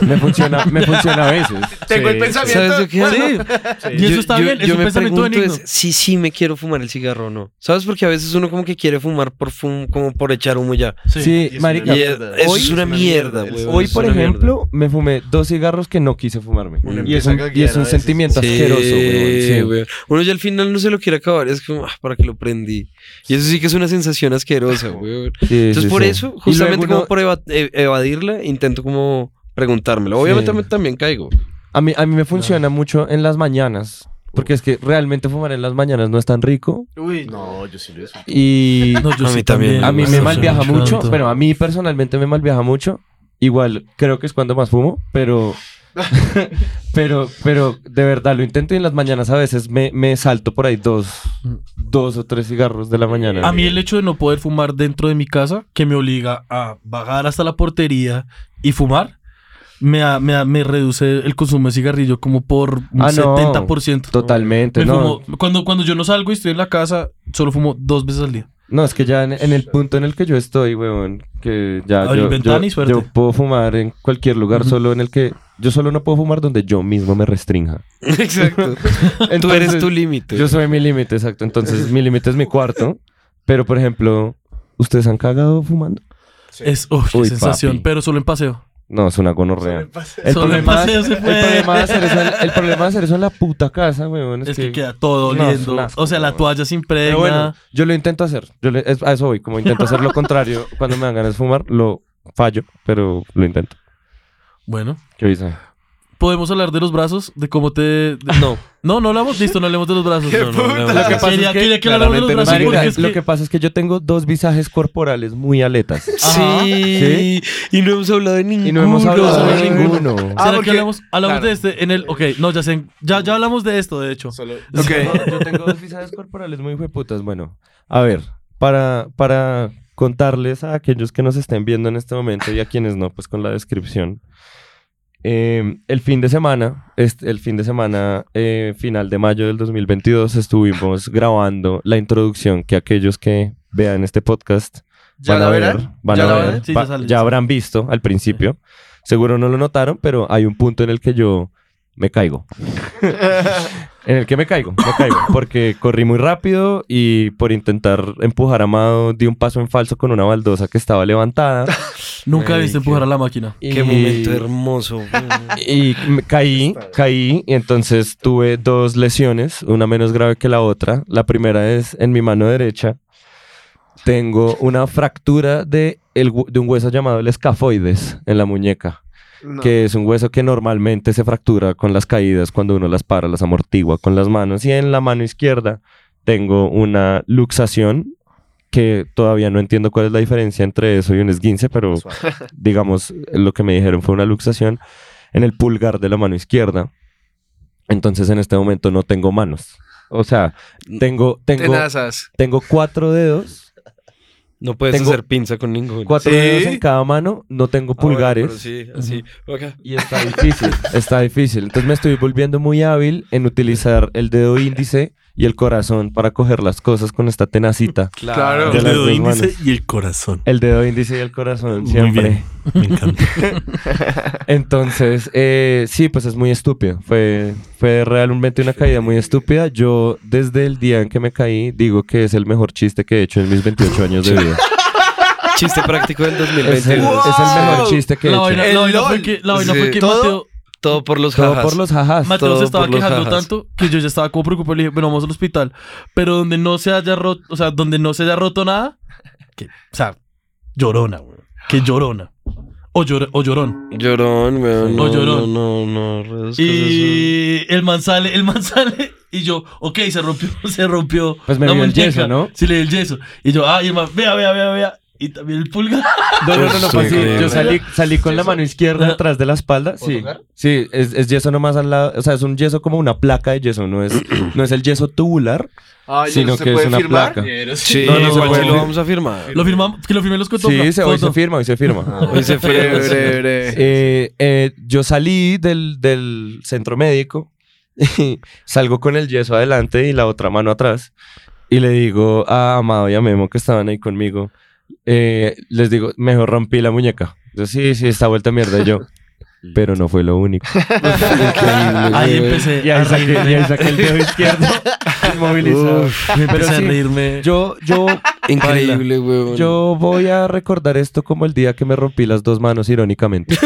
Speaker 5: me funciona, me funciona a veces.
Speaker 4: Tengo el
Speaker 5: Sí.
Speaker 4: pensamiento.
Speaker 8: ¿Sabes lo que
Speaker 4: bueno,
Speaker 8: hace?
Speaker 3: Y eso está bien, es un
Speaker 8: me pregunto
Speaker 3: pensamiento benigno.
Speaker 8: es, sí, sí, me quiero fumar el cigarro o no. ¿Sabes? Porque a veces uno como que quiere fumar por fum, como por echar humo ya.
Speaker 3: Sí.
Speaker 5: Sí,
Speaker 6: Y es una
Speaker 5: marica.
Speaker 8: Y
Speaker 6: mierda.
Speaker 8: es, eso
Speaker 5: Hoy
Speaker 8: es una
Speaker 6: es una
Speaker 8: mierda,
Speaker 6: mierda,
Speaker 8: güey.
Speaker 6: eso
Speaker 5: Hoy,
Speaker 8: es
Speaker 5: por
Speaker 8: una
Speaker 5: ejemplo, me fumé dos cigarros que no quise fumarme.
Speaker 6: Uno
Speaker 5: Y es
Speaker 6: empieza
Speaker 5: un,
Speaker 6: a
Speaker 5: y
Speaker 6: gaguear
Speaker 5: es un
Speaker 6: a veces.
Speaker 5: sentimiento
Speaker 8: Sí,
Speaker 5: asqueroso, güey. Sí.
Speaker 8: güey. Uno ya al final no se lo quiere acabar, es como, ah, ¿para qué lo prendí? Y eso sí que es una sensación asquerosa, güey.
Speaker 5: Sí,
Speaker 8: Entonces
Speaker 5: sí,
Speaker 8: por
Speaker 5: sí.
Speaker 8: eso,
Speaker 5: Y
Speaker 8: justamente
Speaker 5: luego uno-
Speaker 8: como por eva- eh, evadirla, intento como preguntármelo. Obviamente tam- también caigo.
Speaker 5: A mí, a mí me funciona mucho en las mañanas. Porque es que realmente fumar en las mañanas no es tan rico.
Speaker 4: Uy, no.
Speaker 6: No, yo sí lo hice.
Speaker 5: Y
Speaker 3: No, yo
Speaker 8: A
Speaker 3: sí
Speaker 8: mí también.
Speaker 5: a mí
Speaker 8: no
Speaker 5: me
Speaker 8: sé,
Speaker 5: malviaja
Speaker 3: tanto.
Speaker 5: mucho. Bueno, a mí personalmente me malviaja mucho. Igual creo que es cuando más fumo, pero. pero, pero de verdad lo intento y en las mañanas a veces me, me salto por ahí dos, dos o tres cigarros de la mañana.
Speaker 3: Mm. A mí el hecho de no poder fumar dentro de mi casa, que me obliga a bajar hasta la portería y fumar, me, ha- me, ha- me reduce el consumo de cigarrillo como por un
Speaker 5: Ah, no.
Speaker 3: 70%.
Speaker 5: Totalmente,
Speaker 3: Me
Speaker 5: no.
Speaker 3: fumo- cuando, cuando yo no salgo y estoy en la casa, solo fumo dos veces al día.
Speaker 5: No, es que ya en, en el punto en el que yo estoy, weón, que ya
Speaker 3: Abrir
Speaker 5: yo,
Speaker 3: ventana
Speaker 5: yo-
Speaker 3: y suerte.
Speaker 5: yo puedo fumar en cualquier lugar,
Speaker 3: Ujú.
Speaker 5: solo en el que yo solo no puedo fumar donde yo mismo me restrinja.
Speaker 8: Exacto. Tú eres
Speaker 5: Entonces,
Speaker 8: tu límite.
Speaker 5: Yo soy mi límite, exacto. Entonces, mi límite es mi cuarto. Pero, por ejemplo, ¿ustedes han cagado fumando?
Speaker 3: Es, uy, qué
Speaker 5: Uy,
Speaker 3: sensación,
Speaker 5: papi.
Speaker 3: pero solo en paseo.
Speaker 5: No, es una gonorrea. El
Speaker 3: Solo en
Speaker 5: problema, es-
Speaker 3: paseo se
Speaker 5: el
Speaker 3: puede.
Speaker 5: problema de hacer eso, en- el problema de hacer eso en la puta casa, weón. Es,
Speaker 3: Es que queda todo
Speaker 5: No, es
Speaker 3: oliendo.
Speaker 5: un asco,
Speaker 3: o sea, la
Speaker 5: weón.
Speaker 3: toalla se impregna.
Speaker 5: Pero bueno, yo lo intento hacer. Yo le- es- a eso voy. Como intento hacer lo contrario cuando me dan ganas de fumar, lo fallo, pero lo intento.
Speaker 3: Bueno,
Speaker 5: ¿Qué dice?
Speaker 3: podemos hablar de los brazos, de cómo te. de- no. No, no hablamos. Listo, no hablemos de los brazos. No, no, no,
Speaker 5: Lo que pasa
Speaker 3: Quería-
Speaker 5: es que
Speaker 3: quería que habláramos de los brazos
Speaker 5: Marica,
Speaker 3: porque es
Speaker 5: lo
Speaker 3: que-
Speaker 5: que pasa es que yo tengo dos visajes corporales muy aletas.
Speaker 3: Ajá.
Speaker 8: Sí, y no hemos hablado de ninguno.
Speaker 5: Y no hemos hablado de ninguno.
Speaker 3: ¿Será
Speaker 4: porque-
Speaker 3: que hablamos, hablamos
Speaker 4: claro.
Speaker 3: de este en el. Ok, no, ya sé. Ya, ya hablamos de esto, de hecho.
Speaker 6: Solo
Speaker 4: Ok.
Speaker 5: Yo tengo dos visajes corporales muy hueputas. Bueno, a ver, para, para contarles a aquellos que nos estén viendo en este momento y a quienes no, pues con la descripción. Eh, el fin de semana, este- el fin de semana eh, final de mayo del 2022 estuvimos grabando la introducción que aquellos que vean este podcast
Speaker 4: ¿Ya
Speaker 5: van
Speaker 4: la
Speaker 5: a ver,
Speaker 4: verán?
Speaker 5: van
Speaker 4: ¿Ya
Speaker 5: a
Speaker 4: la
Speaker 5: ver,
Speaker 3: verán? Sí,
Speaker 5: va-
Speaker 3: ya sale,
Speaker 5: ya
Speaker 3: sí.
Speaker 5: habrán visto al principio. Seguro no lo notaron, pero hay un punto en el que yo me caigo. En el que me caigo, me caigo. Porque corrí muy rápido y por intentar empujar a Amado di un paso en falso con una baldosa que estaba levantada.
Speaker 3: Nunca
Speaker 8: Marica.
Speaker 3: viste empujar a la máquina.
Speaker 5: y-
Speaker 8: Qué momento hermoso. weón.
Speaker 5: Y me caí, caí y entonces tuve dos lesiones, una menos grave que la otra. La primera es en mi mano derecha. Tengo una fractura de, el hue- de un hueso llamado el escafoides en la muñeca,
Speaker 4: No.
Speaker 5: que es un hueso que normalmente se fractura con las caídas cuando uno las para, las amortigua con las manos. Y en la mano izquierda tengo una luxación que todavía no entiendo cuál es la diferencia entre eso y un esguince, pero digamos, lo que me dijeron fue una luxación en el pulgar de la mano izquierda. Entonces en este momento no tengo manos. O sea, tengo, tengo,
Speaker 4: Tenazas.
Speaker 5: tengo cuatro dedos,
Speaker 8: No puedes
Speaker 5: Tengo-
Speaker 8: hacer pinza con ninguno.
Speaker 5: cuatro
Speaker 4: Sí.
Speaker 5: dedos en cada mano, no tengo
Speaker 8: Ah, bueno,
Speaker 5: pulgares.
Speaker 8: pero sí, así. Acá.
Speaker 5: Y está difícil, está difícil. Entonces me estoy volviendo muy hábil en utilizar el dedo índice y el corazón para coger las cosas con esta tenacita.
Speaker 4: Claro.
Speaker 5: De
Speaker 7: El
Speaker 5: las
Speaker 7: dedo
Speaker 5: dos
Speaker 7: índice
Speaker 5: manos.
Speaker 7: y el corazón.
Speaker 5: El dedo índice y el corazón
Speaker 7: Muy
Speaker 5: siempre.
Speaker 7: bien. Me encanta.
Speaker 5: Entonces, eh, sí, pues es muy estúpido. Fue, fue realmente una caída muy estúpida. Yo, desde el día en que me caí, digo que es el mejor chiste que he hecho en mis 28 años de vida.
Speaker 8: Chiste práctico del
Speaker 5: es, el,
Speaker 8: 2022.
Speaker 5: es el mejor chiste que he
Speaker 3: La
Speaker 5: hecho.
Speaker 3: vaina, la
Speaker 4: El
Speaker 3: vaina fue
Speaker 4: LOL.
Speaker 3: que, la vaina
Speaker 8: Sí.
Speaker 3: fue que
Speaker 8: Todo-
Speaker 3: Mateo.
Speaker 8: Todo por los
Speaker 5: Todo
Speaker 8: jajas.
Speaker 5: por los jajas.
Speaker 3: Mateo
Speaker 8: todo
Speaker 3: se estaba
Speaker 8: por los
Speaker 3: quejando
Speaker 8: jajas.
Speaker 3: tanto que yo ya estaba como preocupado y le dije, bueno, vamos al hospital. Pero donde no se haya roto, o sea, donde no se haya roto nada, que, o sea, llorona, güey. Que llorona. O, llor- o llorón.
Speaker 8: Llorón, weón.
Speaker 3: No,
Speaker 8: No,
Speaker 3: llorón.
Speaker 8: No, no, no.
Speaker 5: Pues,
Speaker 8: reduzcas eso.
Speaker 3: Y el man sale, el man sale. Y yo, ok, se rompió, se rompió.
Speaker 5: Pues me
Speaker 3: la
Speaker 5: vio el
Speaker 3: muñeca.
Speaker 5: yeso, ¿no?
Speaker 3: Sí, le di el yeso. Y yo, ah, y el man, vea, vea, vea, vea. Y también el pulgar.
Speaker 5: No, no, no, no,
Speaker 8: Estoy
Speaker 5: pues sí,
Speaker 8: increíble.
Speaker 5: yo salí, salí con la mano izquierda detrás de la espalda. Sí, sí es, es yeso nomás al lado. O sea, es un yeso como una placa de yeso. No es, no es el yeso tubular,
Speaker 4: Ay,
Speaker 5: sino
Speaker 4: Ah, ¿se
Speaker 5: que es
Speaker 4: puede
Speaker 5: una
Speaker 4: firmar? Eh,
Speaker 5: placa.
Speaker 8: Sí,
Speaker 3: No, no,
Speaker 8: igual
Speaker 3: no,
Speaker 8: sí
Speaker 3: no.
Speaker 8: lo vamos a firmar.
Speaker 3: Lo firmamos, que lo firmé los cotos.
Speaker 5: Sí, se, hoy se firma, hoy se
Speaker 4: Ah,
Speaker 5: firma.
Speaker 8: Hoy se
Speaker 4: Bre,
Speaker 8: firma.
Speaker 4: bre, bre.
Speaker 5: Eh, eh, yo salí del, del centro médico, y salgo con el yeso adelante y la otra mano atrás, y le digo a Amado y a Memo que estaban ahí conmigo, eh, les digo, mejor rompí la muñeca. Yo, sí, sí, esta vuelta mierda yo. Pero no fue lo único.
Speaker 3: Ahí
Speaker 5: Ahí
Speaker 3: empecé
Speaker 5: Y
Speaker 3: a
Speaker 5: ahí saqué,
Speaker 3: reírme.
Speaker 5: y ahí saqué el dedo izquierdo inmovilizado. Pero
Speaker 3: Empecé a
Speaker 5: sí,
Speaker 3: reírme.
Speaker 5: yo, yo,
Speaker 8: Increíble, weón.
Speaker 5: yo voy a recordar esto como el día que me rompí las dos manos, irónicamente.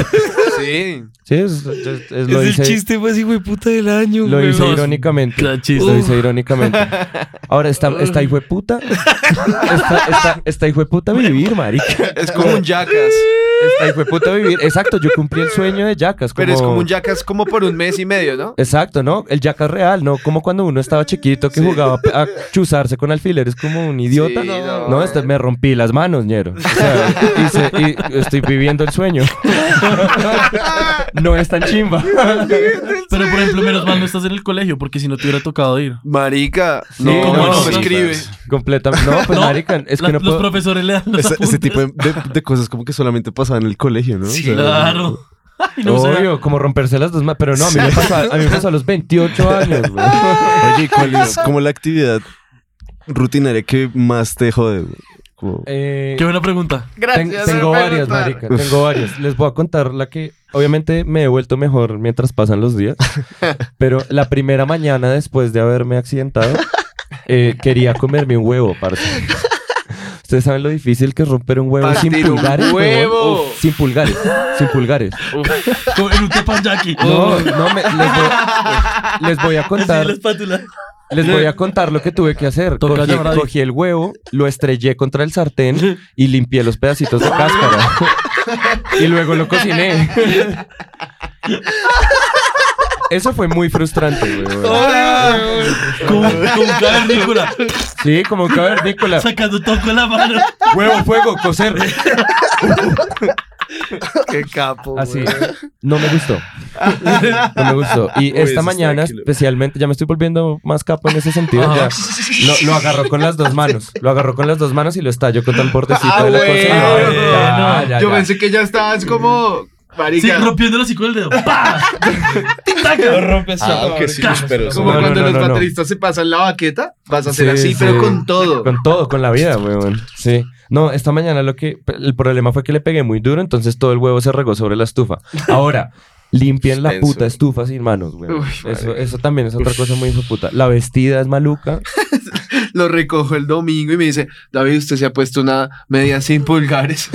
Speaker 4: Sí.
Speaker 5: Sí, es, es- es-
Speaker 8: Es
Speaker 5: lo
Speaker 8: el
Speaker 5: hice-
Speaker 8: chiste más hijo de puta del año,
Speaker 5: Lo
Speaker 8: weón.
Speaker 5: hice
Speaker 3: huevos.
Speaker 5: irónicamente.
Speaker 3: Gran chiste.
Speaker 5: Lo hice irónicamente. Ahora, esta, esta hijo de puta. Esta, esta, esta hijo de puta vivir, marica.
Speaker 4: Es como un jackass.
Speaker 5: Esta hijo de puta vivir. Exacto, yo cumplí el sueño de Jackas.
Speaker 4: Pero es como un jackass como por un mes y medio, ¿no?
Speaker 5: Exacto, ¿no? El Jackas real, ¿no? Como cuando uno estaba chiquito que jugaba a chuzarse con alfileres como un idiota.
Speaker 4: Sí,
Speaker 5: no,
Speaker 4: no. eh.
Speaker 5: este- me rompí las manos, ñero. O sea, hice- y estoy viviendo el sueño. no es tan chimba.
Speaker 3: Pero por ejemplo, menos mal no estás en el colegio porque si no te hubiera tocado ir.
Speaker 4: Marica,
Speaker 5: Sí,
Speaker 4: no,
Speaker 5: no,
Speaker 4: no,
Speaker 3: no,
Speaker 4: me
Speaker 3: sí.
Speaker 4: escribe.
Speaker 5: Completamente. No, pues,
Speaker 3: No,
Speaker 5: marica, es que
Speaker 3: La-
Speaker 5: no
Speaker 3: Los
Speaker 5: puedo...
Speaker 3: profesores le dan los
Speaker 6: Ese, ese
Speaker 3: apuntes.
Speaker 6: tipo de, de- de cosas como que solamente pasaban en el colegio, ¿no?
Speaker 8: Sí,
Speaker 6: O sea,
Speaker 3: Claro. Ay, no sé.
Speaker 5: Obvio, como romperse las dos manos. Pero no, a mí me pasó a, a mí me pasó a los 28 años, güey.
Speaker 6: Oye, ¿y ¿cuál es como la actividad rutinaria que más te jode? güey? Como-
Speaker 5: Eh,
Speaker 3: Qué buena pregunta.
Speaker 5: ten- tengo varias, marica. Tengo varias. Les voy a contar la que... Obviamente me he vuelto mejor mientras pasan los días. Pero la primera mañana después de haberme accidentado, eh, quería comerme un huevo, parce. Ustedes saben lo difícil que es romper un huevo sin
Speaker 4: Partir un
Speaker 5: pulgares. huevón.
Speaker 4: huevo.
Speaker 5: Uf, sin pulgares. Sin pulgares.
Speaker 3: Como En un tepanyaki.
Speaker 5: No, no, me- les, voy, les voy a
Speaker 3: Así
Speaker 5: contar.
Speaker 3: la espátula.
Speaker 5: Les voy a contar lo que tuve que hacer.
Speaker 3: Toca
Speaker 5: Cogí,
Speaker 3: llamar a Vic.
Speaker 5: cogí el huevo, lo estrellé contra el sartén y limpié los pedacitos de cáscara. y luego lo cociné. Eso fue muy frustrante, güey.
Speaker 4: ¡Ah!
Speaker 3: Como, como un cavernícola.
Speaker 5: Sí, como un cavernícola.
Speaker 3: Sacando todo con la mano.
Speaker 5: Huevo, fuego, cocer.
Speaker 4: Qué capo.
Speaker 5: Así. No me gustó. No me gustó. Y esta mañana, especialmente, ya me estoy volviendo más capo en ese sentido.
Speaker 3: Ajá.
Speaker 5: ya. Lo, lo agarró con las dos manos. Lo agarró con las dos manos y lo estalló contra el bordecito de la
Speaker 4: bueno.
Speaker 5: cocina.
Speaker 3: Ah,
Speaker 5: Ya, ya,
Speaker 4: Yo
Speaker 5: ya.
Speaker 4: pensé que ya estabas como.
Speaker 3: Sí,
Speaker 4: Marica.
Speaker 3: rompiéndolo así con el dedo. ¡Pah!
Speaker 6: Ah, ok, sí, pero eso-
Speaker 4: como
Speaker 5: No, no,
Speaker 4: cuando
Speaker 5: no,
Speaker 4: los
Speaker 5: no, no.
Speaker 4: bateristas se pasan la baqueta, vas a hacer
Speaker 5: Sí,
Speaker 4: así,
Speaker 5: sí.
Speaker 4: pero con todo.
Speaker 5: Con todo, con la vida, weón. Sí. No, esta mañana lo que. El problema fue que le pegué muy duro, entonces todo el huevo se regó sobre la estufa. Ahora. Limpien la
Speaker 6: Extenso.
Speaker 5: puta estufa sin manos, weón.
Speaker 4: Uy,
Speaker 5: eso, eso también es otra cosa muy hijo de puta. La vestida es maluca.
Speaker 4: Lo recojo el domingo y me dice, David, usted se ha puesto una media sin pulgares.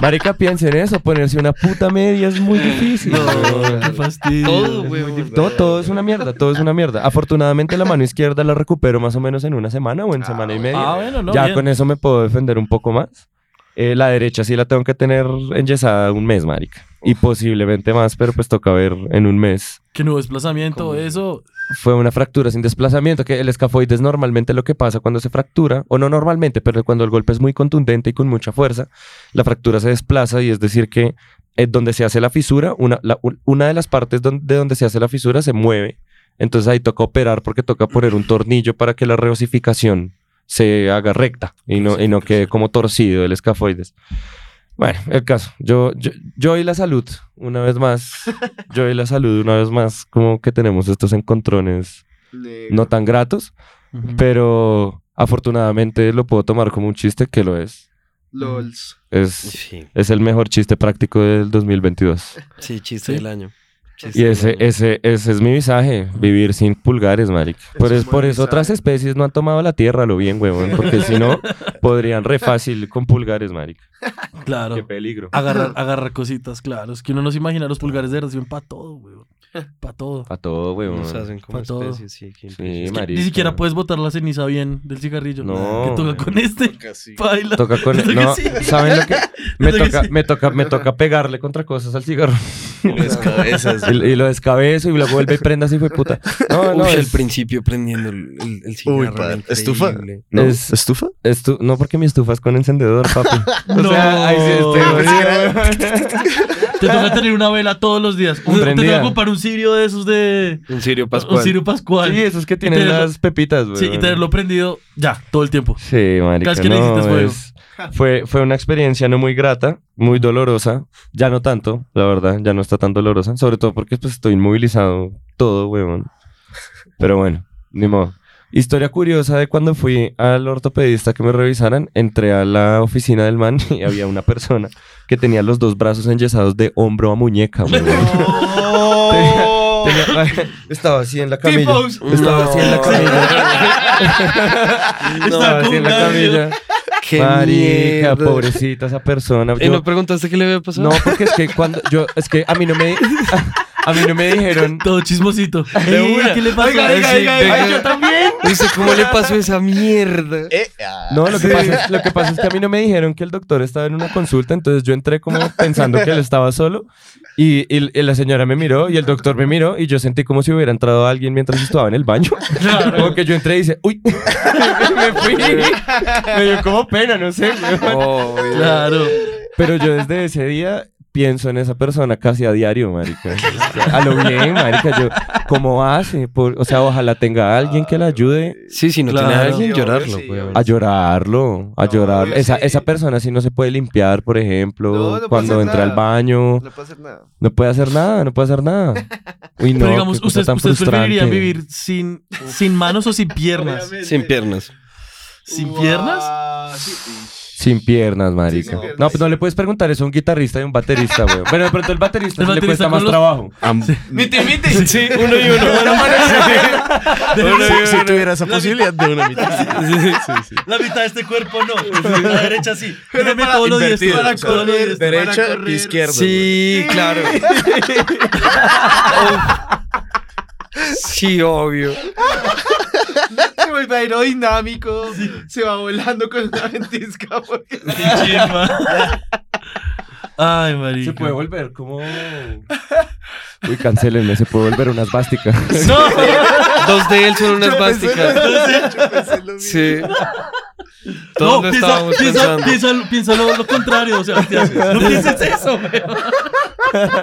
Speaker 5: Marica, piensen en eso. Ponerse una puta media es muy difícil. weón.
Speaker 3: Qué fastidio.
Speaker 8: Todo, weón.
Speaker 5: No, todo es una mierda, todo es una mierda. Afortunadamente la mano izquierda la recupero más o menos en una semana o en semana y media.
Speaker 3: Ah, bueno, no.
Speaker 5: ya
Speaker 3: bien.
Speaker 5: con eso me puedo defender un poco más. Eh, la derecha sí la tengo que tener enyesada un mes, marica. Y posiblemente más, pero pues toca ver en un mes.
Speaker 3: Que nuevo desplazamiento, eso.
Speaker 5: Fue una fractura sin desplazamiento, que el escafoides normalmente lo que pasa cuando se fractura, o no normalmente, pero cuando el golpe es muy contundente y con mucha fuerza, la fractura se desplaza y es decir que eh, donde se hace la fisura, una, la- un- una de las partes don- de donde se hace la fisura se mueve. Entonces ahí toca operar porque toca poner un tornillo para que la reosificación se haga recta y no, y no quede como torcido el escafoides. Bueno, el caso. Yo, yo, yo y la salud, una vez más. Yo y la salud, una vez más, como que tenemos estos encontrones no tan gratos, pero afortunadamente lo puedo tomar como un chiste que lo es.
Speaker 4: LOLs.
Speaker 5: Es,
Speaker 8: Sí,
Speaker 5: es el mejor chiste práctico del 2022.
Speaker 8: sí, chiste del año.
Speaker 5: Y ese, ese, ese es mi visaje, vivir sin pulgares, marica. Por,
Speaker 4: un
Speaker 5: es,
Speaker 4: buen
Speaker 5: por eso
Speaker 4: visaje.
Speaker 5: otras especies no han tomado la tierra, lo bien, huevón, porque si no, podrían re fácil con pulgares, marica. Qué
Speaker 3: Claro.
Speaker 5: peligro.
Speaker 3: Agarrar, agarrar cositas, claro. Es que uno no se imagina los pulgares de reciben para todo, weón. Para todo.
Speaker 5: A todo, huevón.
Speaker 8: Nos hacen como
Speaker 3: Pa' todo.
Speaker 8: especies, sí, qué
Speaker 5: Sí,
Speaker 8: impresión.
Speaker 3: Que
Speaker 5: marica.
Speaker 3: Ni siquiera puedes botar la ceniza bien del cigarrillo.
Speaker 5: No,
Speaker 3: Que toca
Speaker 5: weón.
Speaker 3: con este. Baila.
Speaker 5: Toca con...
Speaker 3: Creo que
Speaker 5: No,
Speaker 3: sí.
Speaker 5: ¿saben lo que...? Me
Speaker 3: Creo que
Speaker 5: toca,
Speaker 3: sí.
Speaker 5: me, toca, me toca pegarle contra cosas al cigarro.
Speaker 6: Las cabezas.
Speaker 5: Y, y lo descabezo y lo vuelve y prenda así, fue puta. No, no,
Speaker 8: Uy, al
Speaker 5: es,
Speaker 8: principio prendiendo el, el, el cigarro.
Speaker 6: Uy,
Speaker 8: era
Speaker 6: padre.
Speaker 8: increíble.
Speaker 6: ¿Estufa? ¿No?
Speaker 5: Es-
Speaker 6: ¿Estufa?
Speaker 5: estu- no porque mi estufa es con encendedor, papi.
Speaker 3: No. Ah, pues
Speaker 5: O sea, ahí sí estoy jodido, huevón.
Speaker 3: Te toca tener una vela todos los días. Te
Speaker 5: Prendida.
Speaker 3: toca comprar un cirio de esos de.
Speaker 8: En serio,
Speaker 3: Un
Speaker 8: Pascual.
Speaker 3: cirio pascual.
Speaker 5: Sí, esos que tienen
Speaker 3: tenerlo-
Speaker 5: las pepitas, güey.
Speaker 3: Sí, y tenerlo prendido ya, todo el tiempo.
Speaker 5: Sí, marica,
Speaker 3: Cada vez que
Speaker 5: no,
Speaker 3: necesites fuego.
Speaker 5: es- fue, fue una experiencia no muy grata, muy dolorosa. Ya no tanto, la verdad, ya no está tan dolorosa. Sobre todo porque pues, estoy inmovilizado todo, huevón. Pero bueno, ni modo. Historia curiosa de cuando fui al ortopedista que me revisaran, entré a la oficina del man y había una persona que tenía los dos brazos enyesados de hombro a muñeca, huevón. Tenía- estaba así en la camilla.
Speaker 3: T-pose.
Speaker 5: Estaba así en la camilla. estaba así en la camilla.
Speaker 8: ¡Qué
Speaker 5: Marica,
Speaker 8: mierda!
Speaker 5: pobrecita esa persona.
Speaker 8: ¿Y
Speaker 5: Yo-
Speaker 8: no preguntaste qué le había pasado?
Speaker 5: no, porque es que cuando yo, es que a mí no me, a, mí no me dijeron.
Speaker 3: Todo chismosito. Ey,
Speaker 5: una.
Speaker 3: ¿Qué le pasa?
Speaker 5: Oiga, oiga,
Speaker 3: Ese-
Speaker 5: oiga,
Speaker 3: Ay,
Speaker 5: oiga.
Speaker 3: yo también.
Speaker 8: Dice, ¿cómo le pasó esa mierda?
Speaker 5: No, lo que, pasa es, lo que pasa es que a mí no me dijeron que el doctor estaba en una consulta, entonces yo entré como pensando que él estaba solo y, y- y la señora me miró y el doctor me miró y yo sentí como si hubiera entrado alguien mientras estaba en el baño. Como que yo entré y dice, uy, me fui. Me dio como pena, no sé. weón.
Speaker 3: Claro.
Speaker 5: Pero yo desde ese día pienso en esa persona casi a diario, marica. O sea, A lo bien, marica. Yo, ¿cómo hace? Por- o sea, ojalá tenga a alguien que la ayude
Speaker 8: Sí, si no tiene a
Speaker 3: Claro.
Speaker 8: alguien,
Speaker 4: Sí, obvio,
Speaker 8: llorarlo,
Speaker 4: sí,
Speaker 8: güey.
Speaker 4: obvio.
Speaker 5: a llorarlo, a
Speaker 4: No,
Speaker 5: llorarlo.
Speaker 4: sí.
Speaker 5: Esa, esa persona sí no se puede limpiar, por ejemplo,
Speaker 4: No, no puede
Speaker 5: cuando
Speaker 4: hacer
Speaker 5: entra al
Speaker 4: nada.
Speaker 5: baño.
Speaker 4: No puede hacer nada.
Speaker 5: No puede hacer nada, no puede hacer nada. Uy, no,
Speaker 3: Pero digamos,
Speaker 5: qué cosa
Speaker 3: ¿ustedes,
Speaker 5: tan
Speaker 3: ustedes preferirían
Speaker 5: frustrante.
Speaker 3: vivir sin, sin manos o sin piernas?
Speaker 8: Sin piernas.
Speaker 3: ¿Sin piernas?
Speaker 4: Guau, Ah, sí.
Speaker 5: Sin piernas, marica.
Speaker 4: sin piernas.
Speaker 5: No, pues no le puedes preguntar eso a un guitarrista y a un baterista, güey. Bueno, de pronto el baterista,
Speaker 3: El
Speaker 5: sí le
Speaker 3: baterista
Speaker 5: cuesta
Speaker 3: con
Speaker 5: más
Speaker 3: los-
Speaker 5: trabajo.
Speaker 6: Miti, miti.
Speaker 8: Sí, uno y uno.
Speaker 6: si tuviera esa posibilidad de una mitad.
Speaker 3: La mitad de este cuerpo no. La derecha sí. Mírame todo lo diestro.
Speaker 6: invertido,
Speaker 3: Para
Speaker 6: o sea,
Speaker 3: todo lo diestro.
Speaker 6: Derecha,
Speaker 4: correr.
Speaker 6: izquierda.
Speaker 8: Sí, claro. Sí, obvio.
Speaker 4: Se vuelve aerodinámico, se va volando con una ventisca. porque-
Speaker 3: Sí, chimba. Ay, marica.
Speaker 5: Se puede volver como. Uy, cancelenme, se puede volver unas básicas.
Speaker 3: ¡No!
Speaker 8: Dos de él son unas esvástica.
Speaker 4: Yo pensé lo mismo.
Speaker 8: Sí.
Speaker 3: No,
Speaker 8: Todos lo
Speaker 3: piensa,
Speaker 8: estábamos
Speaker 3: piensa-
Speaker 8: pensando.
Speaker 3: piensa lo- piensa lo, lo contrario, Sebastián. No pienses eso, güey.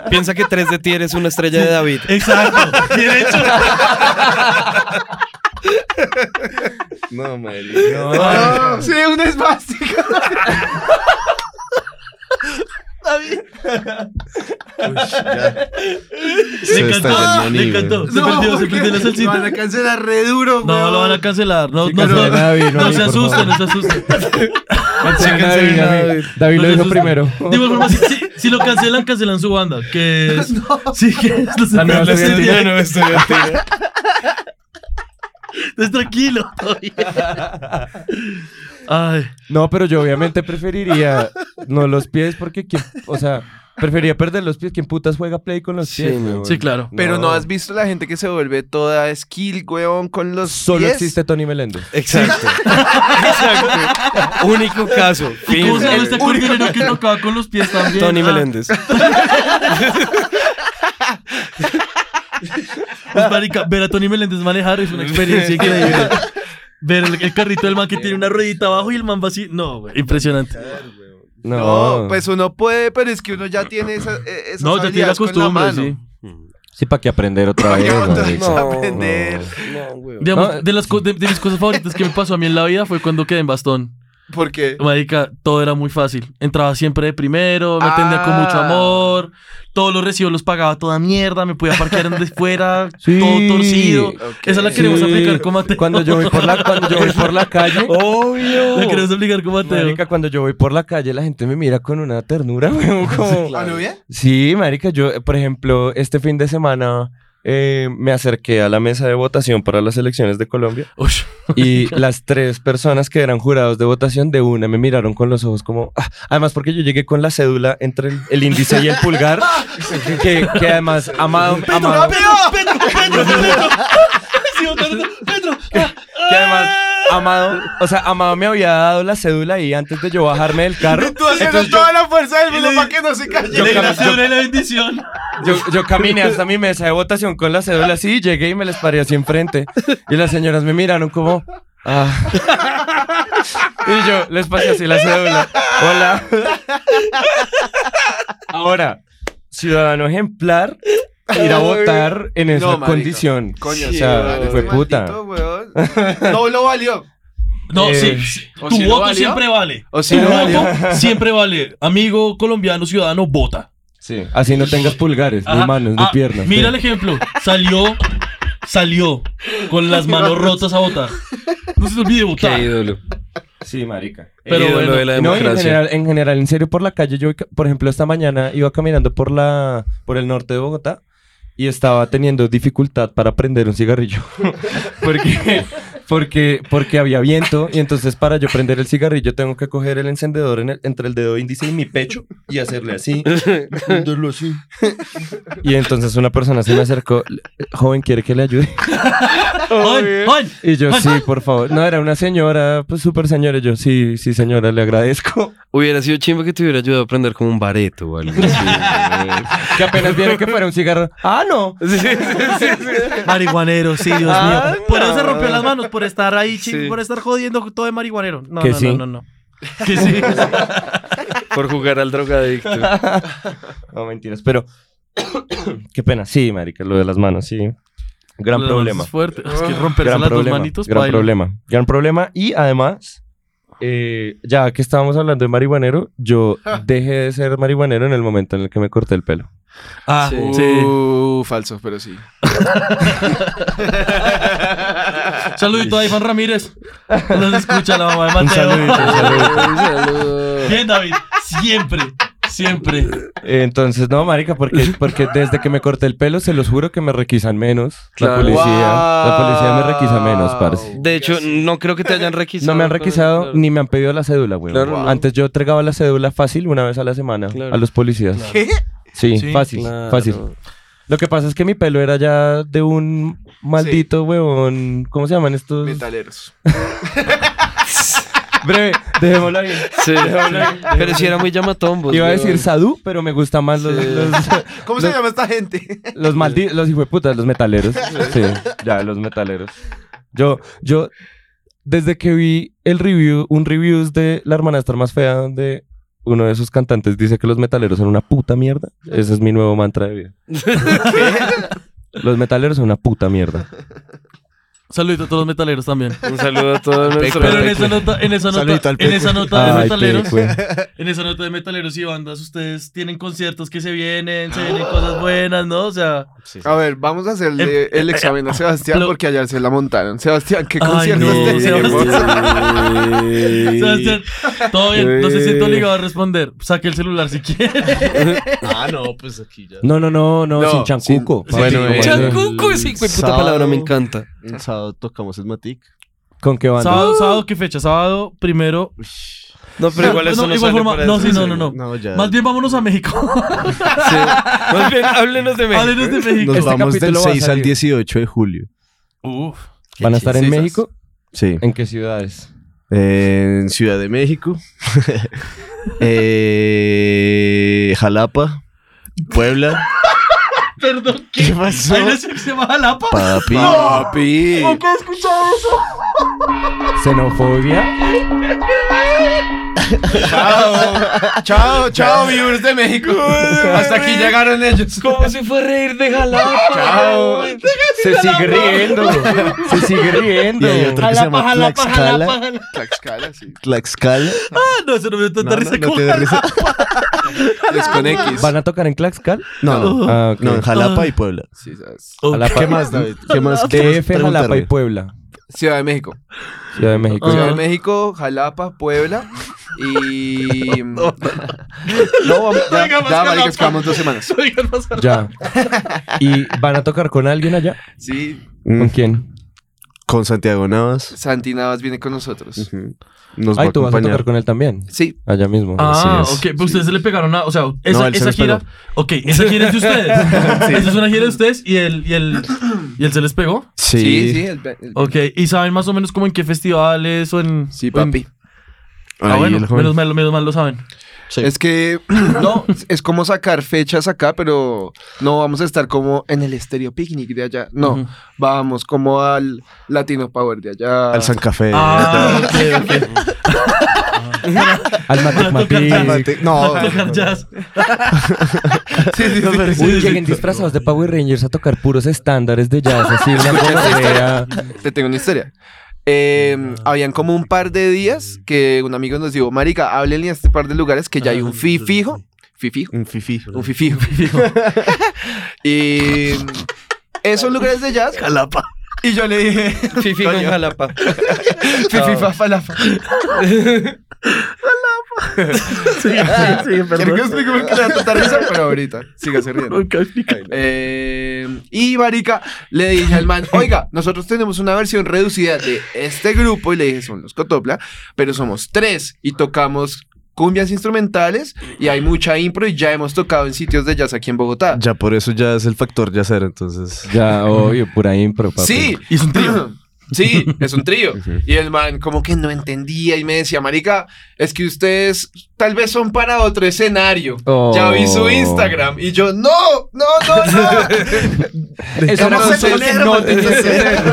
Speaker 8: Piensa que tres de ti eres una estrella de David.
Speaker 3: Exacto. Bien hecho.
Speaker 6: No, marica.
Speaker 4: No, sí, una esvástica.
Speaker 3: Me
Speaker 6: Se está
Speaker 3: encantó. Ah,
Speaker 6: yendo a
Speaker 3: Me
Speaker 6: nivel.
Speaker 3: encantó. Se
Speaker 4: No,
Speaker 3: perdió, se
Speaker 4: porque
Speaker 3: perdió la
Speaker 4: Lo van
Speaker 3: salsita.
Speaker 4: a cancelar re duro.
Speaker 3: No,
Speaker 4: weón.
Speaker 3: lo van a cancelar. No, no,
Speaker 5: cancela
Speaker 3: no,
Speaker 5: a David, no a
Speaker 3: no
Speaker 5: mí,
Speaker 3: se
Speaker 5: por
Speaker 3: asusten,
Speaker 5: favor.
Speaker 3: no se asusten.
Speaker 5: David, David, David
Speaker 3: No se
Speaker 5: lo dijo
Speaker 3: asusten.
Speaker 5: primero.
Speaker 3: De igual forma, si, si- si lo cancelan, cancelan su banda. Que es. Sí, que es. Los
Speaker 5: La nueva
Speaker 3: Entonces,
Speaker 5: estudiantina.
Speaker 3: bien,
Speaker 6: estoy
Speaker 3: entonces, tranquilo. todo bien. Ay.
Speaker 5: No, pero yo obviamente preferiría no los pies porque quién, o sea, preferiría perder los pies. ¿Quién putas juega play con los
Speaker 8: Sí,
Speaker 5: pies?
Speaker 8: no.
Speaker 5: weón?
Speaker 3: Sí, claro.
Speaker 4: Pero no. has visto la gente que se vuelve toda skill, weón, con los
Speaker 5: Solo
Speaker 4: pies? Eh,
Speaker 5: existe Tony Meléndez.
Speaker 8: Exacto. Exacto. Único caso. Fin.
Speaker 3: ¿Cómo se llama este cordillero que tocaba con los pies también?
Speaker 8: Tony
Speaker 3: Ah,
Speaker 8: Meléndez.
Speaker 3: Pues, marica, ver a Tony Meléndez manejar es una experiencia increíble. Ver el, el carrito del man que tiene una ruedita abajo y el man va así. No, güey, impresionante.
Speaker 5: No,
Speaker 4: No, pues uno puede, pero es que uno ya tiene esa, eh, esas
Speaker 3: No, ya tiene la
Speaker 4: habilidades con la
Speaker 3: costumbre,
Speaker 4: mano.
Speaker 3: sí.
Speaker 5: sí, para que aprender otra vez.
Speaker 4: Yo
Speaker 5: marica.
Speaker 4: no, aprender.
Speaker 8: No, güey.
Speaker 3: Digamos,
Speaker 5: No.
Speaker 8: eh.
Speaker 3: de, las co- de, de mis cosas favoritas que me pasó a mí en la vida fue cuando quedé en bastón.
Speaker 4: Porque
Speaker 3: Marica, todo era muy fácil. Entraba siempre de primero, me atendía con mucho
Speaker 4: Ah.
Speaker 3: amor. Todos los recibos los pagaba toda mierda, me podía parquear donde fuera,
Speaker 5: Sí.
Speaker 3: todo torcido.
Speaker 4: Ok.
Speaker 3: Esa la queremos
Speaker 5: Sí.
Speaker 3: aplicar con Mateo.
Speaker 5: Cuando yo voy por la, cuando yo voy por la calle. Obvio.
Speaker 3: La queremos aplicar con Mateo.
Speaker 5: Marica, cuando yo voy por la calle, la gente me mira con una ternura, weón, como...
Speaker 4: ¿A novia?
Speaker 5: Sí, marica, yo, eh, por ejemplo, este fin de semana eh, me acerqué a la mesa de votación para las elecciones de Colombia
Speaker 3: Uy,
Speaker 5: y las tres personas que eran jurados de votación de una me miraron con los ojos como... "Ah". Además, porque yo llegué con la cédula entre el, el índice y el pulgar, que, que además, amado... amado que además... Amado, o sea, Amado me había dado la cédula y antes de yo bajarme del carro,
Speaker 4: Tú haciendo
Speaker 5: entonces yo-
Speaker 4: toda la fuerza del mundo para que no se
Speaker 5: Yo
Speaker 4: calle.
Speaker 3: le
Speaker 5: cam-
Speaker 3: gracias la bendición.
Speaker 5: Yo, yo caminé hasta mi mesa de votación con la cédula así, llegué y me les paré así enfrente. Y las señoras me miraron como... "Ah". Y yo les pasé así la cédula. Hola. Ahora, ciudadano ejemplar, ir a votar en esa
Speaker 4: marica.
Speaker 5: condición.
Speaker 4: Coño,
Speaker 5: o
Speaker 4: sí,
Speaker 5: sea,
Speaker 4: weón,
Speaker 5: fue
Speaker 4: este
Speaker 5: puta.
Speaker 4: maldito, weón. No lo valió.
Speaker 3: No,
Speaker 5: Eh,
Speaker 3: sí, sí.
Speaker 4: ¿o
Speaker 3: Tu
Speaker 4: si lo
Speaker 3: voto
Speaker 4: valió?
Speaker 3: siempre vale.
Speaker 4: O si
Speaker 3: tu
Speaker 4: lo
Speaker 3: voto
Speaker 4: valió.
Speaker 3: siempre vale. Amigo colombiano, ciudadano, vota.
Speaker 5: Sí, así no tengas pulgares,
Speaker 3: Ajá.
Speaker 5: ni manos,
Speaker 3: Ah,
Speaker 5: ni piernas.
Speaker 3: Mira el
Speaker 5: Ve.
Speaker 3: ejemplo. Salió, salió con las manos rotas a votar. No se te olvide votar.
Speaker 8: ídolo.
Speaker 5: Sí, marica.
Speaker 3: Pero
Speaker 8: ídolo
Speaker 3: bueno,
Speaker 8: de la
Speaker 5: No, y en
Speaker 8: democracia.
Speaker 5: general, en general, en serio, por la calle, yo, ca- por ejemplo, esta mañana iba caminando por la, por el norte de Bogotá y estaba teniendo dificultad para prender un cigarrillo. porque, porque, porque había viento y entonces para yo prender el cigarrillo tengo que coger el encendedor en el- entre el dedo índice y mi pecho y hacerle así. prenderlo así. y entonces una persona se me acercó, joven, ¿quiere que le ayude?
Speaker 3: Joven, joven,
Speaker 5: Y yo,
Speaker 3: Ay.
Speaker 5: sí, por favor. No, era una señora, pues súper señora. Y yo, sí, sí, señora, le agradezco.
Speaker 8: Hubiera sido chimba que te hubiera ayudado a aprender como un bareto o algo así.
Speaker 5: Que apenas vieron que fuera un cigarro. Ah, no.
Speaker 3: Marihuanero, sí, Dios
Speaker 5: Ah,
Speaker 3: mío. Por eso
Speaker 5: no.
Speaker 3: se rompió las manos, por estar ahí, ching,
Speaker 8: Sí.
Speaker 3: por estar jodiendo todo de marihuanero. No,
Speaker 5: Que
Speaker 3: no,
Speaker 5: sí.
Speaker 3: no, no, no. Que sí.
Speaker 8: Por jugar al drogadicto.
Speaker 5: No, mentiras, pero... Qué pena. Sí, marica, lo de las manos, sí. Gran
Speaker 3: Lo demás
Speaker 5: problema.
Speaker 3: Es fuerte. Es que romperse
Speaker 5: Gran
Speaker 3: las dos
Speaker 5: problema.
Speaker 3: manitos
Speaker 5: gran
Speaker 3: baila.
Speaker 5: problema. Gran problema. Y además, eh, ya que estábamos hablando de marihuanero, yo dejé de ser marihuanero en el momento en el que me corté el pelo.
Speaker 3: Ah, sí.
Speaker 8: Sí.
Speaker 4: Uh, falso, pero sí.
Speaker 3: Saludito a Iván Ramírez. Nos escucha la mamá de Mateo.
Speaker 5: Un saludito, un saludito.
Speaker 3: Bien, David. Siempre. Siempre.
Speaker 5: Entonces, no, marica, porque, porque desde que me corté el pelo, se los juro que me requisan menos.
Speaker 8: Claro.
Speaker 5: La policía, la policía me requisa menos, parce.
Speaker 8: De hecho, no creo que te hayan requisado.
Speaker 5: No me han
Speaker 8: pero-
Speaker 5: requisado
Speaker 8: claro.
Speaker 5: ni me han pedido la cédula, güey.
Speaker 8: Claro, no.
Speaker 5: Antes yo entregaba la cédula fácil una vez a la semana
Speaker 8: Claro.
Speaker 5: a los policías.
Speaker 4: ¿Qué?
Speaker 5: Sí,
Speaker 3: Sí.
Speaker 5: fácil,
Speaker 8: Claro.
Speaker 5: fácil. Lo que pasa es que mi pelo era ya de un maldito huevón. ¿Cómo se llaman estos?
Speaker 4: Metaleros.
Speaker 5: Breve, dejémoslo ahí.
Speaker 8: Sí. Pero si era muy llamatombo.
Speaker 5: Iba a decir Sadú, pero me gustan más los, los,
Speaker 4: ¿Cómo se
Speaker 5: Los-
Speaker 4: llama esta gente?
Speaker 5: Los malditos, los hijueputas, los metaleros. Sí, ya, los metaleros. Yo, yo, desde que vi el review, un review de La Hermanastra Más Fea, donde uno de sus cantantes dice que los metaleros son una puta mierda, ese es mi nuevo mantra de vida. Los metaleros son una puta mierda.
Speaker 3: Saludito a todos los metaleros también.
Speaker 8: Un saludo a todos nuestros.
Speaker 3: Pero en esa nota, en esa
Speaker 6: Saludito
Speaker 3: nota,
Speaker 6: al
Speaker 3: en
Speaker 6: Pepe.
Speaker 3: esa nota de
Speaker 5: Ay,
Speaker 3: metaleros,
Speaker 5: Pepe.
Speaker 3: en esa nota de metaleros y bandas, ustedes tienen conciertos que se vienen, se vienen cosas buenas, ¿no? O sea,
Speaker 4: A ver, vamos a hacerle
Speaker 3: Eh,
Speaker 4: el examen a Sebastián
Speaker 3: lo-
Speaker 4: porque ayer se la montaron. Sebastián, ¿qué
Speaker 3: Ay,
Speaker 4: conciertos
Speaker 3: no,
Speaker 4: tenemos?
Speaker 3: Sebastián, todo bien, no se siente obligado a responder. Saque el celular si quiere.
Speaker 2: Ah, no, pues aquí ya.
Speaker 5: No, no, no, no,
Speaker 4: No,
Speaker 5: sin chancuco.
Speaker 4: sin-
Speaker 5: papi,
Speaker 4: bueno,
Speaker 5: ¿cómo
Speaker 4: eh,
Speaker 5: así?
Speaker 8: Chancuco, esa hijo de puta
Speaker 6: Sábado.
Speaker 8: palabra me encanta.
Speaker 6: El sábado tocamos el Matic.
Speaker 5: ¿Con qué banda?
Speaker 3: Sábado, sábado, ¿qué fecha? Sábado primero.
Speaker 8: No, pero igual
Speaker 3: No,
Speaker 8: eso no,
Speaker 3: no, igual
Speaker 8: sale
Speaker 3: forma-
Speaker 8: para
Speaker 3: no,
Speaker 8: eso.
Speaker 3: sí, no, no, no.
Speaker 6: No, ya.
Speaker 3: Más bien vámonos a México.
Speaker 8: Sí. Más bien, háblenos de México.
Speaker 3: Háblenos de México.
Speaker 6: Nos
Speaker 5: Este
Speaker 6: vamos del
Speaker 5: capítulo va a
Speaker 6: 6 al
Speaker 5: salir.
Speaker 6: 18 de julio.
Speaker 3: Uf.
Speaker 5: ¿Van a estar en
Speaker 4: Sí,
Speaker 5: México?
Speaker 6: Sí.
Speaker 5: ¿En qué ciudades?
Speaker 6: En Ciudad de México. Eh, Jalapa. Puebla.
Speaker 3: Perdón,
Speaker 6: ¿Qué pasó?
Speaker 3: ¿hay una sección se llama Jalapa?
Speaker 6: Papi.
Speaker 4: Papi.
Speaker 5: Xenofobia.
Speaker 4: Chao, chao, viewers de México. Hasta aquí llegaron ellos.
Speaker 8: ¿Cómo se fue a reír de jalapa?
Speaker 4: Chao.
Speaker 5: Se sigue riendo. Se sigue riendo.
Speaker 6: Y hay otro que se llama Tlaxcala.
Speaker 4: Tlaxcala, sí.
Speaker 6: Tlaxcala.
Speaker 3: Ah, no, eso no me dio tanta
Speaker 6: No, no,
Speaker 3: risa
Speaker 6: no
Speaker 3: como
Speaker 6: te dé risa.
Speaker 4: Les con X.
Speaker 5: ¿Van a tocar en Tlaxcal?
Speaker 6: No, no.
Speaker 5: Ah, ok.
Speaker 6: No, en Jalapa y Puebla.
Speaker 4: Sí, sabes.
Speaker 5: Jalapa-
Speaker 6: ¿Qué más, David? ¿Qué más? ¿Qué más
Speaker 5: DF, Jalapa y
Speaker 6: preguntarle?
Speaker 5: Puebla.
Speaker 4: Ciudad de México.
Speaker 5: Ciudad de México.
Speaker 4: Ciudad de México, Jalapa, Puebla. Y. No, vamos- ya,
Speaker 3: Oiga, más
Speaker 4: ya, marica,
Speaker 3: Jalapa.
Speaker 4: es que vamos dos semanas.
Speaker 3: Oigan, no sé.
Speaker 5: Ya. ¿Y van a tocar con alguien allá?
Speaker 4: Sí,
Speaker 5: ¿Con
Speaker 6: Mm,
Speaker 5: quién?
Speaker 6: Con Santiago Navas.
Speaker 4: Santi Navas viene con nosotros.
Speaker 6: Ujú. Nos va a
Speaker 5: Ay, tú vas a
Speaker 6: acompañar.
Speaker 5: tocar con él también.
Speaker 4: Sí,
Speaker 5: Allá mismo.
Speaker 3: Ah,
Speaker 6: Así
Speaker 3: ok.
Speaker 6: es.
Speaker 3: Pero ustedes se le pegaron a. O sea, esa,
Speaker 6: No, él se
Speaker 3: esa
Speaker 6: les
Speaker 3: gira.
Speaker 6: pegó.
Speaker 3: Ok, esa gira es de ustedes. Esa es una gira de ustedes y él, y él, y él se les pegó.
Speaker 6: Sí.
Speaker 4: sí, sí. el- el-
Speaker 3: Ok, y saben más o menos como en qué festivales o en.
Speaker 4: Sí,
Speaker 3: o en-
Speaker 4: papi.
Speaker 3: Ah,
Speaker 6: Ahí
Speaker 3: bueno,
Speaker 6: el joven.
Speaker 3: menos mal, menos mal lo saben.
Speaker 4: Es que no, es como sacar fechas acá, pero no vamos a estar como en el Estéreo Picnic de allá. No,
Speaker 3: Ujú.
Speaker 4: vamos como al Latino Power de allá.
Speaker 6: Al San Café.
Speaker 3: Ah, ok, ok.
Speaker 5: Al Matic
Speaker 3: Van a tocar jazz.
Speaker 5: Matic.
Speaker 6: No,
Speaker 3: Van a tocar jazz.
Speaker 4: Sí, sí, sí.
Speaker 5: Uy, lleguen disfrazados de Power Rangers a tocar puros estándares de jazz, así una gonorrea.
Speaker 4: Te tengo una historia. Eh, habían como un par de días que un amigo nos dijo, marica, háblenle a este par de lugares que ya hay un fi fijo. Fi fijo.
Speaker 6: un fifi.
Speaker 4: Un fi fijo. y em, esos lugares de jazz, Jalapa. Y yo le dije,
Speaker 8: Fifi con jalapa.
Speaker 4: fi fifa falafa.
Speaker 3: Sí, sí, sí,
Speaker 4: Quiero que
Speaker 3: perdón.
Speaker 4: explique por qué le da tanta risa, pero ahorita. Sígase riendo.
Speaker 3: Nunca explica.
Speaker 4: Eh, y Marica le dije al man, oiga, nosotros tenemos una versión reducida de este grupo y le dije, son los Cotopla, pero somos tres y tocamos cumbias instrumentales y hay mucha impro y ya hemos tocado en sitios de jazz aquí en Bogotá.
Speaker 6: Ya por eso ya es el factor yacer, entonces.
Speaker 5: Ya, obvio, pura impro, papi.
Speaker 4: Sí.
Speaker 3: Y es un trío.
Speaker 4: Sí, es un trío. Y el man como que no entendía y me decía, marica, es que ustedes tal vez son para otro escenario. Ya vi su
Speaker 5: Oh.
Speaker 4: Instagram y yo, no, no, no, no.
Speaker 5: Eso no
Speaker 4: Entonces-
Speaker 5: se no tenía que ser.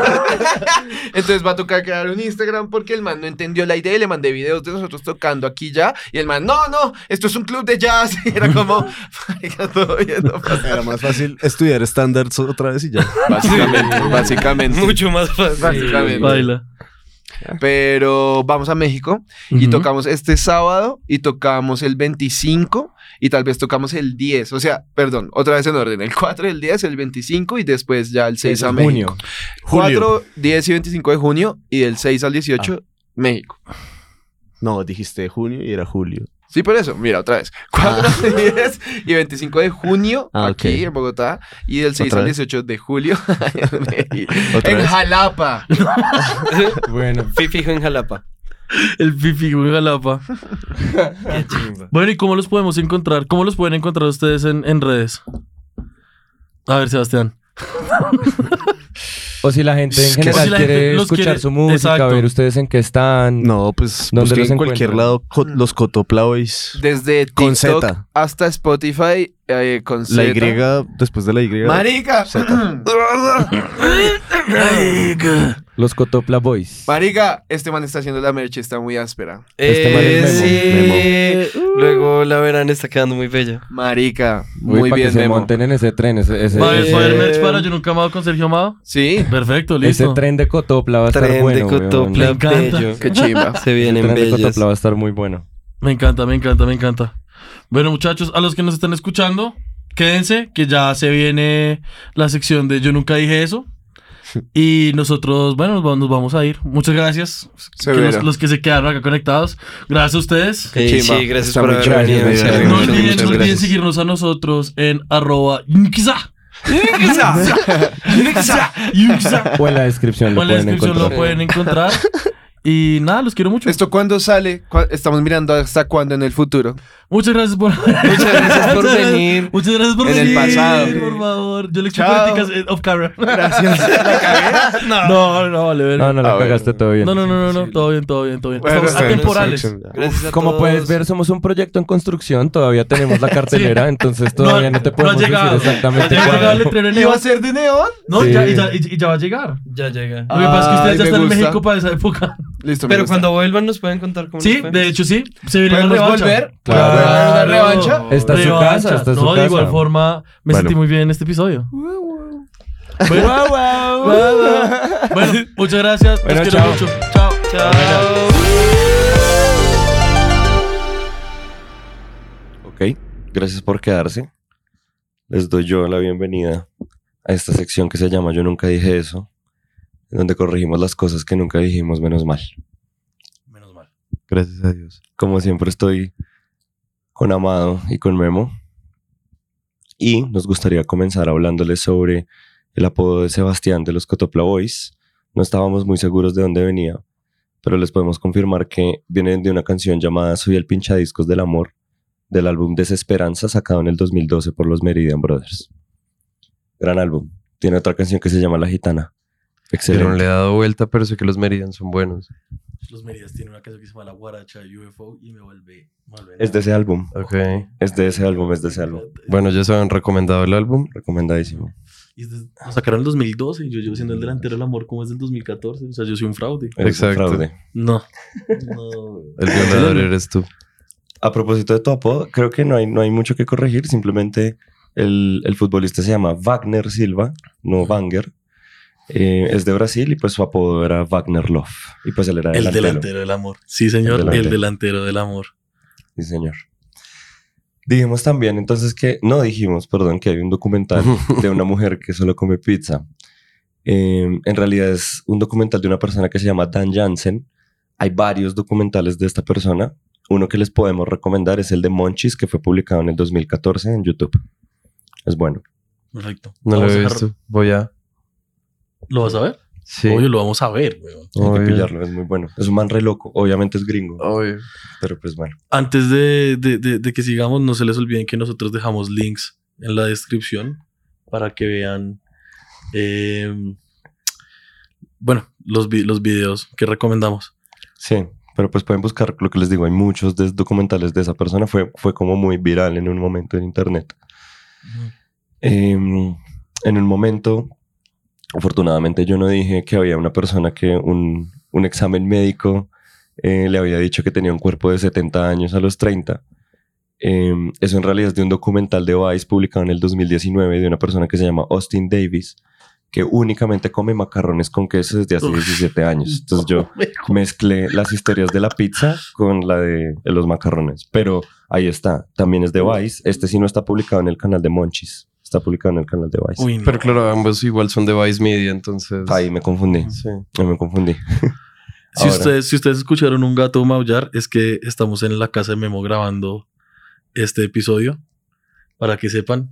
Speaker 4: Entonces va a tocar crear un Instagram porque el man no entendió la idea y le mandé videos de nosotros tocando aquí ya. Y el man, no, no, esto es un club de jazz. Y era como, marica, todo bien, no pasa
Speaker 6: Era más fácil estudiar estándares otra vez y ya.
Speaker 4: Básicamente, básicamente.
Speaker 8: Mucho más fácil.
Speaker 4: Básicamente.
Speaker 3: Baila.
Speaker 4: Pero vamos a México y
Speaker 3: Ujú.
Speaker 4: tocamos este sábado y tocamos el 25 y tal vez tocamos el 10. O sea, perdón, otra vez en orden. El 4, el 10, el 25 y después ya el 6 a México.
Speaker 5: Junio.
Speaker 4: 4, 10 y 25 de junio y del 6 al
Speaker 6: Ah.
Speaker 4: 18, México.
Speaker 6: No, dijiste junio y era julio.
Speaker 4: Sí, por eso, mira, otra vez. 4, 10 y 25 de junio
Speaker 6: Ah,
Speaker 4: aquí
Speaker 6: ok.
Speaker 4: en Bogotá y del 6
Speaker 6: Otra
Speaker 4: al
Speaker 6: vez.
Speaker 4: 18 de julio en,
Speaker 6: Otra vez.
Speaker 4: Jalapa.
Speaker 5: Bueno.
Speaker 8: Fifi con jalapa.
Speaker 3: El pipi con galapa. Bueno, ¿y cómo los podemos encontrar? ¿Cómo los pueden encontrar ustedes en, en redes? A ver, Sebastián.
Speaker 5: O si la gente en
Speaker 6: Es que
Speaker 5: general
Speaker 3: si la gente
Speaker 5: quiere
Speaker 3: los
Speaker 5: escuchar
Speaker 3: quiere-
Speaker 5: su música,
Speaker 3: exacto.
Speaker 5: ver ustedes en qué están.
Speaker 6: No, pues
Speaker 5: ¿Dónde
Speaker 6: busqué
Speaker 5: los
Speaker 6: en cualquier
Speaker 5: encuentran?
Speaker 6: lado co- los Cotoplaois.
Speaker 4: Desde
Speaker 6: Con
Speaker 4: TikTok
Speaker 6: Z.
Speaker 4: hasta Spotify eh, con
Speaker 6: La Y,
Speaker 4: Z.
Speaker 6: después de la Y.
Speaker 4: Marica.
Speaker 5: Los Cotopla Boys.
Speaker 4: Marica, este man está haciendo la merch, está muy áspera.
Speaker 5: Este man
Speaker 8: Eh,
Speaker 5: es Memo.
Speaker 8: sí. Luego la verán está quedando muy bella.
Speaker 4: Marica,
Speaker 5: Uy,
Speaker 4: muy
Speaker 5: pa' que
Speaker 4: bien,
Speaker 5: se
Speaker 4: Memo.
Speaker 5: monten en ese tren. Ese, ese,
Speaker 3: Va a haber- va a haber
Speaker 5: ese-
Speaker 3: merch para Yo Nunca Amado con Sergio Amado.
Speaker 4: Sí,
Speaker 3: Perfecto,
Speaker 5: ese
Speaker 3: listo.
Speaker 5: tren de Cotopla va a estar
Speaker 8: Tren de
Speaker 5: bueno. weón.
Speaker 8: Cotopla,
Speaker 3: Me encanta.
Speaker 8: bello.
Speaker 4: qué chimba.
Speaker 8: Se
Speaker 5: El
Speaker 8: vienen
Speaker 5: tren de
Speaker 8: bellas.
Speaker 5: Cotopla va a estar muy bueno.
Speaker 3: Me encanta, me encanta, me encanta. Bueno, muchachos, a los que nos están escuchando, quédense, que ya se viene la sección de Yo Nunca Dije Eso. Y nosotros, bueno, nos va- nos vamos a ir. Muchas gracias. que
Speaker 4: Severo.
Speaker 3: los, los que se quedaron acá conectados. Gracias a ustedes.
Speaker 8: Eh,
Speaker 4: Qué chimba.
Speaker 8: sí, gracias
Speaker 6: Está
Speaker 8: por
Speaker 6: muy
Speaker 8: haber
Speaker 6: chévere,
Speaker 8: venido.
Speaker 6: muy
Speaker 8: se
Speaker 6: chévere.
Speaker 8: arregló
Speaker 3: No
Speaker 8: mucho.
Speaker 3: olviden, no
Speaker 8: Muchas
Speaker 3: olviden
Speaker 8: gracias.
Speaker 3: seguirnos a nosotros en arroba yunkiza. Yunkiza. Yunkiza.
Speaker 5: O en la descripción
Speaker 3: O
Speaker 5: lo
Speaker 3: en la
Speaker 5: pueden
Speaker 3: descripción lo
Speaker 5: encontrar.
Speaker 3: pueden encontrar. Y nada, los quiero mucho.
Speaker 4: ¿Esto cuándo sale? Cu- Estamos mirando hasta cuándo en el futuro.
Speaker 3: Muchas gracias por
Speaker 8: Muchas gracias por
Speaker 3: Muchas gracias-
Speaker 8: venir.
Speaker 3: Muchas gracias por
Speaker 8: En el
Speaker 3: venir.
Speaker 8: pasado.
Speaker 3: Por favor. Yo le echo
Speaker 4: Chao.
Speaker 3: críticas eh, off camera. Gracias. no. no, no, vale, verga.
Speaker 5: No, no, la cagaste todo bien.
Speaker 3: No, no, no, no, no, todo bien, todo bien, todo bien.
Speaker 4: Bueno,
Speaker 3: Estamos
Speaker 4: está bien.
Speaker 3: atemporales.
Speaker 8: Gracias a
Speaker 5: Como
Speaker 8: todos.
Speaker 5: puedes ver, somos un proyecto en construcción, todavía tenemos la cartelera, entonces todavía no, te podemos
Speaker 3: ha llegado.
Speaker 5: decir exactamente
Speaker 3: No ha llegado el
Speaker 5: cuándo.
Speaker 3: letrero en
Speaker 4: ¿Iba a
Speaker 3: neón.
Speaker 4: ser de neón?
Speaker 3: No,
Speaker 5: Sí.
Speaker 3: ya, y, ya, y ya va a llegar.
Speaker 8: Ya llega.
Speaker 3: Lo que pasa es que
Speaker 4: Ay,
Speaker 3: ustedes ya
Speaker 4: me
Speaker 3: están en
Speaker 4: gusta.
Speaker 3: México para esa época.
Speaker 4: Listo, me
Speaker 8: Pero
Speaker 4: gusta.
Speaker 8: cuando vuelvan nos pueden contar cómo
Speaker 3: Sí,
Speaker 8: les fue.
Speaker 3: de hecho sí. Se viene la
Speaker 4: ¿Podemos
Speaker 3: revancha.
Speaker 4: volver?
Speaker 5: Claro.
Speaker 4: ¿Podemos volver a la revancha?
Speaker 5: Está en su
Speaker 3: Revancha.
Speaker 5: casa, está en su
Speaker 3: No, de
Speaker 5: casa.
Speaker 3: igual forma, me
Speaker 6: Bueno.
Speaker 3: sentí muy bien en este episodio. Bueno, bueno, muchas gracias.
Speaker 5: Bueno,
Speaker 3: Los quiero
Speaker 5: chao.
Speaker 3: mucho. Chao.
Speaker 8: Chao.
Speaker 5: Ok, gracias por quedarse. Les doy yo la bienvenida a esta sección que se llama Yo Nunca Dije Eso, en donde corregimos las cosas que nunca dijimos menos mal.
Speaker 7: Menos mal.
Speaker 6: Gracias a Dios.
Speaker 5: Como siempre estoy con Amado y con Memo. Y nos gustaría comenzar hablándoles sobre el apodo de Sebastián de los Cotopla Boys. No estábamos muy seguros de dónde venía, pero les podemos confirmar que viene de una canción llamada Soy el pinchadiscos del amor, del álbum Desesperanza, sacado en el 2012 por los Meridian Brothers. Gran álbum. Tiene otra canción que se llama La Gitana.
Speaker 10: Yo no
Speaker 5: Excelente.
Speaker 10: le he dado vuelta, pero sé que los Meridian son buenos.
Speaker 3: Los Meridas tienen una canción que se llama La Guaracha UFO y me vuelve.
Speaker 5: Es de ese álbum.
Speaker 10: Ok.
Speaker 5: Es de ese álbum, es de ese álbum.
Speaker 10: Bueno, ya saben, recomendado el álbum.
Speaker 5: Recomendadísimo.
Speaker 3: Y es de- Lo sacaron en el 2012 y yo llevo siendo el delantero del amor como es del 2014. O sea, yo soy un fraude.
Speaker 5: Eres un
Speaker 10: Exacto.
Speaker 5: fraude.
Speaker 3: No. No.
Speaker 10: El violador eres tú.
Speaker 5: A propósito de tu apodo, creo que no hay, no hay mucho que corregir. Simplemente el, el futbolista se llama Wagner Silva, no Wanger. Eh, es de Brasil y pues su apodo era Wagner Love. Y pues él era
Speaker 7: El
Speaker 5: delantero.
Speaker 7: delantero del amor. Sí, señor.
Speaker 5: El
Speaker 7: El
Speaker 5: delantero.
Speaker 7: delantero, del amor.
Speaker 5: Sí, señor. Dijimos también entonces que, no dijimos, perdón, que hay un documental de una mujer que solo come pizza. Eh, en realidad es un documental de una persona que se llama Dan Jansen. Hay varios documentales de esta persona. Uno que les podemos recomendar es el de Monchis, que fue publicado en el 2014 en YouTube. Es bueno.
Speaker 7: Perfecto.
Speaker 10: No lo
Speaker 7: Vamos
Speaker 10: he
Speaker 7: a-
Speaker 10: visto. Voy a.
Speaker 7: ¿Lo vas a ver?
Speaker 10: Sí.
Speaker 7: Obvio, lo vamos a ver, weón.
Speaker 5: Hay
Speaker 10: Obvio.
Speaker 5: que pillarlo, es muy bueno. Es un man re loco. Obviamente es gringo,
Speaker 10: Obvio.
Speaker 5: pero pues bueno.
Speaker 7: Antes de, de- de- de que sigamos, no se les olviden que nosotros dejamos links en la descripción para que vean, eh, bueno, los, vi- los videos que recomendamos.
Speaker 5: Sí, pero pues pueden buscar lo que les digo. Hay muchos des- documentales de esa persona. Fue, fue como muy viral en un momento en internet. Em, en un momento, afortunadamente yo no dije que había una persona que un, un examen médico eh, le había dicho que tenía un cuerpo de 70 años a los 30. Em, eso en realidad es de un documental de Vice publicado en el 2019 de una persona que se llama Austin Davis, que únicamente come macarrones con queso desde hace 17 años. Entonces yo mezclé las historias de la pizza con la de, de los macarrones. Pero ahí está, también es de Vice. Este sí no está publicado en el canal de Monchis, está publicado en el canal de Vice.
Speaker 7: Uy, no.
Speaker 10: Pero claro, ambos igual son de Vice Media, entonces.
Speaker 5: Ahí me confundí,
Speaker 10: Sí.
Speaker 5: ahí me confundí.
Speaker 7: si,
Speaker 5: Ahora.
Speaker 7: ustedes, si ustedes escucharon un gato maullar, es que estamos en la casa de Memo grabando este episodio. Para que sepan,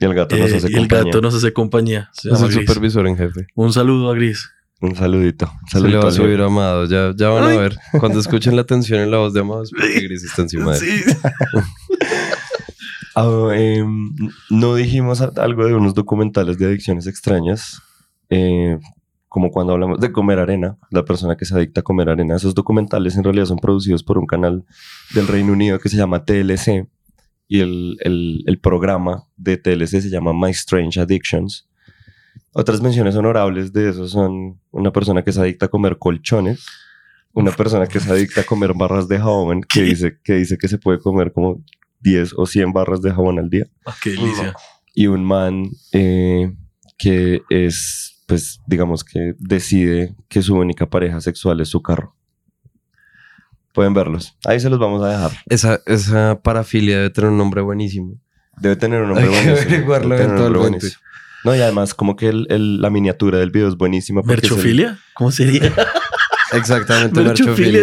Speaker 5: Y el gato nos
Speaker 7: eh,
Speaker 5: hace
Speaker 7: y el
Speaker 5: compañía.
Speaker 7: gato nos hace compañía. Se
Speaker 10: Es
Speaker 7: llama
Speaker 10: el
Speaker 7: Gris.
Speaker 10: supervisor en jefe.
Speaker 7: Un saludo a Gris.
Speaker 5: Un saludito. un
Speaker 10: Se le
Speaker 5: saludito
Speaker 10: va a
Speaker 5: al-
Speaker 10: subir a Amado. Ya, ya van a ver. Cuando escuchen la tensión en la voz de Amado, es porque Gris está encima de él.
Speaker 5: Ah, em, no dijimos a- algo de unos documentales de adicciones extrañas, eh, como cuando hablamos de comer arena, la persona que se adicta a comer arena. Esos documentales en realidad son producidos por un canal del Reino Unido que se llama TLC y el, el- el programa de TLC se llama My Strange Addictions. Otras menciones honorables de eso son una persona que se adicta a comer colchones, una persona que se adicta a comer barras de jabón, que dice que, dice que se puede comer como 10 o 100 barras de jabón al día.
Speaker 7: Ah, qué delicia.
Speaker 5: Y un man eh, que es, pues, digamos que decide que su única pareja sexual es su carro. Pueden verlos. Ahí se los vamos a dejar.
Speaker 10: Esa, esa parafilia debe tener un nombre buenísimo.
Speaker 5: Debe tener un nombre
Speaker 10: Hay que
Speaker 5: buenísimo.
Speaker 10: averiguarlo
Speaker 5: Debe tener un nombre
Speaker 10: eventualmente.
Speaker 5: buenísimo. No, y además, como que el- el- la miniatura del video es buenísima. porque es el-
Speaker 7: ¿Merchofilia? ¿Cómo sería?
Speaker 10: Exactamente,
Speaker 7: Merchofilia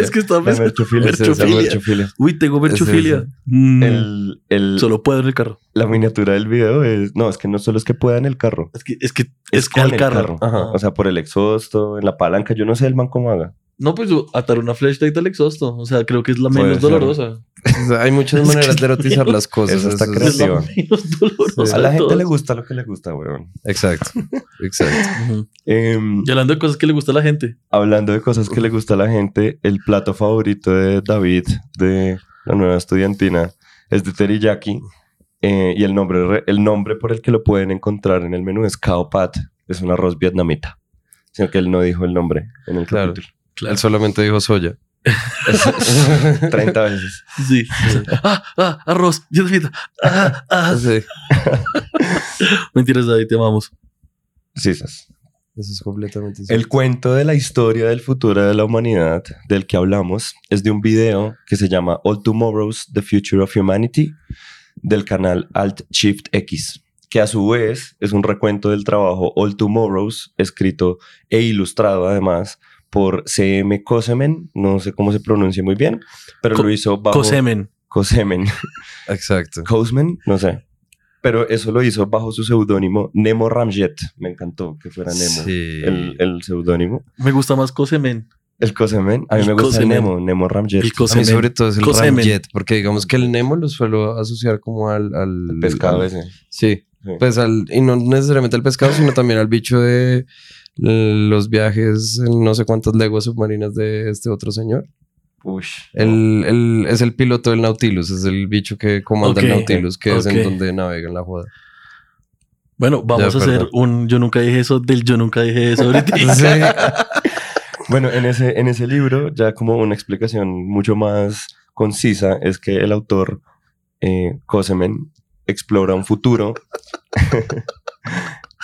Speaker 10: merchofilia.
Speaker 7: es que está
Speaker 5: la merchofilia.
Speaker 10: Es esa,
Speaker 7: Merchofilia.
Speaker 10: merchofilia.
Speaker 7: Uy, tengo merchofilia.
Speaker 10: Es
Speaker 7: Mm.
Speaker 5: El- el-
Speaker 7: Solo puedo en el carro.
Speaker 5: la miniatura del video es. No, es que no solo es que pueda en el carro.
Speaker 7: Es que es, que, es, que
Speaker 5: con
Speaker 7: al
Speaker 5: el
Speaker 7: carro.
Speaker 5: Ajá, O sea, por el exhausto, en la palanca. Yo no sé el man cómo haga.
Speaker 3: No, pues atar una flashlight al exhausto. O sea, creo que es la
Speaker 5: Puede
Speaker 3: menos
Speaker 5: ser.
Speaker 3: dolorosa.
Speaker 10: O sea, hay muchas maneras de erotizar las cosas.
Speaker 5: Eso está
Speaker 10: eso
Speaker 3: Es la
Speaker 5: creativa.
Speaker 3: menos dolorosa.
Speaker 5: A la
Speaker 3: de
Speaker 5: gente le
Speaker 3: todas.
Speaker 5: gusta lo que le gusta, weón.
Speaker 10: Exacto, exacto.
Speaker 3: Ujú.
Speaker 5: Em,
Speaker 3: Y hablando de cosas que le gusta a la gente.
Speaker 5: hablando de cosas que le gusta a la gente, el plato favorito de David, de la nueva estudiantina, es de teriyaki. eh, y el nombre, re- el nombre por el que lo pueden encontrar en el menú es Khao Pat. Es un arroz vietnamita. Sino que él no dijo el nombre en el
Speaker 10: Claro.
Speaker 5: capítulo.
Speaker 10: Él solamente dijo soya.
Speaker 5: 30 veces.
Speaker 3: Sí. ah, ah, arroz. Vietnamita. Ah, ah.
Speaker 10: Sí,
Speaker 3: Mentiras, David, te amamos.
Speaker 5: Sí, esas.
Speaker 10: eso es completamente cierto.
Speaker 5: El cuento de la historia del futuro de la humanidad del que hablamos es de un video que se llama All Tomorrows, The Future of Humanity del canal Alt Shift X, que a su vez es un recuento del trabajo All Tomorrows, escrito e ilustrado además por CM Cosemen, no sé cómo se pronuncia muy bien, pero
Speaker 3: Co-
Speaker 5: lo hizo bajo
Speaker 3: Cosemen.
Speaker 5: Cosemen.
Speaker 10: Exacto.
Speaker 5: Cosemen, no sé. Pero eso lo hizo bajo su seudónimo Nemo Ramjet. Me encantó que fuera Nemo
Speaker 10: Sí.
Speaker 5: el, el seudónimo.
Speaker 3: Me gusta más Cosemen.
Speaker 5: El Cosemen. A mí
Speaker 3: El
Speaker 5: me gusta
Speaker 3: Cosemen.
Speaker 5: Nemo, Nemo Ramjet.
Speaker 3: El
Speaker 10: A mí
Speaker 3: Cosemen.
Speaker 10: sobre todo es el
Speaker 3: Cosemen.
Speaker 10: ramjet, porque digamos que el Nemo lo suelo asociar como al... al
Speaker 5: El pescado
Speaker 10: al-
Speaker 5: ese.
Speaker 10: Sí.
Speaker 5: Sí.
Speaker 10: Pues al, y no necesariamente al pescado, sino también al bicho de eh, los viajes en no sé cuántas leguas submarinas de este otro señor.
Speaker 5: Ush.
Speaker 10: El, el- es el piloto del Nautilus, es el bicho que comanda
Speaker 3: Ok.
Speaker 10: el Nautilus, que es
Speaker 3: Ok.
Speaker 10: en donde navegan la joda.
Speaker 3: Bueno, vamos
Speaker 10: Ya,
Speaker 3: a hacer
Speaker 10: perdón.
Speaker 3: un yo nunca dije eso del yo nunca dije eso ahorita.
Speaker 5: Bueno, en ese, en ese libro, ya como una explicación mucho más concisa, es que el autor eh, Cosemen explora un futuro.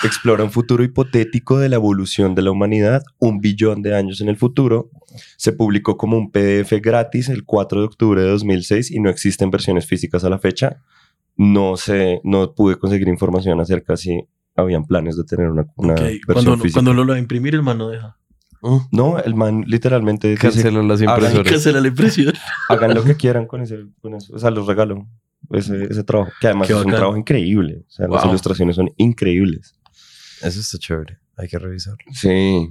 Speaker 5: explora un futuro hipotético de la evolución de la humanidad, un billón de años en el futuro. Se publicó como un PDF gratis el 4 de octubre de 2006 y no existen versiones físicas a la fecha. No sé, no pude conseguir información acerca si habían planes de tener una, una
Speaker 3: Ok,
Speaker 5: versión
Speaker 3: Cuando,
Speaker 5: física.
Speaker 3: cuando lo, lo va a imprimir, el man no deja.
Speaker 5: No, el man literalmente dice,
Speaker 10: Cancelan las
Speaker 5: Ahora sí
Speaker 3: Hay que
Speaker 10: impresoras.
Speaker 3: hacer la impresión.
Speaker 5: hagan lo que quieran con, ese, con eso. O sea, los regalo ese, ese trabajo. Que además
Speaker 3: Qué
Speaker 5: es un
Speaker 3: bacán.
Speaker 5: trabajo increíble. O sea, las
Speaker 3: Wow.
Speaker 5: ilustraciones son increíbles.
Speaker 10: Eso está chévere, hay que revisar.
Speaker 5: Sí.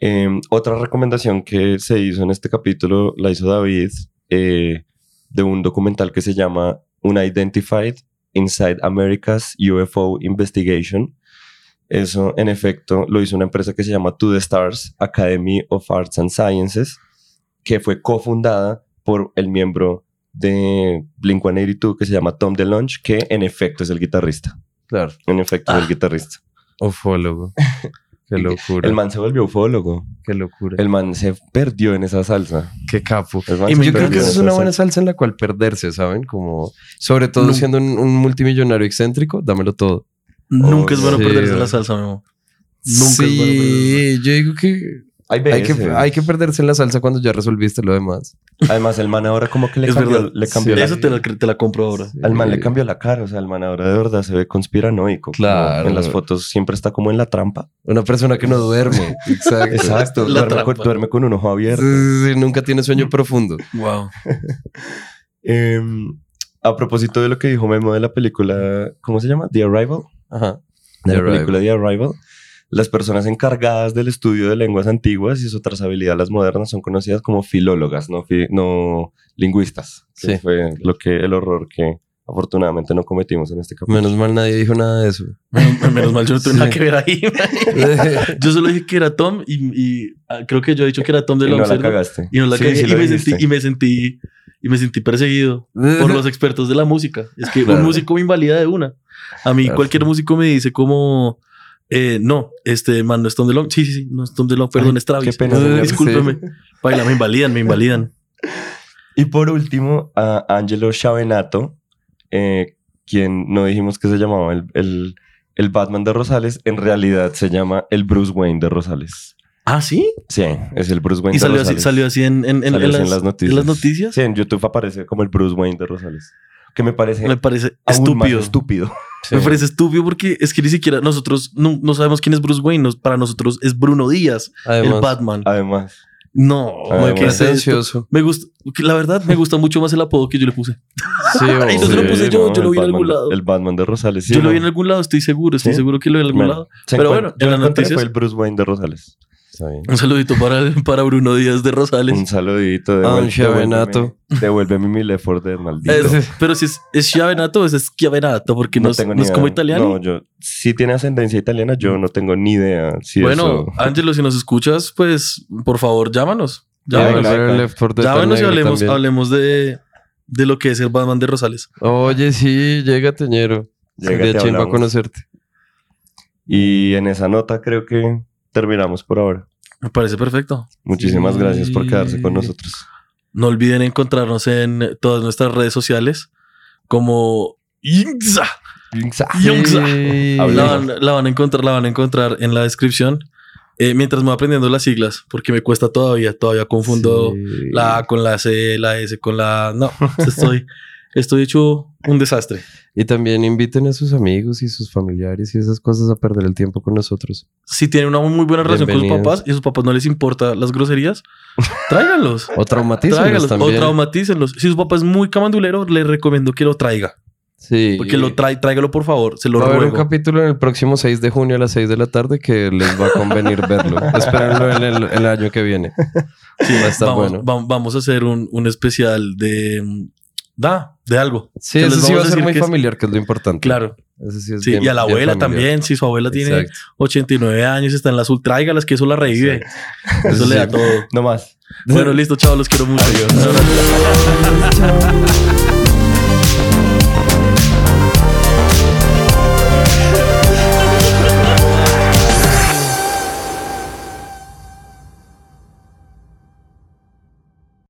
Speaker 5: Eh, otra recomendación que se hizo en este capítulo la hizo David eh, de un documental que se llama Unidentified Inside America's UFO Investigation. Eso, en efecto, lo hizo una empresa que se llama To The Stars Academy of Arts and Sciences, que fue cofundada por el miembro de Blink-182 que se llama Tom DeLonge, que en efecto es el guitarrista.
Speaker 10: Claro,
Speaker 5: En efecto es el guitarrista.
Speaker 10: ufólogo. Qué locura.
Speaker 5: El man se volvió ufólogo.
Speaker 10: Qué locura.
Speaker 5: El man se perdió en esa salsa.
Speaker 10: Qué capo.
Speaker 5: El man
Speaker 10: Y
Speaker 5: se
Speaker 10: yo creo que
Speaker 5: perdió
Speaker 10: esa
Speaker 5: en
Speaker 10: es
Speaker 5: esa
Speaker 10: una buena
Speaker 5: salsa.
Speaker 10: salsa en la cual perderse, ¿saben? Como, sobre todo
Speaker 3: Nun-
Speaker 10: siendo un, un multimillonario excéntrico, dámelo todo.
Speaker 3: Nunca es bueno
Speaker 10: sí,
Speaker 3: perderse
Speaker 10: güey.
Speaker 3: la salsa, mi amor. Nunca es bueno perderse.
Speaker 10: Sí, yo digo que
Speaker 5: Hay
Speaker 10: hay, que
Speaker 5: veces.
Speaker 10: hay que perderse en la salsa cuando ya resolviste lo demás.
Speaker 5: Además, el man ahora como que le
Speaker 3: Es
Speaker 5: cambió,
Speaker 3: verdad.
Speaker 5: le cambió
Speaker 3: Eso
Speaker 5: la...
Speaker 3: te la, te la compro ahora.
Speaker 5: Al man le cambió la cara. O sea, el man ahora de verdad se ve conspiranoico. como
Speaker 10: Claro.
Speaker 5: En las fotos siempre está como en la trampa.
Speaker 10: Una persona que no duerme. Exacto.
Speaker 5: Exacto.
Speaker 3: La
Speaker 5: duerme, con,
Speaker 3: trampa.
Speaker 5: duerme con un ojo
Speaker 10: Sí,
Speaker 5: abierto.
Speaker 10: sí, sí, nunca tiene sueño profundo.
Speaker 3: Wow.
Speaker 5: Em, a propósito de lo que dijo Memo de la película... ¿Cómo se llama? The Arrival.
Speaker 10: Ajá.
Speaker 5: de
Speaker 10: The
Speaker 5: la película The Arrival. Las personas encargadas del estudio de lenguas antiguas y su trazabilidad a las modernas son conocidas como filólogas, no, fi- no lingüistas. que
Speaker 10: Sí.
Speaker 5: Fue lo que, el horror que afortunadamente no cometimos en este capítulo.
Speaker 10: Menos mal nadie dijo nada de eso.
Speaker 3: Menos, menos mal, yo no tuve
Speaker 10: Sí.
Speaker 3: nada que ver ahí. Yo solo dije que era Tom y, y, ah, creo que yo he dicho que era Tom de
Speaker 5: Y no la
Speaker 3: Lobster,
Speaker 5: cagaste.
Speaker 3: Y no la
Speaker 5: Sí,
Speaker 3: cagué.
Speaker 5: sí
Speaker 3: y,
Speaker 5: lo
Speaker 3: me
Speaker 5: dijiste.
Speaker 3: sentí, y me sentí y me sentí perseguido por los expertos de la música. Es que un
Speaker 10: Claro.
Speaker 3: músico me invalida de una. A mí
Speaker 10: Claro.
Speaker 3: cualquier músico me dice como eh, no, este man no es Tom DeLonge. Sí, sí, sí, no es Tom DeLonge, perdón,
Speaker 5: Ay,
Speaker 3: es Travis.
Speaker 5: qué pena, señor.
Speaker 3: discúlpeme. Baila, me invalidan, me invalidan.
Speaker 5: Y por último, a Angelo Chavenato, eh, quien no dijimos que se llamaba el, el- el Batman de Rosales, en realidad se llama el Bruce Wayne de Rosales.
Speaker 3: Ah, sí.
Speaker 5: Sí, es el Bruce Wayne
Speaker 3: Y
Speaker 5: de
Speaker 3: salió así,
Speaker 5: Rosales.
Speaker 3: salió así en, en, en-
Speaker 5: Salió
Speaker 3: en
Speaker 5: así
Speaker 3: las,
Speaker 5: en las noticias.
Speaker 3: en las noticias.
Speaker 5: Sí, en YouTube aparece como el Bruce Wayne de Rosales. Que me parece
Speaker 3: Me parece
Speaker 5: aún más
Speaker 3: estúpido.
Speaker 5: estúpido.
Speaker 10: Sí.
Speaker 3: Me parece estúpido porque es que ni siquiera nosotros no, no sabemos quién es Bruce Wayne. Nos- para nosotros es Bruno Díaz, el
Speaker 10: Además,
Speaker 3: Batman.
Speaker 5: Además,
Speaker 3: No,
Speaker 5: Además.
Speaker 3: ¿qué es esto?
Speaker 10: pretencioso.
Speaker 3: Me gusta, la verdad, me gusta mucho más el apodo que yo le puse.
Speaker 10: Sí,
Speaker 3: Ay, no se lo
Speaker 10: hombre.
Speaker 3: puse yo, yo lo
Speaker 5: el
Speaker 3: vi en algún
Speaker 5: Batman de-
Speaker 3: lado.
Speaker 5: El Batman de Rosales. sí,
Speaker 3: yo lo vi
Speaker 5: ¿no?
Speaker 3: en algún lado, estoy seguro, estoy
Speaker 5: ¿Sí?
Speaker 3: seguro que lo vi en algún
Speaker 5: Bueno,
Speaker 3: lado.
Speaker 5: se
Speaker 3: Pero
Speaker 5: encuent-
Speaker 3: bueno,
Speaker 5: yo
Speaker 3: en las
Speaker 5: encontré
Speaker 3: noticias-
Speaker 5: Fue el Bruce Wayne de Rosales.
Speaker 8: Está bien.
Speaker 11: Un saludito para, para Bruno Díaz de
Speaker 5: Un
Speaker 11: Rosales.
Speaker 5: saludito.
Speaker 8: Ah, un
Speaker 5: devuel-
Speaker 8: chavenato.
Speaker 5: Devuélveme, devuélveme mi Lefort de maldito.
Speaker 11: Es- pero si es, es Chiavenato o es Schiavenato, porque no, es-
Speaker 5: tengo ni
Speaker 11: no es
Speaker 5: idea.
Speaker 11: como italiano.
Speaker 5: No, yo si tiene ascendencia italiana, yo no tengo ni idea. Si
Speaker 3: Bueno,
Speaker 5: eso-
Speaker 3: Ángelo, si nos escuchas, pues por favor, llámanos.
Speaker 8: Ya,
Speaker 5: Venga,
Speaker 3: Llámanos,
Speaker 5: venga.
Speaker 8: Left 4 Dead
Speaker 3: Llámanos y
Speaker 8: negro
Speaker 3: hablemos,
Speaker 8: también.
Speaker 3: hablemos de, de lo que es el Batman de Rosales.
Speaker 8: Oye, sí, llega Teñero.
Speaker 5: Llégate,
Speaker 8: Sería chimba
Speaker 5: hablamos.
Speaker 8: conocerte.
Speaker 5: Y en esa nota creo que terminamos por ahora.
Speaker 3: Me parece perfecto.
Speaker 5: Muchísimas
Speaker 8: Sí.
Speaker 5: gracias por quedarse con nosotros.
Speaker 3: No olviden encontrarnos en todas nuestras redes sociales como Inza. Yonza.
Speaker 8: Sí.
Speaker 3: La van, la van a encontrar, la van a encontrar en la descripción. Eh, mientras me voy aprendiendo las siglas, porque me cuesta todavía, todavía confundo
Speaker 8: Sí.
Speaker 3: la A con la C, la S con la... No, estoy, estoy hecho un desastre.
Speaker 8: Y también inviten a sus amigos y sus familiares y esas cosas a perder el tiempo con nosotros.
Speaker 3: Si tienen una muy buena relación con sus
Speaker 8: Bienvenidos.
Speaker 3: papás y a sus papás no les importa las groserías, tráiganlos.
Speaker 8: O traumatícenos
Speaker 3: Tráigalos o
Speaker 8: también.
Speaker 3: traumatícenlos. Si su papá es muy camandulero, le recomiendo que lo traiga.
Speaker 8: sí.
Speaker 3: Porque lo trae, tráigalo por favor, se lo
Speaker 8: Va a haber un
Speaker 3: ruego.
Speaker 8: capítulo en el próximo 6 de junio a las 6 de la tarde que les va a convenir verlo. Espérenlo en el, el año que viene.
Speaker 3: Sí,
Speaker 8: va a estar
Speaker 3: vamos,
Speaker 8: bueno.
Speaker 3: vam- vamos a hacer un, un especial de... mm, Da, de algo.
Speaker 8: Sí,
Speaker 3: Que les
Speaker 8: eso sí va
Speaker 3: vamos a
Speaker 8: a ser
Speaker 3: decir
Speaker 8: muy
Speaker 3: que es-
Speaker 8: familiar, que es lo importante.
Speaker 3: Claro.
Speaker 8: Eso sí es
Speaker 3: Sí,
Speaker 8: bien-
Speaker 3: y a la
Speaker 8: bien
Speaker 3: abuela
Speaker 8: familiar.
Speaker 3: también. Si su abuela tiene
Speaker 8: Exacto.
Speaker 3: 89 años, está en la azul, tráigalas que eso la revive. Eso
Speaker 8: Eso
Speaker 3: le da
Speaker 8: sí.
Speaker 3: todo.
Speaker 5: No más.
Speaker 3: Bueno, listo, chao, los quiero mucho. Un abrazo.
Speaker 8: Chao.